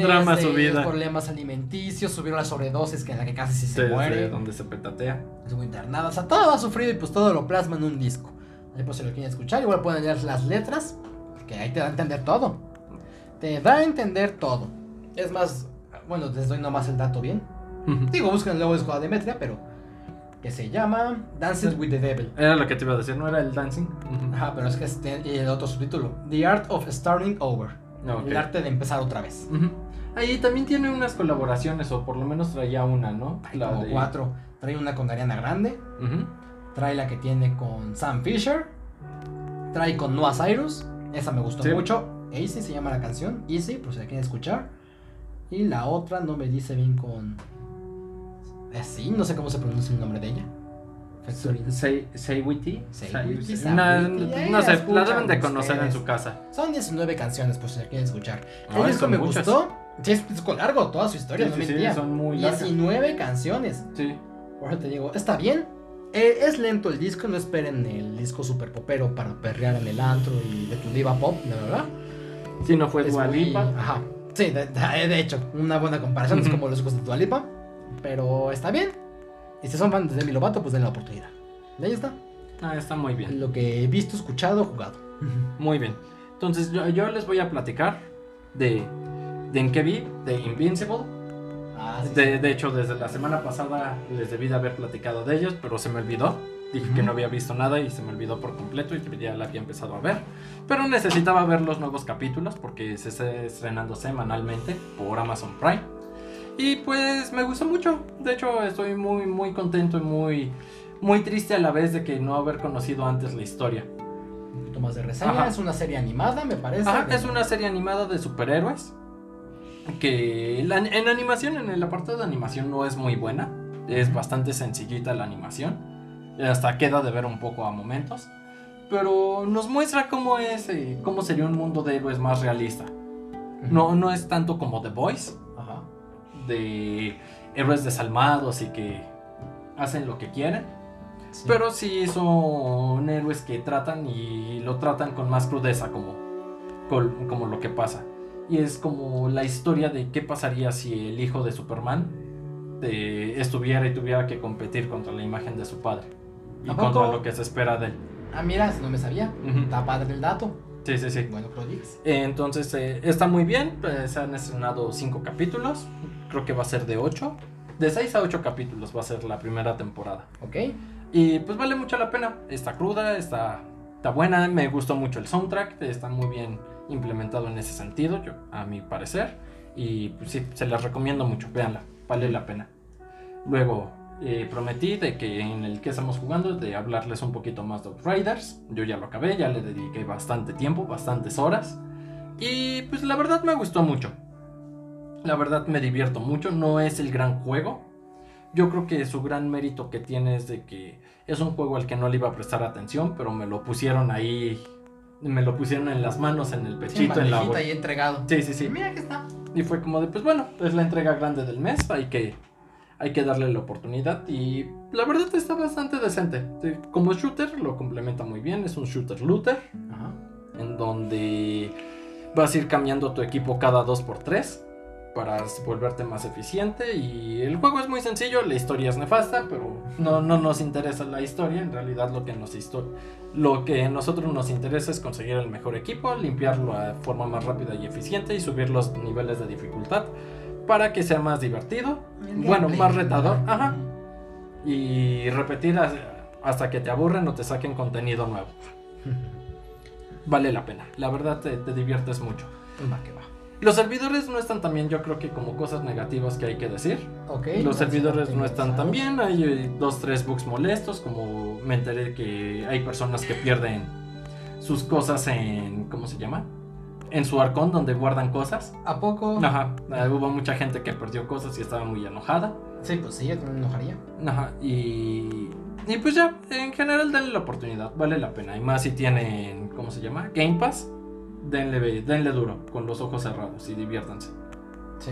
Speaker 2: adicciones,
Speaker 1: drama
Speaker 2: de
Speaker 1: su vida.
Speaker 2: problemas alimenticios, sufrió las sobredosis que en la que casi sí se
Speaker 1: Desde
Speaker 2: muere,
Speaker 1: donde se petatea.
Speaker 2: estuvo internada, o sea, todo ha sufrido y pues todo lo plasma en un disco. Ahí pues si lo quieren escuchar, igual pueden leer las letras, porque ahí te da a entender todo. Te da a entender todo. Es más, bueno, les doy nomás el dato bien. Digo, busquen luego disco de Demetria, pero que se llama Dances with the Devil.
Speaker 1: Era lo que te iba a decir, ¿no? Era el dancing. Ujú.
Speaker 2: Ajá, pero es que este, y el otro subtítulo, The Art of Starting Over.
Speaker 1: No, ok.
Speaker 2: El arte de empezar otra vez.
Speaker 1: Ujú. Ahí también tiene unas colaboraciones, o por lo menos traía una, ¿no?
Speaker 2: Hay como
Speaker 1: Ah, de-
Speaker 2: cuatro. Trae una con Ariana Grande.
Speaker 1: Ujú.
Speaker 2: Trae la que tiene con Sam Fisher. Trae con Noah Cyrus. Esa me gustó
Speaker 1: Sí.
Speaker 2: mucho. Easy se llama la canción. Easy, por si la quieren escuchar. Y la otra no me dice bien con. Eh, sí, no sé cómo se pronuncia el nombre de ella. Factory.
Speaker 1: Say, say Witty.
Speaker 2: Say
Speaker 1: Say-
Speaker 2: Witty,
Speaker 1: say-
Speaker 2: Sam
Speaker 1: No,
Speaker 2: Witty,
Speaker 1: no-
Speaker 2: ahí
Speaker 1: no
Speaker 2: la
Speaker 1: sé, la
Speaker 2: escuchan
Speaker 1: deben de conocer en
Speaker 2: ustedes.
Speaker 1: su casa.
Speaker 2: Son 19 canciones, por si la quieren escuchar.
Speaker 1: Ay,
Speaker 2: el disco
Speaker 1: Ah, son
Speaker 2: me
Speaker 1: muchas.
Speaker 2: gustó. Sí, es un disco largo, toda su historia,
Speaker 1: Sí,
Speaker 2: no
Speaker 1: sí, sí,
Speaker 2: mentía.
Speaker 1: son muy largas.
Speaker 2: 19 canciones.
Speaker 1: Sí.
Speaker 2: Por eso te digo, está bien. Eh, es lento el disco, no esperen el disco super popero para perrear en el antro y de tu diva pop, la verdad.
Speaker 1: Sí, no fue
Speaker 2: Es
Speaker 1: Dua
Speaker 2: muy-
Speaker 1: Lipa.
Speaker 2: Ajá. Sí, de, eh, de- de hecho, una buena comparación es
Speaker 1: Ujú.
Speaker 2: como los discos de Dualipa. Pero está bien. Y si son fans de Demi Lovato, pues denle la oportunidad. Y ahí está.
Speaker 1: Ah, está muy bien.
Speaker 2: Lo que he visto, escuchado, jugado.
Speaker 1: Muy bien. Entonces yo, yo les voy a platicar de, de en qué vi, de Invincible,
Speaker 2: Ah, sí,
Speaker 1: De, de hecho, desde la semana pasada les debí de haber platicado de ellos, pero se me olvidó. Dije que no había visto nada y se me olvidó por completo y que ya la había empezado a ver. Pero necesitaba ver los nuevos capítulos porque se está estrenando semanalmente por Amazon Prime. Y pues me gustó mucho. De hecho, estoy muy, muy contento y muy, muy triste a la vez de que no haber conocido antes la historia.
Speaker 2: Un poquito más de reseña.
Speaker 1: Ajá.
Speaker 2: Es una serie animada, me parece.
Speaker 1: Ajá,
Speaker 2: de-
Speaker 1: es una serie animada de superhéroes que la- en animación, en el apartado de animación no es muy buena. Es bastante sencillita la animación. Hasta queda de ver un poco a momentos. Pero nos muestra cómo es, eh, cómo sería un mundo de héroes más realista. No, no es tanto como The Voice,
Speaker 2: Ajá.
Speaker 1: de héroes desalmados y que hacen lo que quieren.
Speaker 2: Sí.
Speaker 1: Pero sí son héroes que tratan y lo tratan con más crudeza como, col- como lo que pasa. Y es como la historia de qué pasaría si el hijo de Superman eh, estuviera y tuviera que competir contra la imagen de su padre. Y
Speaker 2: ¿A
Speaker 1: contra
Speaker 2: poco?
Speaker 1: lo que se espera de él.
Speaker 2: Ah, mira, eso no me sabía.
Speaker 1: Ujú.
Speaker 2: Está padre el dato.
Speaker 1: Sí, sí, sí.
Speaker 2: Bueno, Prodigs.
Speaker 1: Entonces eh, está muy bien. pues, se han estrenado cinco capítulos. Creo que va a ser de ocho. De seis a ocho capítulos va a ser la primera temporada.
Speaker 2: Ok.
Speaker 1: Y pues vale mucho la pena. Está cruda, está, está buena. Me gustó mucho el soundtrack. Está muy bien implementado en ese sentido, yo, a mi parecer. Y pues sí, se las recomiendo mucho. Véanla, vale la pena. Luego eh, prometí de que en el que estamos jugando, de hablarles un poquito más de Outriders. Yo ya lo acabé, ya le dediqué bastante tiempo, bastantes horas. Y pues la verdad me gustó mucho. La verdad me divierto mucho. No es el gran juego. Yo creo que su gran mérito que tiene es de que es un juego al que no le iba a prestar atención, pero me lo pusieron ahí, me lo pusieron en las manos, en el
Speaker 2: Sí,
Speaker 1: pechito, en la
Speaker 2: bandejita
Speaker 1: bol-
Speaker 2: ahí entregado.
Speaker 1: Sí, sí, sí.
Speaker 2: Mira que está.
Speaker 1: Y fue como de, pues bueno, es la entrega grande del mes, hay que, hay que darle la oportunidad. Y la verdad está bastante decente. Sí, Como shooter lo complementa muy bien, es un shooter looter,
Speaker 2: Ajá.
Speaker 1: en donde vas a ir cambiando tu equipo cada 2x3 para volverte más eficiente. Y el juego es muy sencillo, la historia es nefasta, pero no, no nos interesa la historia. En realidad lo que, nos histo- lo que a nosotros nos interesa es conseguir el mejor equipo, limpiarlo de forma más rápida y eficiente y subir los niveles de dificultad para que sea más divertido Bueno, más retador, ajá. y repetir has- hasta que te aburren o te saquen contenido nuevo. Vale la pena, la verdad te- te diviertes mucho.
Speaker 2: Pues va que va.
Speaker 1: Los servidores no están tan bien, yo creo que como cosas negativas que hay que decir.
Speaker 2: Ok.
Speaker 1: Los servidores no están tan
Speaker 2: optimizados.
Speaker 1: bien, hay eh, dos, tres bugs molestos, como me enteré que hay personas que pierden sus cosas en, ¿cómo se llama? En su arcón donde guardan cosas.
Speaker 2: ¿A poco?
Speaker 1: Ajá, eh, hubo mucha gente que perdió cosas y estaba muy enojada.
Speaker 2: Sí, pues sí, yo también me enojaría.
Speaker 1: Ajá, y, y pues ya, en general denle la oportunidad, vale la pena. Y más si tienen, ¿cómo se llama? Game Pass, denle, denle duro, con los ojos cerrados y diviértanse.
Speaker 2: Sí.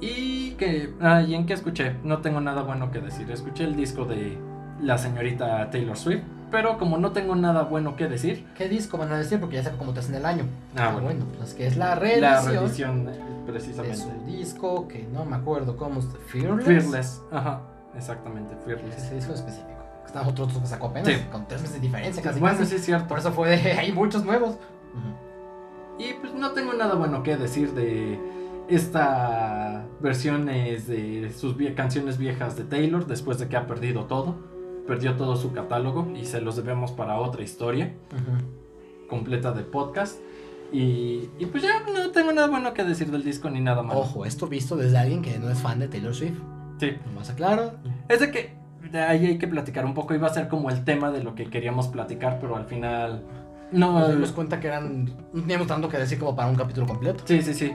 Speaker 1: Y que. Ah, ¿y en qué escuché? No tengo nada bueno que decir. Escuché el disco de la señorita Taylor Swift. Pero como no tengo nada bueno que decir,
Speaker 2: ¿Qué disco van a decir? Porque ya sacó como tres en el año.
Speaker 1: Ah, bueno.
Speaker 2: pues que es la
Speaker 1: la
Speaker 2: reedición
Speaker 1: reedición, eh,
Speaker 2: de
Speaker 1: precisamente.
Speaker 2: su disco, que no me acuerdo cómo es, Fearless.
Speaker 1: Fearless. Ajá, exactamente, Fearless.
Speaker 2: Ese disco en específico. Está otro disco que sacó apenas,
Speaker 1: Sí.
Speaker 2: con tres meses de diferencia casi.
Speaker 1: Bueno,
Speaker 2: casi.
Speaker 1: sí es cierto.
Speaker 2: Por eso fue de, <laughs> hay muchos nuevos.
Speaker 1: Y pues no tengo nada bueno que decir de esta versiones de sus vie- canciones viejas de Taylor después de que ha perdido todo. Perdió todo su catálogo y se los debemos para otra historia. completa de podcast. Y, y pues ya no tengo nada bueno que decir del disco ni nada malo.
Speaker 2: Ojo, esto visto desde alguien que no es fan de Taylor Swift.
Speaker 1: Sí.
Speaker 2: Nomás aclaro.
Speaker 1: Es de que de ahí hay que platicar un poco. Iba a ser como el tema de lo que queríamos platicar, pero al final. No.
Speaker 2: Nos dimos cuenta que eran. No teníamos tanto que decir como para un capítulo completo.
Speaker 1: Sí, sí, sí.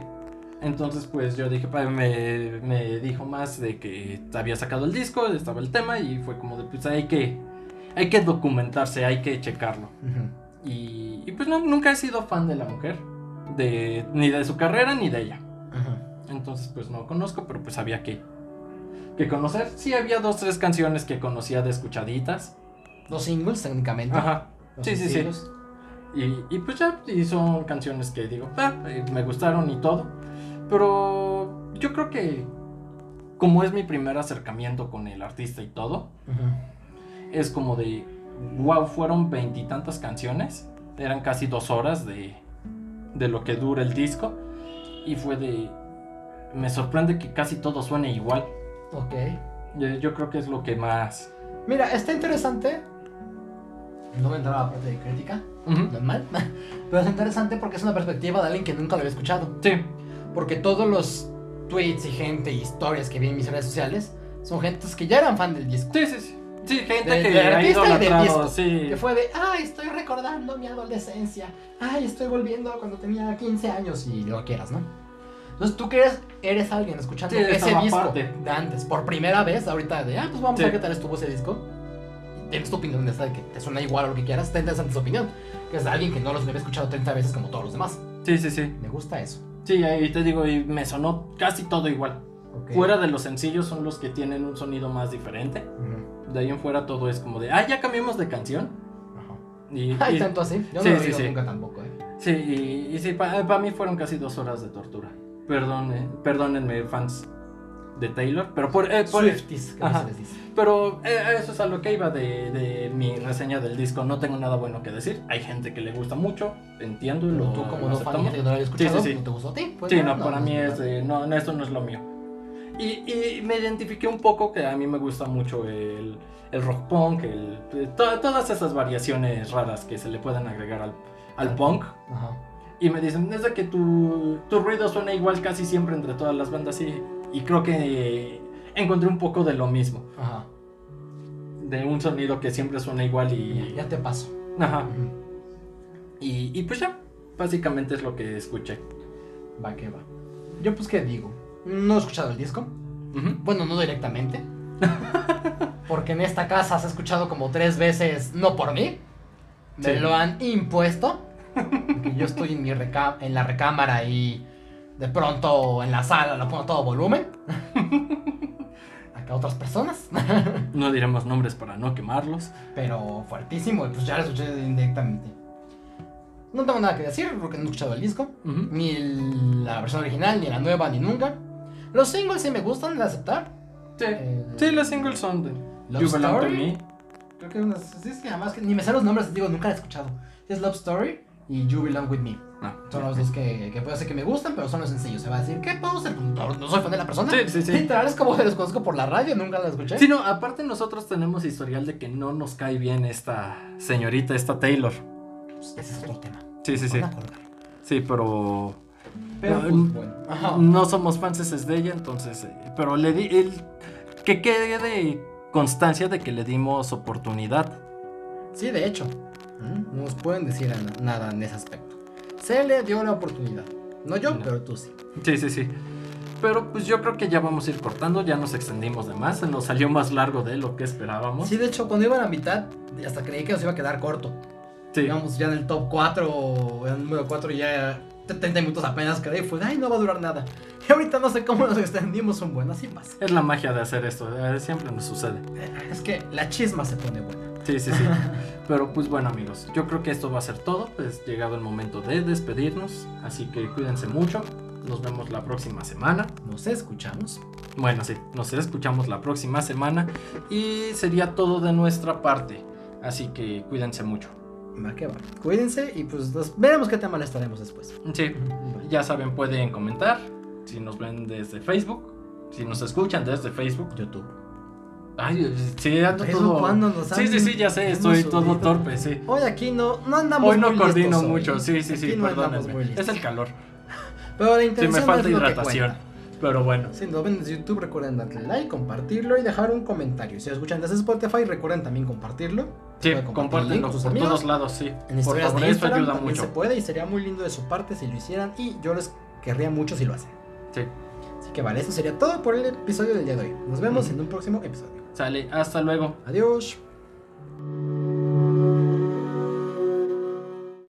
Speaker 1: Entonces, pues yo dije, pa- me, me dijo más de que había sacado el disco, estaba el tema, y fue como de, pues hay que, hay que documentarse, hay que checarlo. Y, y pues no, nunca he sido fan de la mujer, de, ni de su carrera ni de ella. Entonces, pues no conozco, pero pues había que, que conocer. Sí, había dos, tres canciones que conocía de escuchaditas.
Speaker 2: Dos singles, técnicamente.
Speaker 1: Ajá.
Speaker 2: Los
Speaker 1: Sí, sí, sí.
Speaker 2: sencillos.
Speaker 1: Y, y pues ya, y son canciones que digo, "Ah, eh, me gustaron y todo. Pero yo creo que como es mi primer acercamiento con el artista y todo,
Speaker 2: Ujú.
Speaker 1: es como de, wow, fueron veintitantas canciones. Eran casi dos horas de, de lo que dura el disco. Y fue de, me sorprende que casi todo suene igual.
Speaker 2: Ok.
Speaker 1: Eh, Yo creo que es lo que más...
Speaker 2: Mira, está interesante. No me entraba la parte de crítica, normal. <laughs> Pero es interesante porque es una perspectiva de alguien que nunca lo había escuchado.
Speaker 1: Sí,
Speaker 2: Porque todos los tweets y gente y historias que vi en mis redes sociales son gentes que ya eran fan del disco.
Speaker 1: sí, sí, sí. Sí, gente
Speaker 2: De-
Speaker 1: que
Speaker 2: de
Speaker 1: ha
Speaker 2: artista y de
Speaker 1: idolatrado,
Speaker 2: disco.
Speaker 1: sí.
Speaker 2: Que fue de, ay, estoy recordando mi adolescencia. Ay, estoy volviendo a cuando tenía 15 años y lo quieras, ¿no? Entonces tú que eres, eres alguien escuchando
Speaker 1: Sí, de
Speaker 2: ese
Speaker 1: esa
Speaker 2: disco
Speaker 1: parte.
Speaker 2: de antes, por primera vez, ahorita de, ah, pues vamos a
Speaker 1: Sí.
Speaker 2: ver qué tal estuvo ese disco. Y Tienes tu opinión de esta, que te suena igual a lo que quieras, está interesante tu opinión. Que es de alguien que no los había escuchado 30 veces como todos los demás.
Speaker 1: Sí, sí, sí.
Speaker 2: Me gusta eso.
Speaker 1: Sí, ahí te digo, y me sonó casi todo igual.
Speaker 2: Ok.
Speaker 1: Fuera de los sencillos son los que tienen un sonido más diferente.
Speaker 2: Ujú.
Speaker 1: De ahí en fuera todo es como de, ah, ya cambiamos de canción.
Speaker 2: Ajá.
Speaker 1: Y,
Speaker 2: <laughs> Ay,
Speaker 1: y-
Speaker 2: tanto así. Yo
Speaker 1: Sí,
Speaker 2: no lo he
Speaker 1: sí,
Speaker 2: oído
Speaker 1: sí.
Speaker 2: nunca tampoco, ¿eh?
Speaker 1: sí, y, y sí, para mí fueron casi dos horas de tortura. Perdón, eh, perdónenme, fans de Taylor, pero por, eh, por-
Speaker 2: Swifties, que no
Speaker 1: Ajá.
Speaker 2: se les dice.
Speaker 1: pero eh, a eso es a lo que iba de, de mi reseña del disco. No tengo nada bueno que decir. Hay gente que le gusta mucho, entiendo,
Speaker 2: Pero
Speaker 1: lo
Speaker 2: tú como
Speaker 1: lo
Speaker 2: no fan
Speaker 1: aceptamos.
Speaker 2: que no lo había escuchado,
Speaker 1: sí.
Speaker 2: no te gustó a ti. Pues
Speaker 1: Sí, no, para
Speaker 2: no
Speaker 1: mí
Speaker 2: nada.
Speaker 1: es, de, no, no, esto no es lo mío. Y, y me identifiqué un poco que a mí me gusta mucho el, el rock punk, el, eh, to- todas esas variaciones raras que se le pueden agregar al, al punk.
Speaker 2: Ajá.
Speaker 1: Y me dicen, es de que tu, tu ruido suena igual casi siempre entre todas las bandas y, y creo que encontré un poco de lo mismo,
Speaker 2: Ajá.
Speaker 1: de un sonido que siempre suena igual y...
Speaker 2: Ya te paso.
Speaker 1: Ajá, y, y pues ya, básicamente es lo que escuché.
Speaker 2: Va que va. Yo pues qué digo. No he escuchado el disco.
Speaker 1: Ujú.
Speaker 2: Bueno, no directamente. Porque en esta casa se ha escuchado como tres veces, no por mí. Me
Speaker 1: Sí.
Speaker 2: lo han impuesto. Porque yo estoy en, mi reca- en la recámara y de pronto en la sala lo pongo a todo volumen. Acá otras personas.
Speaker 1: No diremos nombres para no quemarlos.
Speaker 2: pero fuertísimo, y pues ya lo escuché indirectamente. No tengo nada que decir porque no he escuchado el disco,
Speaker 1: Ujú.
Speaker 2: ni el- la versión original, ni la nueva, ni nunca. Los singles sí me gustan de aceptar.
Speaker 1: Sí.
Speaker 2: Eh,
Speaker 1: Sí, los singles son de
Speaker 2: Love
Speaker 1: You Belong to
Speaker 2: Story.
Speaker 1: Me.
Speaker 2: Creo que unas- sí, es que además que ni me sé los nombres, digo, nunca la he escuchado. Es Love Story y You Belong With Me.
Speaker 1: No.
Speaker 2: Son los dos que, que puedo decir que me gustan, pero son los sencillos. Se va a decir, ¿qué puedo ser? No, no soy fan de la persona.
Speaker 1: Sí, sí, sí.
Speaker 2: Literal, es como <laughs> que los conozco por la radio, nunca la escuché.
Speaker 1: Sí, no, aparte nosotros tenemos historial de que no nos cae bien esta señorita, esta Taylor.
Speaker 2: Pues, ese es otro tema.
Speaker 1: Sí, sí, sí.
Speaker 2: Van a colgar.
Speaker 1: Sí, pero
Speaker 2: Pero,
Speaker 1: No,
Speaker 2: pues, bueno. Ajá.
Speaker 1: no somos fanses de ella, entonces... eh, Pero le di... el- que quede constancia de que le dimos oportunidad.
Speaker 2: Sí, de hecho. No nos pueden decir a- nada en ese aspecto. Se le dio la oportunidad. No yo,
Speaker 1: No.
Speaker 2: pero tú sí.
Speaker 1: Sí, sí, sí. Pero pues yo creo que ya vamos a ir cortando, ya nos extendimos de más, se nos salió más largo de lo que esperábamos.
Speaker 2: Sí, de hecho, cuando iba a la mitad, hasta creí que nos iba a quedar corto.
Speaker 1: Sí.
Speaker 2: Íbamos ya en el top 4, en el número 4 y ya 70 minutos apenas creí. Fue, ay, no va a durar nada. <laughs> Y ahorita no sé cómo nos extendimos un buen, así pasa.
Speaker 1: Es la magia de hacer esto, eh, siempre nos sucede.
Speaker 2: Es que la chisma se pone buena.
Speaker 1: Sí, sí, sí. Pero pues bueno amigos, yo creo que esto va a ser todo, pues llegado el momento de despedirnos, así que cuídense mucho, nos vemos la próxima semana,
Speaker 2: Nos escuchamos.
Speaker 1: bueno sí, nos escuchamos la próxima semana y sería todo de nuestra parte, así que cuídense mucho.
Speaker 2: Va que va. Cuídense y pues nos veremos qué tema les estaremos después.
Speaker 1: Sí, ya saben, pueden comentar, si nos ven desde Facebook, si nos escuchan desde Facebook.
Speaker 2: YouTube.
Speaker 1: Ay, sí, ando
Speaker 2: ¿Eso
Speaker 1: todo-
Speaker 2: cuándo nos
Speaker 1: Sí,
Speaker 2: han-
Speaker 1: sí, sí, ya sé,
Speaker 2: hemos
Speaker 1: estoy todo
Speaker 2: subido?
Speaker 1: torpe, sí.
Speaker 2: Hoy aquí no, no andamos
Speaker 1: Hoy no
Speaker 2: muy listos
Speaker 1: coordino
Speaker 2: hoy.
Speaker 1: mucho, sí, sí, sí,
Speaker 2: Aquí no andamos muy
Speaker 1: perdónenme.
Speaker 2: listos.
Speaker 1: Es el calor.
Speaker 2: Pero la
Speaker 1: Sí, me
Speaker 2: intención
Speaker 1: falta
Speaker 2: es lo que
Speaker 1: hidratación.
Speaker 2: cuenta.
Speaker 1: Pero bueno.
Speaker 2: Si nos ven desde YouTube, recuerden darle like, compartirlo y dejar un comentario. Si lo escuchan desde Spotify, recuerden también compartirlo.
Speaker 1: Sí,
Speaker 2: Pueden compartir el link
Speaker 1: compártenlo
Speaker 2: con sus
Speaker 1: por
Speaker 2: amigos.
Speaker 1: todos lados, sí.
Speaker 2: En
Speaker 1: Por
Speaker 2: historias
Speaker 1: este favor, esto
Speaker 2: de Instagram
Speaker 1: ayuda
Speaker 2: también se
Speaker 1: mucho.
Speaker 2: puede y sería muy lindo de su parte si lo hicieran y yo les querría mucho si lo hacen.
Speaker 1: Sí,
Speaker 2: Así que vale, eso sería todo por el episodio del día de hoy. Nos vemos
Speaker 1: Ujú.
Speaker 2: en un próximo episodio.
Speaker 1: sale. Hasta luego.
Speaker 2: Adiós.